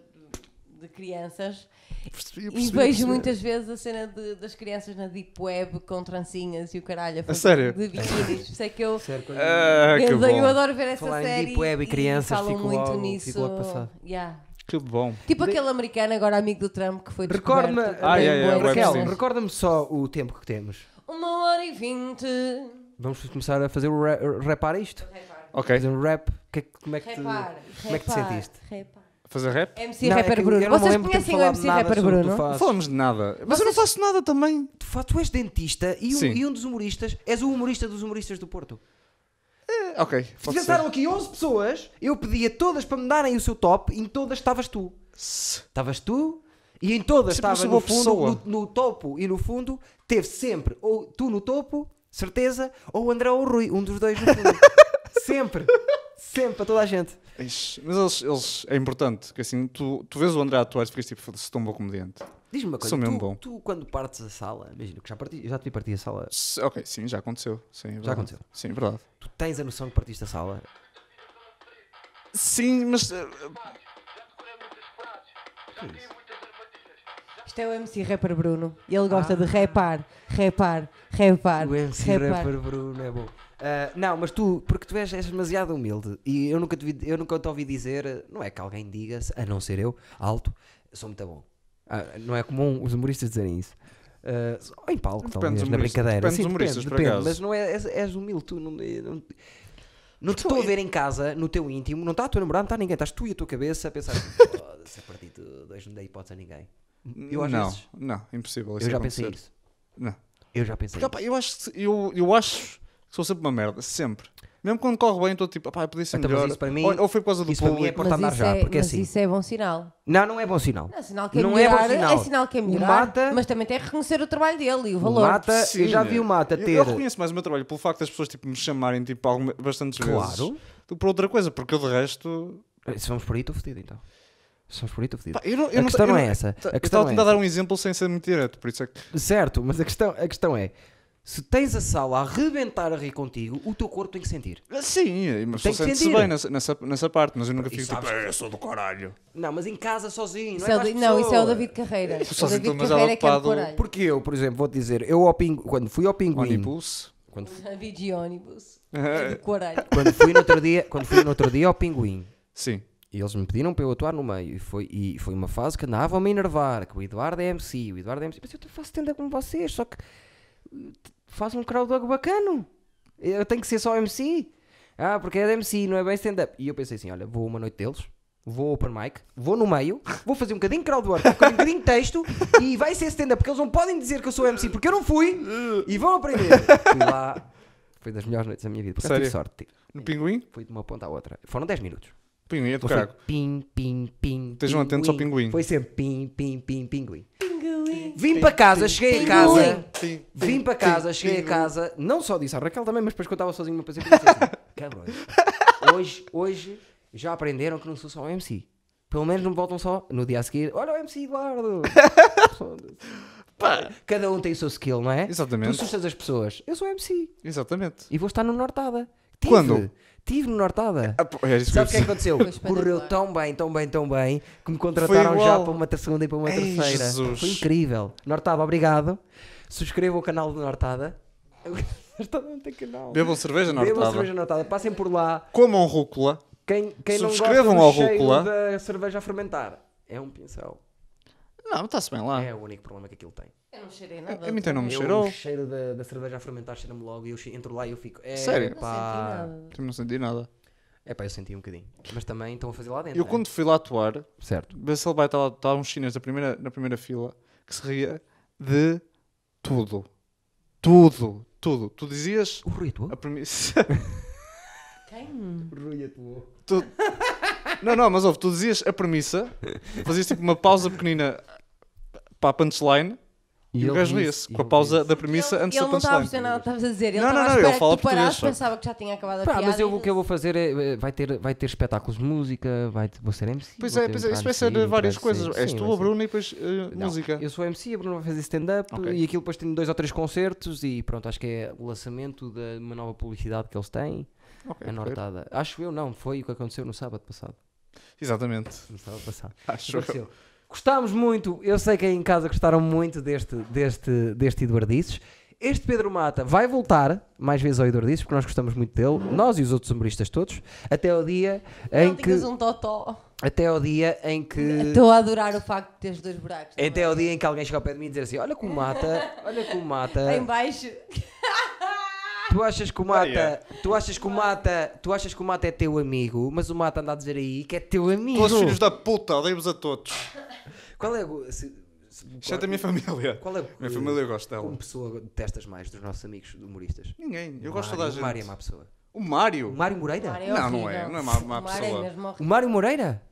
de Crianças, Percebi, e percebi, vejo percebi. muitas vezes a cena de- das crianças na Deep Web com trancinhas e o caralho. fazer sério? De biquínis. Por isso é que eu, Ah, que eu, bom. eu adoro ver essa Falar em série. Deep Web e crianças, falam fico muito logo- nisso. fico logo passado. Yeah. Que bom. Tipo aquele americano, agora amigo do Trump, que foi Recorda-me, descoberto. Ah, Bem, é, é, bom, web Raquel, series. recorda-me só o tempo que temos. Uma hora e vinte. Vamos começar a fazer o ra- rapar isto? Ok. Fazer um rap. Que é que- como é que te, Repara, como é que te repara, sentiste? repara. Fazer rap? MC Não, é Rapper que eu Bruno. não me Vocês lembro de ter conhecem o falado MC nada Rapper sobre o que tu Bruno? fazes. Não falamos de nada. Mas eu não faço nada também. Tu, fa- tu és dentista e, um- Sim. e um dos humoristas, és o humorista dos humoristas do Porto. Eh, Ok. pode ser. Sentaram aqui 11 pessoas, eu pedi a todas para me darem o seu top, em todas estavas tu. S- Estavas tu e em todas Sempre estava sou no boa fundo, Tipo, pessoa. no, no topo e no fundo, teve sempre ou tu no topo, certeza, ou o André ou o Rui, um dos dois no fundo. sempre, sempre, para toda a gente. Eish. Mas eles, eles- é importante, que assim, tu, tu vês o André atuar e ficas tipo, foda-se, tão bom comediante. Diz-me uma coisa, Sou mesmo tu, bom. tu quando partes a sala, imagino que já, parti, eu já te vi partir a sala, S- Ok, sim, já aconteceu. Sim, é verdade. aconteceu. Sim, é verdade. tu tens a noção que partiste a sala? Sim, mas. eh, Isto é o MC Rapper Bruno. E ele gosta de repar, repar, repar, Ah. O MC repar. Rapper Bruno é bom. Ah, não, mas tu, porque tu és, és demasiado humilde e eu nunca, te vi- eu nunca te ouvi dizer, não é que alguém diga, a não ser eu, alto, sou muito bom. Ah, não é comum os humoristas dizerem isso. Ah, só em palco, Depende talvez, dos na humoristas, brincadeira. depende Sim, dos humoristas, por depende, acaso. mas não é, és, és humilde, tu não. eu não Então, não te estou a ver em casa, no teu íntimo, não está a tua namorada, não está ninguém, estás tu e a tua cabeça a pensar, foda-se, a partir de dois não dei hipótese a ninguém. Eu às não, vezes- não, impossível. Eu isso já pensei acontecer. isso. Não. Eu já pensei Porque, opá, eu, acho que, se- eu, eu acho que sou sempre uma merda, sempre. Mesmo quando corre bem, estou tipo, opá, podia ser Então, mas melhor. isso para mim- ou, ou foi por causa do isso para mim é público. Corta a andar isso já, é, porque mas assim- isso é bom sinal. Não, não é bom sinal. Não, é sinal que é Não é bom melhorar. sinal. que é O melhorar. Mata- Mas também tem que reconhecer o trabalho dele e o O valor. Mata, Ah, eu Sim, é. já vi o Mata eu- ter. Eu reconheço mais o meu trabalho pelo facto das pessoas tipo, me chamarem tipo, alguma, bastantes Claro. vezes do que por outra coisa, porque eu de resto. Eh, Se vamos por aí, estou fodido então. Se vamos por aí, estou fodido. pá, eu não, eu A não- questão eu não é essa. tá- A questão eu estava a não é tentar essa. dar um exemplo sem ser muito direto, por isso é que. Certo, mas a questão, a questão é: se tens a sala a arrebentar a rir contigo, o teu corpo tem que sentir. ah, Sim, mas Tem só que sente-se sentir. bem nessa, nessa, nessa parte, mas eu nunca E fico sabes tipo, "Eh, eu sou do caralho. Não, mas em casa sozinho, Isso não é? é o para Da- as não, isso é o pessoas. David Carreira. Só O David sinto-me mais Carreira é que é ocupado. coragem. Porque eu, por exemplo, vou-te dizer, eu ao pingu... quando fui ao Pinguim. Onibus. Quando, fu- David de ônibus. É do coralho. quando fui no outro dia, quando fui no outro dia ao Pinguim. Sim. E eles me pediram para eu atuar no meio. E foi, e foi uma fase que andava a me enervar. Que o Eduardo é MC, o Eduardo é MC. Mas eu faço stand-up como vocês, só que uh, faço um crowdwork bacano. Eu tenho que ser só MC. Ah, porque é de MC, não é bem stand-up. E eu pensei assim, olha, vou a uma noite deles. Vou ao open mic, vou no meio, vou fazer um bocadinho de crowdwork, um bocadinho de texto e vai ser stand-up, porque eles não podem dizer que eu sou MC, porque eu não fui e vão aprender. Fui lá, foi das melhores noites da minha vida, porque eu tive Sério? sorte, tive. No Pinguim? foi de uma ponta à outra. Foram 10 minutos. Pinguim é do Não foi caralho. pim, pim, pim. Estejam atentos ao pinguim. Foi sempre pim, pim, pim, pinguim. Vim para casa, cheguei a pim, casa. pim, pim, Vim para casa, pim, cheguei a pinguim. casa. Não só disse à Raquel também, mas depois que eu estava sozinho, me pensei pensei assim: cabrões. Hoje, hoje já aprenderam que não sou só um MC. Pelo menos não me voltam só no dia a seguir. Olha o MC Eduardo. Cada um tem o seu skill, não é? Exatamente. Tu assustas as pessoas. Eu sou MC Exatamente. e vou estar no Nortada. Tive, Quando? Tive no Nortada. Ah, pô, é isso que eu Sabe o que é que ia aconteceu? Foi espetacular. Correu tão bem, tão bem, tão bem que me contrataram já igual. para uma ter- segunda e para uma Ei, terceira. Jesus. Foi incrível. Nortada, obrigado. Subscreva o canal do Nortada. Nortada não tem canal. dizer. Bebam cerveja na Bebam hortada. cerveja Nortada. Passem por lá. Comam rúcula. Quem, quem não gosta Subscrevam do ao cheiro Rúcula. da cerveja a fermentar é um pincel. Não, está-se bem lá. É o único problema que aquilo tem. Eu não cheirei nada. é, A mim também não me Eu, cheirou. O cheiro da, da cerveja a fermentar cheira-me logo e eu che- entro lá e eu fico. É, Sério? Não senti Pá. nada. Eu não senti nada. É pá, eu senti um bocadinho. Mas também estão a fazer lá dentro. Eu né? quando fui lá atuar, Certo. vê-se ele vai estar lá, estava um chinês na primeira, na primeira fila que se ria de tudo. Tudo, tudo. Tu dizias O ruído? a premissa. Quem? Rui atuou. tu- Não, não, mas ouve, tu dizias a premissa, fazias tipo uma pausa pequenina para a punchline E, o ele gajo disse- ria-se, com a ele pausa disse. da premissa ele, antes ele da não estava a perceber punchline. nada que estavas a dizer. Ele Não, não, estava à não, espera ele fala que tu parasse, português, só. pensava que já tinha acabado a Pá, piada. mas eu, e o que eu vou fazer é. eh, Vai ter, vai ter espetáculos de música, vai, ter- vou ser MC. Pois vou é, ter pois é, entrar isso e vai ser sair, várias entrar e sair. coisas. És Sim, tu, vai a ser- Bruna e depois eh, Não, música. Eu sou MC, a Bruna vai fazer stand-up Ok. e aquilo depois tem dois ou três concertos e pronto, acho que é o lançamento de uma nova publicidade que eles têm. Ok, a perfeito. Nortada. Acho eu, não, foi o que aconteceu no sábado passado. Exatamente. No sábado passado. Acho eu. Aconteceu. Gostámos muito, eu sei que aí em casa gostaram muito deste, deste, deste Eduardices. Este Pedro Mata vai voltar mais vezes ao Eduardices, porque nós gostamos muito dele, nós e os outros humoristas todos, até ao dia em Não que. Eh, tinhas um totó. Até ao dia em que. Estou a adorar o facto de teres dois buracos. não Até é? ao dia em que alguém chega ao pé de mim e dizer assim: Olha como mata, olha como mata. Em baixo. Tu achas que o Ah, Mata, yeah. tu achas que o Mata, tu achas que o Mata é teu amigo, mas o Mata anda a dizer aí que é teu amigo. Todos filhos da puta, odeio-vos a todos. Qual é o se- se- Exceto a minha família. qual é o- Minha família gosta dela. Como Então, pessoa detestas mais dos nossos amigos humoristas? Ninguém, eu O gosto de Mário- toda a O Mário é gente. má pessoa. O O Mário? Mário Moreira? Mar Não, não é, horrível. não é má- má O mar é pessoa. mesmo horrível. O Mário Moreira?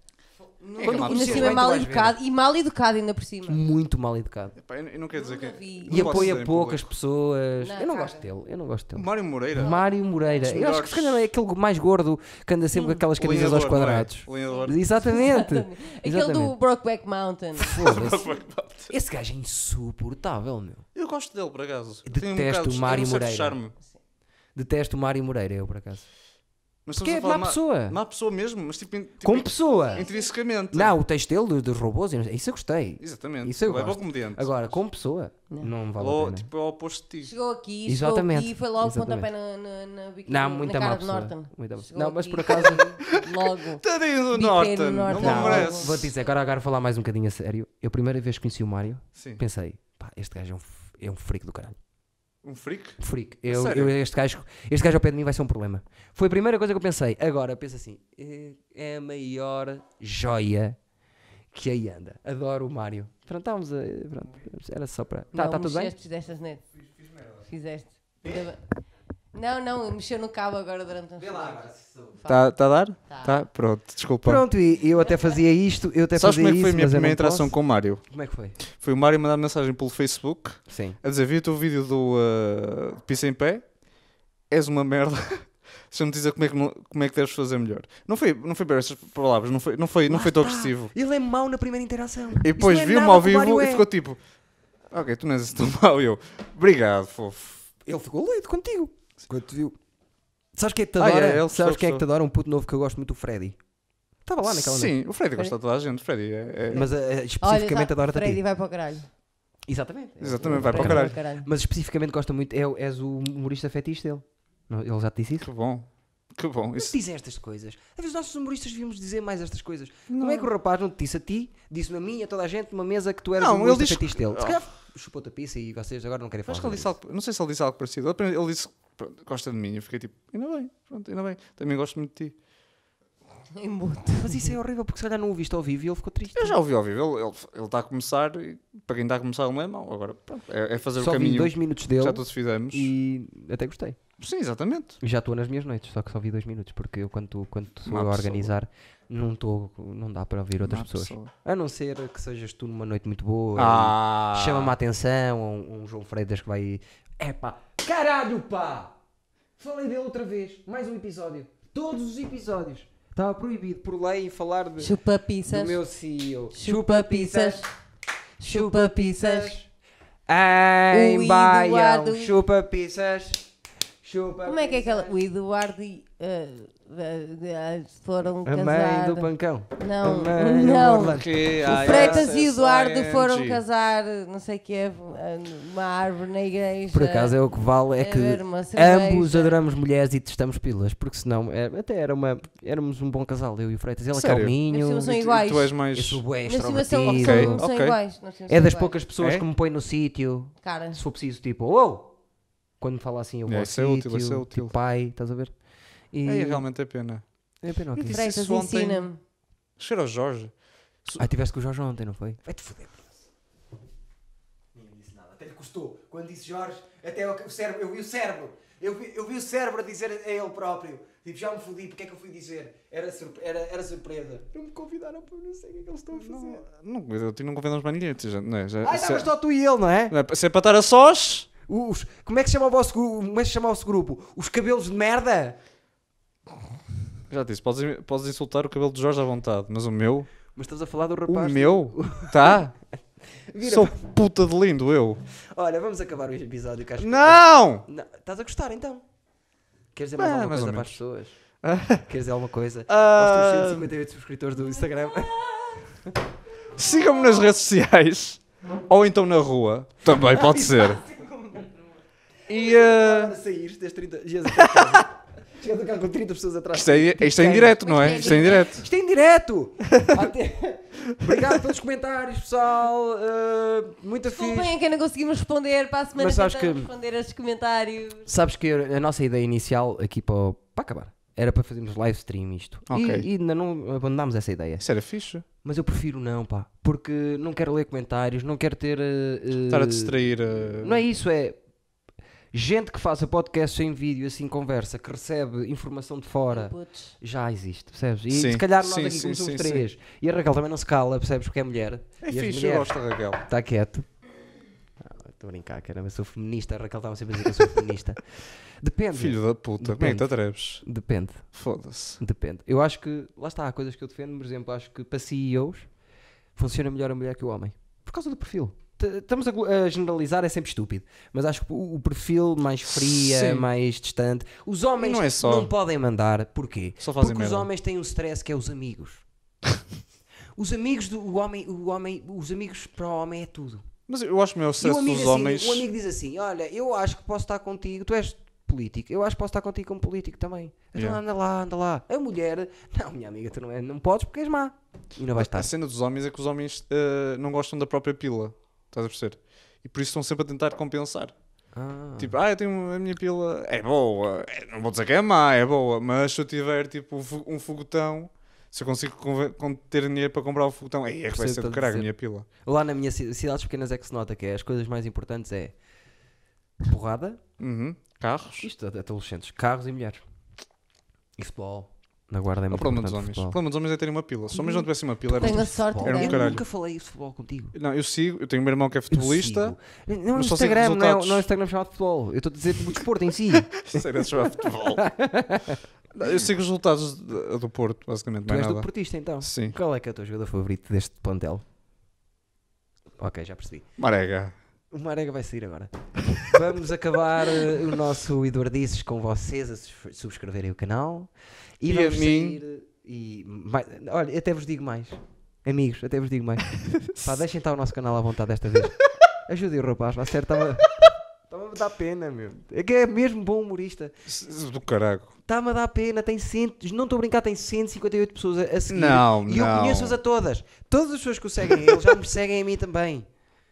Não, é ainda má por pessoa. cima é Bem, tu mal vais ver. educado. E mal educado ainda por cima. Muito mal educado. Epá, eu eu não quero dizer Nunca que. vi. E não posso dizer apoia em poucas público. pessoas. Não, eu não caga. gosto dele, eu não gosto O dele. Mário Moreira. Mário Moreira. Dos Eu acho que se calhar é melhores. aquele mais gordo que anda sempre com aquelas camisas aos Lenhador, não é? quadrados. Lenhador. Exatamente. Aquele do Exatamente. Brokeback Mountain. Foda-se. Esse gajo é insuportável, meu. Eu gosto dele, por acaso. Detesto Tem um bocado de- o Mário tem um certo Moreira. charme. Detesto o Mário Moreira, eu por acaso. Mas Porque estamos a é falar má de pessoa. Má pessoa mesmo, mas tipo, in- tipo Como pessoa. intrinsecamente. Não, o texto dele dos, dos robôs, eu não- isso eu gostei. Exatamente. Isso eu Leva ao gosto. comediante. Agora, como pessoa, não, vale a Ou, pena. tipo, é o oposto de ti. Chegou aqui, Exatamente, chegou aqui e foi logo exatamente. pontapé na, na, na, biquíni- Não, muita na má cara de pessoa, Norton. muita má- Chegou Não, mas aqui por acaso- Logo. Tadinho do Biqueiro Norton, não Norton. me Não, merece. vou te dizer, agora, agora falar mais um bocadinho a sério. Eu, a primeira vez que conheci o Mário, Sim. pensei, pá, este gajo é um, f- é um freak do caralho. Um freak? Freak. Eu, sério? eu- este, gajo, este gajo ao pé de mim vai ser um problema. Foi a primeira coisa que eu pensei. Agora, penso assim, eh, é a maior joia que aí anda. Adoro o Mário. Pronto, estávamos a. Pronto, era só para. Está Não, tá tudo bem? mexeste, Fizeste as net. Fizeste. Ainda bem. Não, não, mexeu no cabo agora durante uns Está a dar? Tá. pronto, desculpa. Pronto, e eu até fazia isto, eu até Sabes fazia como é que foi a isso, minha mas eu não primeira interação posso. com o Mário? Como é que foi? Foi o Mário mandar mensagem pelo Facebook Sim. a dizer: Vi o teu vídeo do uh, Pisa em Pé, és uma merda. Deixa-me dizer como é, que não- como é que deves fazer melhor. Não foi, não foi para estas palavras, não foi, não foi, não foi tão agressivo. Ele é mau na primeira interação. E depois Isso não é viu-me nada ao que o Mário vivo e é. ficou tipo: Ok, tu não és assim tão mau. E eu: Obrigado, fofo. Ele ficou doido contigo. Quando te viu. Sabes quem é que te Ah, adora? é, ele Sabes soube, quem é que te soube. adora? Um puto novo que eu gosto muito, o Freddy. Estava lá naquela noite. Sim, o Freddy gosta de toda a gente. O Freddy é. é- Mas eh, Olha, especificamente tá- adora-te a Freddy ti. vai para o caralho. Exatamente. Exatamente, vai para o Freddy caralho. Mas especificamente gosta muito. É, o- és o humorista fetiche dele. Não, Ele já te disse isso? Que bom. Que bom. Não te Isso. diz estas coisas. Às vezes nós, os humoristas, devíamos dizer mais estas coisas. Como é que o rapaz não te disse a ti, disse-me a mim, a toda a gente, numa mesa que tu eras Não, o humorista ele diz- fetiche dele? Se Oh. calhar chupou-te a pizza e vocês agora não querem falar. Acho que ele sobre disse isso. algo, não sei se ele disse algo parecido. Ele, primeiro- ele disse, pronto, gosta de mim. Eu fiquei tipo, ainda bem, pronto, ainda bem. Também gosto muito de ti. Embuto. Mas isso é horrível porque se calhar não o viste ao vivo e ele ficou triste. Eu já ouvi ao vivo, ele, ele, ele está a começar, e para quem está a começar não é mau. Agora, pronto, é, é fazer Só o vi caminho dois minutos que dele já todos fizemos. e até gostei. Sim, exatamente. Já estou nas minhas noites, só que só vi dois minutos, porque eu quando quando estou Má a pessoa. organizar não, estou não dá para ouvir outras Má pessoas. pessoa. A não ser que sejas tu numa noite muito boa, Ah. e chama-me a atenção, ou um, um João Freitas que vai. Epá, caralho pá! Falei dele outra vez, mais um episódio. Todos os episódios. Estava proibido por lei falar de- Chupa do pizzas. meu CEO. Chupa pizzas. Chupa pizzas. O Em Eduardo- Baião, chupa pizzas. Chupa um Como é que é aquela. O Eduardo e. ah, ah, ah, foram casar. pancão. Não, A mãe do não. Morlan. Que é O Freitas e o Eduardo é foram casar, não sei o que é, uma árvore na igreja. Por acaso é o que vale é a beber uma que cerveja. ambos adoramos mulheres e testamos pilas, porque senão é, até era uma, éramos um bom casal, eu e o Freitas. Ele é Sério? calminho, Mas são E tu- e iguais. tu és mais. eu sou bué Na cima são, extrovertido. Ok, são, são ok. iguais. não sei se É são das iguais. poucas pessoas É? que me põe no sítio, Cara, se for preciso, tipo, oh! Quando me fala assim, eu vou É, ao isso é útil, sítio, isso é útil. Tipo, pai, estás a ver? E É realmente a pena. é pena o quê? disse Freitas, isso ontem. ensina-me. Cheira ao Jorge. Ah, tiveste com o Jorge ontem, não foi? Vai-te foder. Ninguém disse nada. Até lhe custou. Quando disse Jorge, até o o cérebro, eu vi o cérebro. Eu vi, eu vi o cérebro a dizer a ele próprio. Tipo, já me fodi, porque é que eu fui dizer? Era, surpre- era, era surpresa. Não me convidaram para não sei o que é que eles estão a fazer. Não, eu não convidamos mais ninguém. Já, não é, já, Ah, se, é, estavas só tu e ele, não é? não é- se é para estar a sós, Os, como é que se chama o vosso grupo? Como é que se chama o vosso grupo? Os cabelos de merda? já disse, podes, podes insultar o cabelo de Jorge à vontade, mas o meu, Mas estás a falar do o rapaz. meu, tá? Vira Sou puta de lindo eu. Olha, vamos acabar o episódio que acho que- Não! Não, Estás a gostar então? Queres dizer mais Ah, alguma mais coisa para ou as menos. pessoas? Queres dizer alguma coisa? Ah. Aos teus 158 subscritores do Instagram. Sigam-me nas redes sociais ou então na rua, também pode ser. E eh, Para Ah, sair, tens 30. Chegas a casa. Chegas a casa com 30 pessoas atrás. isto, é, isto é indireto, não é? Isto é indireto. Isto é em direto! Até- Obrigado pelos comentários, pessoal. Uh, muito fixe. Desculpem a quem é não conseguimos responder. Para a semana Mas sabes tentamos que- responder aos comentários. Sabes que a nossa ideia inicial aqui para, o- para acabar era para fazermos live stream isto. E- Ok. E, ainda não abandonámos essa ideia. Isso era fixe. Mas eu prefiro não, pá. Porque não quero ler comentários, não quero ter. eh, eh, Estar a distrair. eh, Não é isso, é. Gente que faça podcast em vídeo, assim, conversa, que recebe informação de fora, Putz. já existe, percebes? E Sim, se calhar nós sim, aqui sim, como somos sim, três. E a Raquel também não se cala, percebes? Porque é mulher. É e as fixe, eu mulheres- gosto da Raquel. Está quieto. Ah, Estou a brincar, caramba, eu sou feminista. A Raquel estava sempre a dizer que eu sou feminista. Depende. Filho da puta, como é que te atreves? Depende, Foda-se. depende. Eu acho que, lá está, há coisas que eu defendo, por exemplo, acho que para CEOs funciona melhor a mulher que o homem. Por causa do perfil. T- Estamos a, glo- a generalizar, é sempre estúpido. Mas acho que o, o perfil mais fria, Sim. mais distante. Os homens Não é só. podem mandar. Porquê? Só fazem Porque os merda. homens têm um stress que é os amigos. os amigos do o homem, o homem, os amigos para o homem é tudo. Mas eu acho o meu E o sucesso amigo, dos assim, homens. o amigo diz assim: Olha, eu acho que posso estar contigo, tu és político, eu acho que posso estar contigo como político também. Então Yeah. anda lá, anda lá. A mulher, não, minha amiga, tu não, é, não podes porque és má. E não vais A estar. cena dos homens é que os homens eh, não gostam da própria pila. Estás a perceber? E por isso estão sempre a tentar compensar. Ah. Tipo, ah, eu tenho a minha pila. É boa. É- não vou dizer que é má, é boa. Mas se eu tiver tipo um fo- um fogotão. Se eu consigo conve- con- ter dinheiro para comprar o fogotão, aí é que vai Percebo ser o que do estás a caralho a dizer. minha pila. Lá na minha ci- cidades pequenas é que se nota que é, as coisas mais importantes é porrada, Uhum. Carros. isto, é, adolescentes, carros e mulheres. E futebol. Na guarda é É o muito problema dos importante homens. O futebol. problema dos homens é terem uma pila. Se os Uhum. homens não tivessem uma pila, era Tenho a sorte Era um dela. caralho. Eu nunca falei isso de futebol contigo. Não, eu sigo, eu tenho um irmão que é Eu futebolista. sigo. Não é um mas só sigo Instagram, não é, resultados. não é um Instagram chamado futebol. Eu estou a dizer o desporto em si. Sei lá se chamava futebol. Não, eu sigo os resultados do do Porto, basicamente, Tu mais és nada. deportista então. Sim. Qual é que é o teu jogador favorito deste plantel? Ok, já percebi. Marega. O Marega vai sair agora. Vamos acabar eh, o nosso Eduardices com vocês a sus- subscreverem o canal. E, E a vamos mim. sair, eh, e mais- Olha, até vos digo mais. Amigos, até vos digo mais. Pá, deixem estar o nosso canal à vontade desta vez. Ajudem o rapaz, lá certo estava. Estava a dar pena, meu. É que é mesmo bom humorista. S- Do carago. Está-me a dar pena, tem cento, não estou a brincar, tem 158 pessoas a, a seguir. Não, e eu não. conheço-as a todas. Todas as pessoas que o seguem, eles já me seguem a mim também.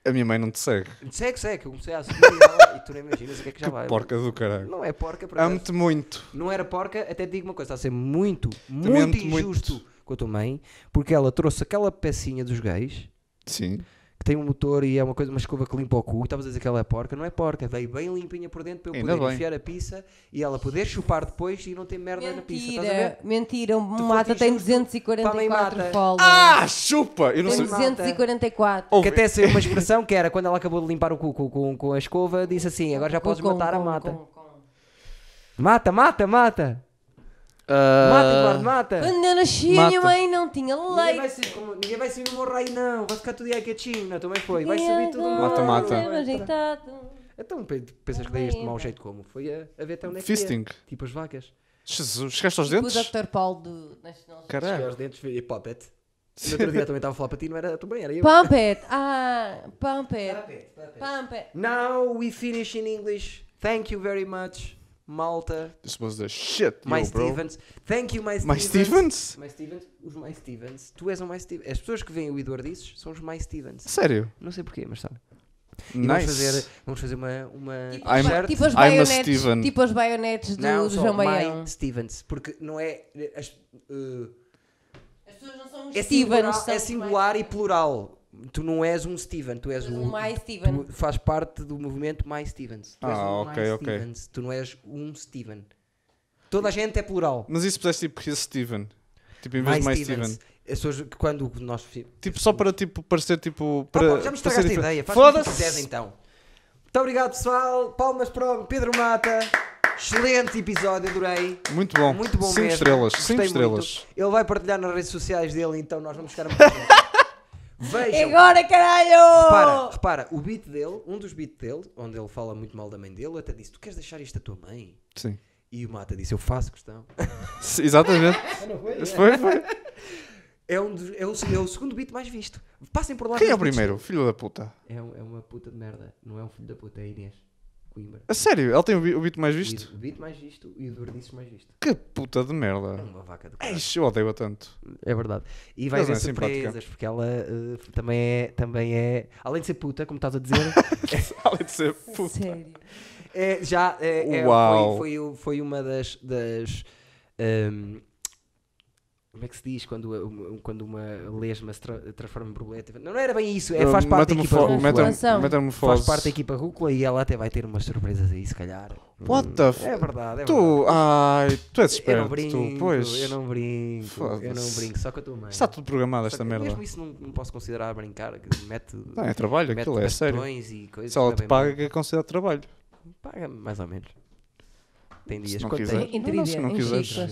A minha mãe não te segue. Segue, segue, eu comecei a seguir e, ela- e tu nem imaginas o que é que já Ah, vai. Porca do carago. Não é porca, por acaso. Amo-te muito. Não era porca, até te digo uma coisa, está a ser muito, Também muito amo-te muito. injusto com a tua mãe, porque ela trouxe aquela pecinha dos gays, Sim. que tem um motor e é uma coisa, uma escova que limpa o cu, e estavas a dizer que ela é porca, não é porca, veio bem limpinha por dentro para eu Ainda poder bem. enfiar a pizza e ela poder chupar depois e não ter merda na pizza, estás a ver? Mentira, mentira. O foste Tá, Mata tem injusto para a mãe 244 Mata. followers. Ah, chupa! Eu não tem sei. Mata. 244. Ouve, Que até saiu uma expressão que era quando ela acabou de limpar o cu com, com- com a escova, disse assim: agora já podes Com, matar a com, mata. com, com. Mata, mata, mata! Mata, Ah. Eduardo, mata! Quando eu nasci, a minha Mata. mãe não tinha Ninguém vai, leite. ser, como- ninguém vai sair no morro aí, não. Vai ficar tudo aí quietinho. Não, também foi. Vai subir tudo no morro. Mata, mata. Não é ajeitado. Então, pe- pensas que dei este mau jeito como? Foi a, a ver até onde é que ia. Fisting. Tipo as vacas. Jesus, chegaste aos Tipo O dentes? Dr. Paulo do National Cheguei Caralho. aos dentes e puppet. No outro dia também estava a falar para ti, não era também, era eu. Pumpet. Ah, Pumpet. Pumpet. Now we finish in English. Thank you very much, Malta. This was the shit, My yo, bro. Stevens. Thank you, My Stevens. My Stevens? My Stevens. Os My Stevens. Tu és um My Stevens. As pessoas que veem o Eduardices são os My Stevens. Sério? Não sei porquê, mas sabe. E vamos Nice. fazer, vamos fazer uma, uma Tipo, I'm- t-shirt. tipo as I'm a baionetes. Steven. Tipo as baionetes do, Não, do só João Baião. Mike Stevens, porque não é. as- eh, As pessoas não são é, Stevens. singular, são é singular e plural. Tu não és um Steven, tu és um. Um My Steven. Tu faz parte do movimento My Stevens. Tu és Ah, um ok, My ok. Stevens, tu não és um Steven. Toda a gente é plural. Mas e se puseste tipo His Steven? Tipo, em vez de mais Steven. As pessoas, quando nós. Para... Tipo, só para tipo, parecer tipo. Para, já me para estragaste a ser ideia. diferente. Faz o que Foda-se! quiseres então. Muito obrigado, pessoal. Palmas para o Pedro Mata. Excelente episódio, adorei. Muito bom. Muito bom 5 mesmo. estrelas. Gostei 5 muito. estrelas. Ele vai partilhar nas redes sociais dele, então nós vamos ficar a E Vejam. agora, Repara, caralho! repara, o beat dele, um dos beats dele, onde ele fala muito mal da mãe dele, eu até disse: Tu queres deixar isto à tua mãe? Sim. E o Mata disse: Eu faço questão. Sim, Exatamente. Esse Ah, foi, foi. É, um dos- é o, é o segundo beat mais visto. Passem por lá. Quem é nos o beats primeiro? Filho da puta. dele. É, um- é uma puta de merda. Não é um filho da puta, é Inês Coimbra. A sério, ele tem o bi- o beat mais E visto? o beat mais visto e o Dordice mais visto. Que puta de merda. Uma vaca do caralho. Eixe, eu odeio-a tanto. É verdade. E vai Mas haver é simpática. surpresas, porque ela eh, também, é, também é. Além de ser puta, como estás a dizer, Além de ser puta. Sério. é, já é, é, foi, Uau. foi, o- foi uma das. das ehm, como é que se diz quando, um- quando uma lesma se tra- transforma em borboleta? Não era bem isso, é, faz parte da equipa Metamorfo- rúcula. metam- Transformação. Faz Metamorfose. parte da equipa rúcula e ela até vai ter umas surpresas aí, se calhar. What the f... É verdade, é verdade. Tu, ai, tu és Eu não esperto, brinco, tu, pois. eu não brinco, eu não Foda-se. brinco, só com a tua mãe. Está tudo programado Só esta que eu merda. Mesmo isso não, não posso considerar brincar, que mete, Não, é trabalho, mete aquilo é sério. bastões e coisas. Se ela não é te bem paga, que é considerado trabalho. bom. Paga-me mais ou menos. Tem Se dias. não Quanto quiser. tem? Entre Não, se não em quiseres. chiclas.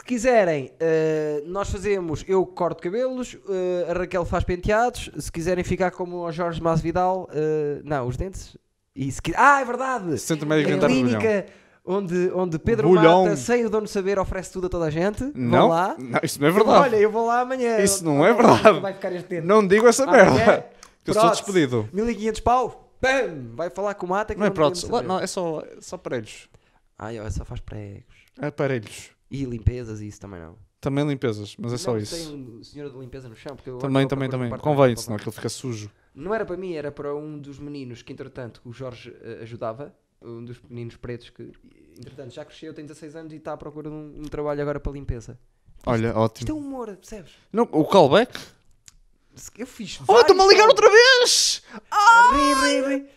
Se quiserem, eh, nós fazemos, eu corto cabelos, eh, a Raquel faz penteados, se quiserem ficar como o Jorge Masvidal, eh, não, os dentes. E se qui- ah, é verdade! Centro A Médico Dental de Bulhão. clínica onde, onde Pedro Bulhão. Mata, sem o dono saber, oferece tudo a toda a gente. Vão Não, lá. não, isso não é Olha, verdade. eu vou lá amanhã. Isso Eu- não é verdade. Vai ficar este tempo. Não digo essa Amanhã, merda. que Eu sou Ah, é? prótese. despedido. 1500 pau. Pam! Vai falar com o Mata que Não é podemos prótese. saber. Não, é só, é só aparelhos. É Ai, ela só faz pregos. Aparelhos. E limpezas e isso também não. Também limpezas, mas é só Não, isso. Tem um senhor de limpeza no chão. Porque eu Também, eu também, procuro também. no apartamento Convém, é? para senão comprar. aquilo fica sujo. Não era para mim, era para um dos meninos que entretanto o Jorge eh, ajudava. Um dos meninos pretos que entretanto já cresceu, tem 16 anos e está à procura de um, um trabalho agora para limpeza. Olha, Isto é ótimo. humor, percebes? Não, o callback? Se- Eu fiz. Oh, vários estou-me a ligar callbacks. outra vez! Ri, ri, ri.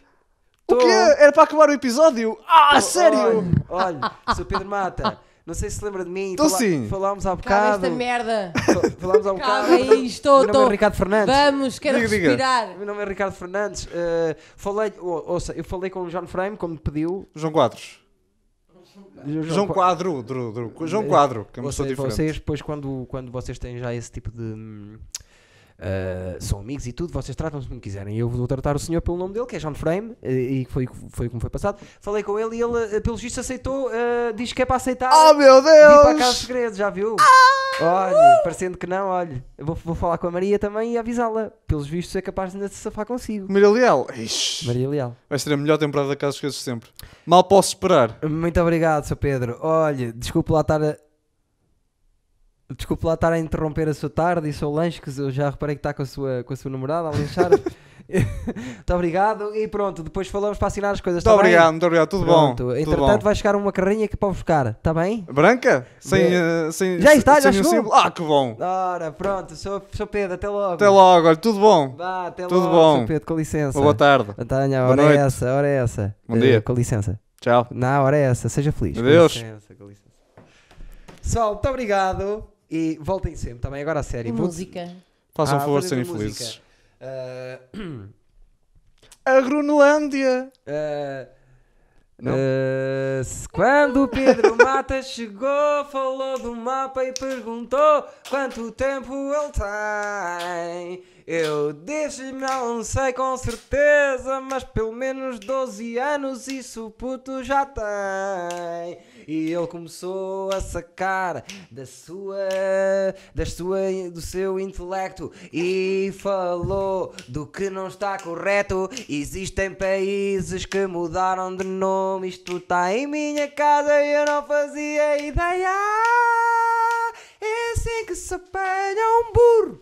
O Tô. quê? Era para acabar o episódio? Ah, sério? Olha, Olha, sou Pedro Mata. Não sei se lembra de mim. Tô Então sim. Falámos há Acaba bocado. esta merda. Fal- Falámos há um bocado. Acaba isto, Meu nome é tô. Ricardo Fernandes. Vamos, quero Diga, diga. respirar. Meu nome é Ricardo Fernandes. Eh, falei, ou- ouça, eu falei com o John Frame, como me pediu. João Quadros. João Qua- Quadro, Dru, Dru. João Quadro, que é uma pessoa Vocês, diferente. vocês depois, quando, quando vocês têm já esse tipo de. hum, eh, são amigos e tudo, vocês tratam-se como quiserem. Eu vou tratar o senhor pelo nome dele, que é John Frame, eh, e foi, o que- foi como foi passado. Falei com ele e ele, eh, pelo visto, aceitou. eh, diz que é para aceitar. Oh meu Vi para casa de Deus! segredo, já viu? Ah! Olha, parecendo que não, olha. Eu vou, vou falar com a Maria também e avisá-la. Pelos vistos é capaz de ainda se safar consigo. Maria Leal, Ixi, Maria Leal. vai ser a melhor temporada da Casa dos Segredos de sempre. Mal posso esperar. Muito obrigado, Sr. Pedro. Olha, desculpe lá estar a. Desculpe lá estar a interromper a sua tarde e o seu lanche, que eu já reparei que está com a sua, com a sua namorada a lanchar. Muito obrigado e pronto, depois falamos para assinar as coisas. Muito está bem? obrigado, muito obrigado. Tudo bom. Pronto, Tudo entretanto bom. vai chegar uma carrinha que é para buscar, está bem? Branca? Sem, eh, sem, Já está, sem já nenhum chegou. símbolo? Ah, que bom. Ora, pronto, Sr. Pedro, até logo. Até logo, olha, tudo bom. Vá, até Tudo logo, bom. Sr. Pedro, com licença. Uma boa tarde. António, Boa hora noite. é essa, hora é essa. Bom Eh, dia. com licença. Tchau. Na hora é essa, seja feliz. Adeus. Com licença, com licença. Pessoal, muito obrigado e voltem sempre também agora a série. E música. Hum. Façam Ah, favor de fazer serem outra música. Eh, felizes. A Grunlândia. Não? É, quando o Pedro Mata chegou, falou do mapa e perguntou quanto tempo ele tem. Eu disse-lhe, não sei com certeza, mas pelo menos 12 anos isso o puto já tem. E ele começou a sacar da sua, da sua, do seu intelecto e falou do que não está correto. Existem países que mudaram de nome. Isto está em minha casa e eu não fazia ideia. É assim que se apanha um burro.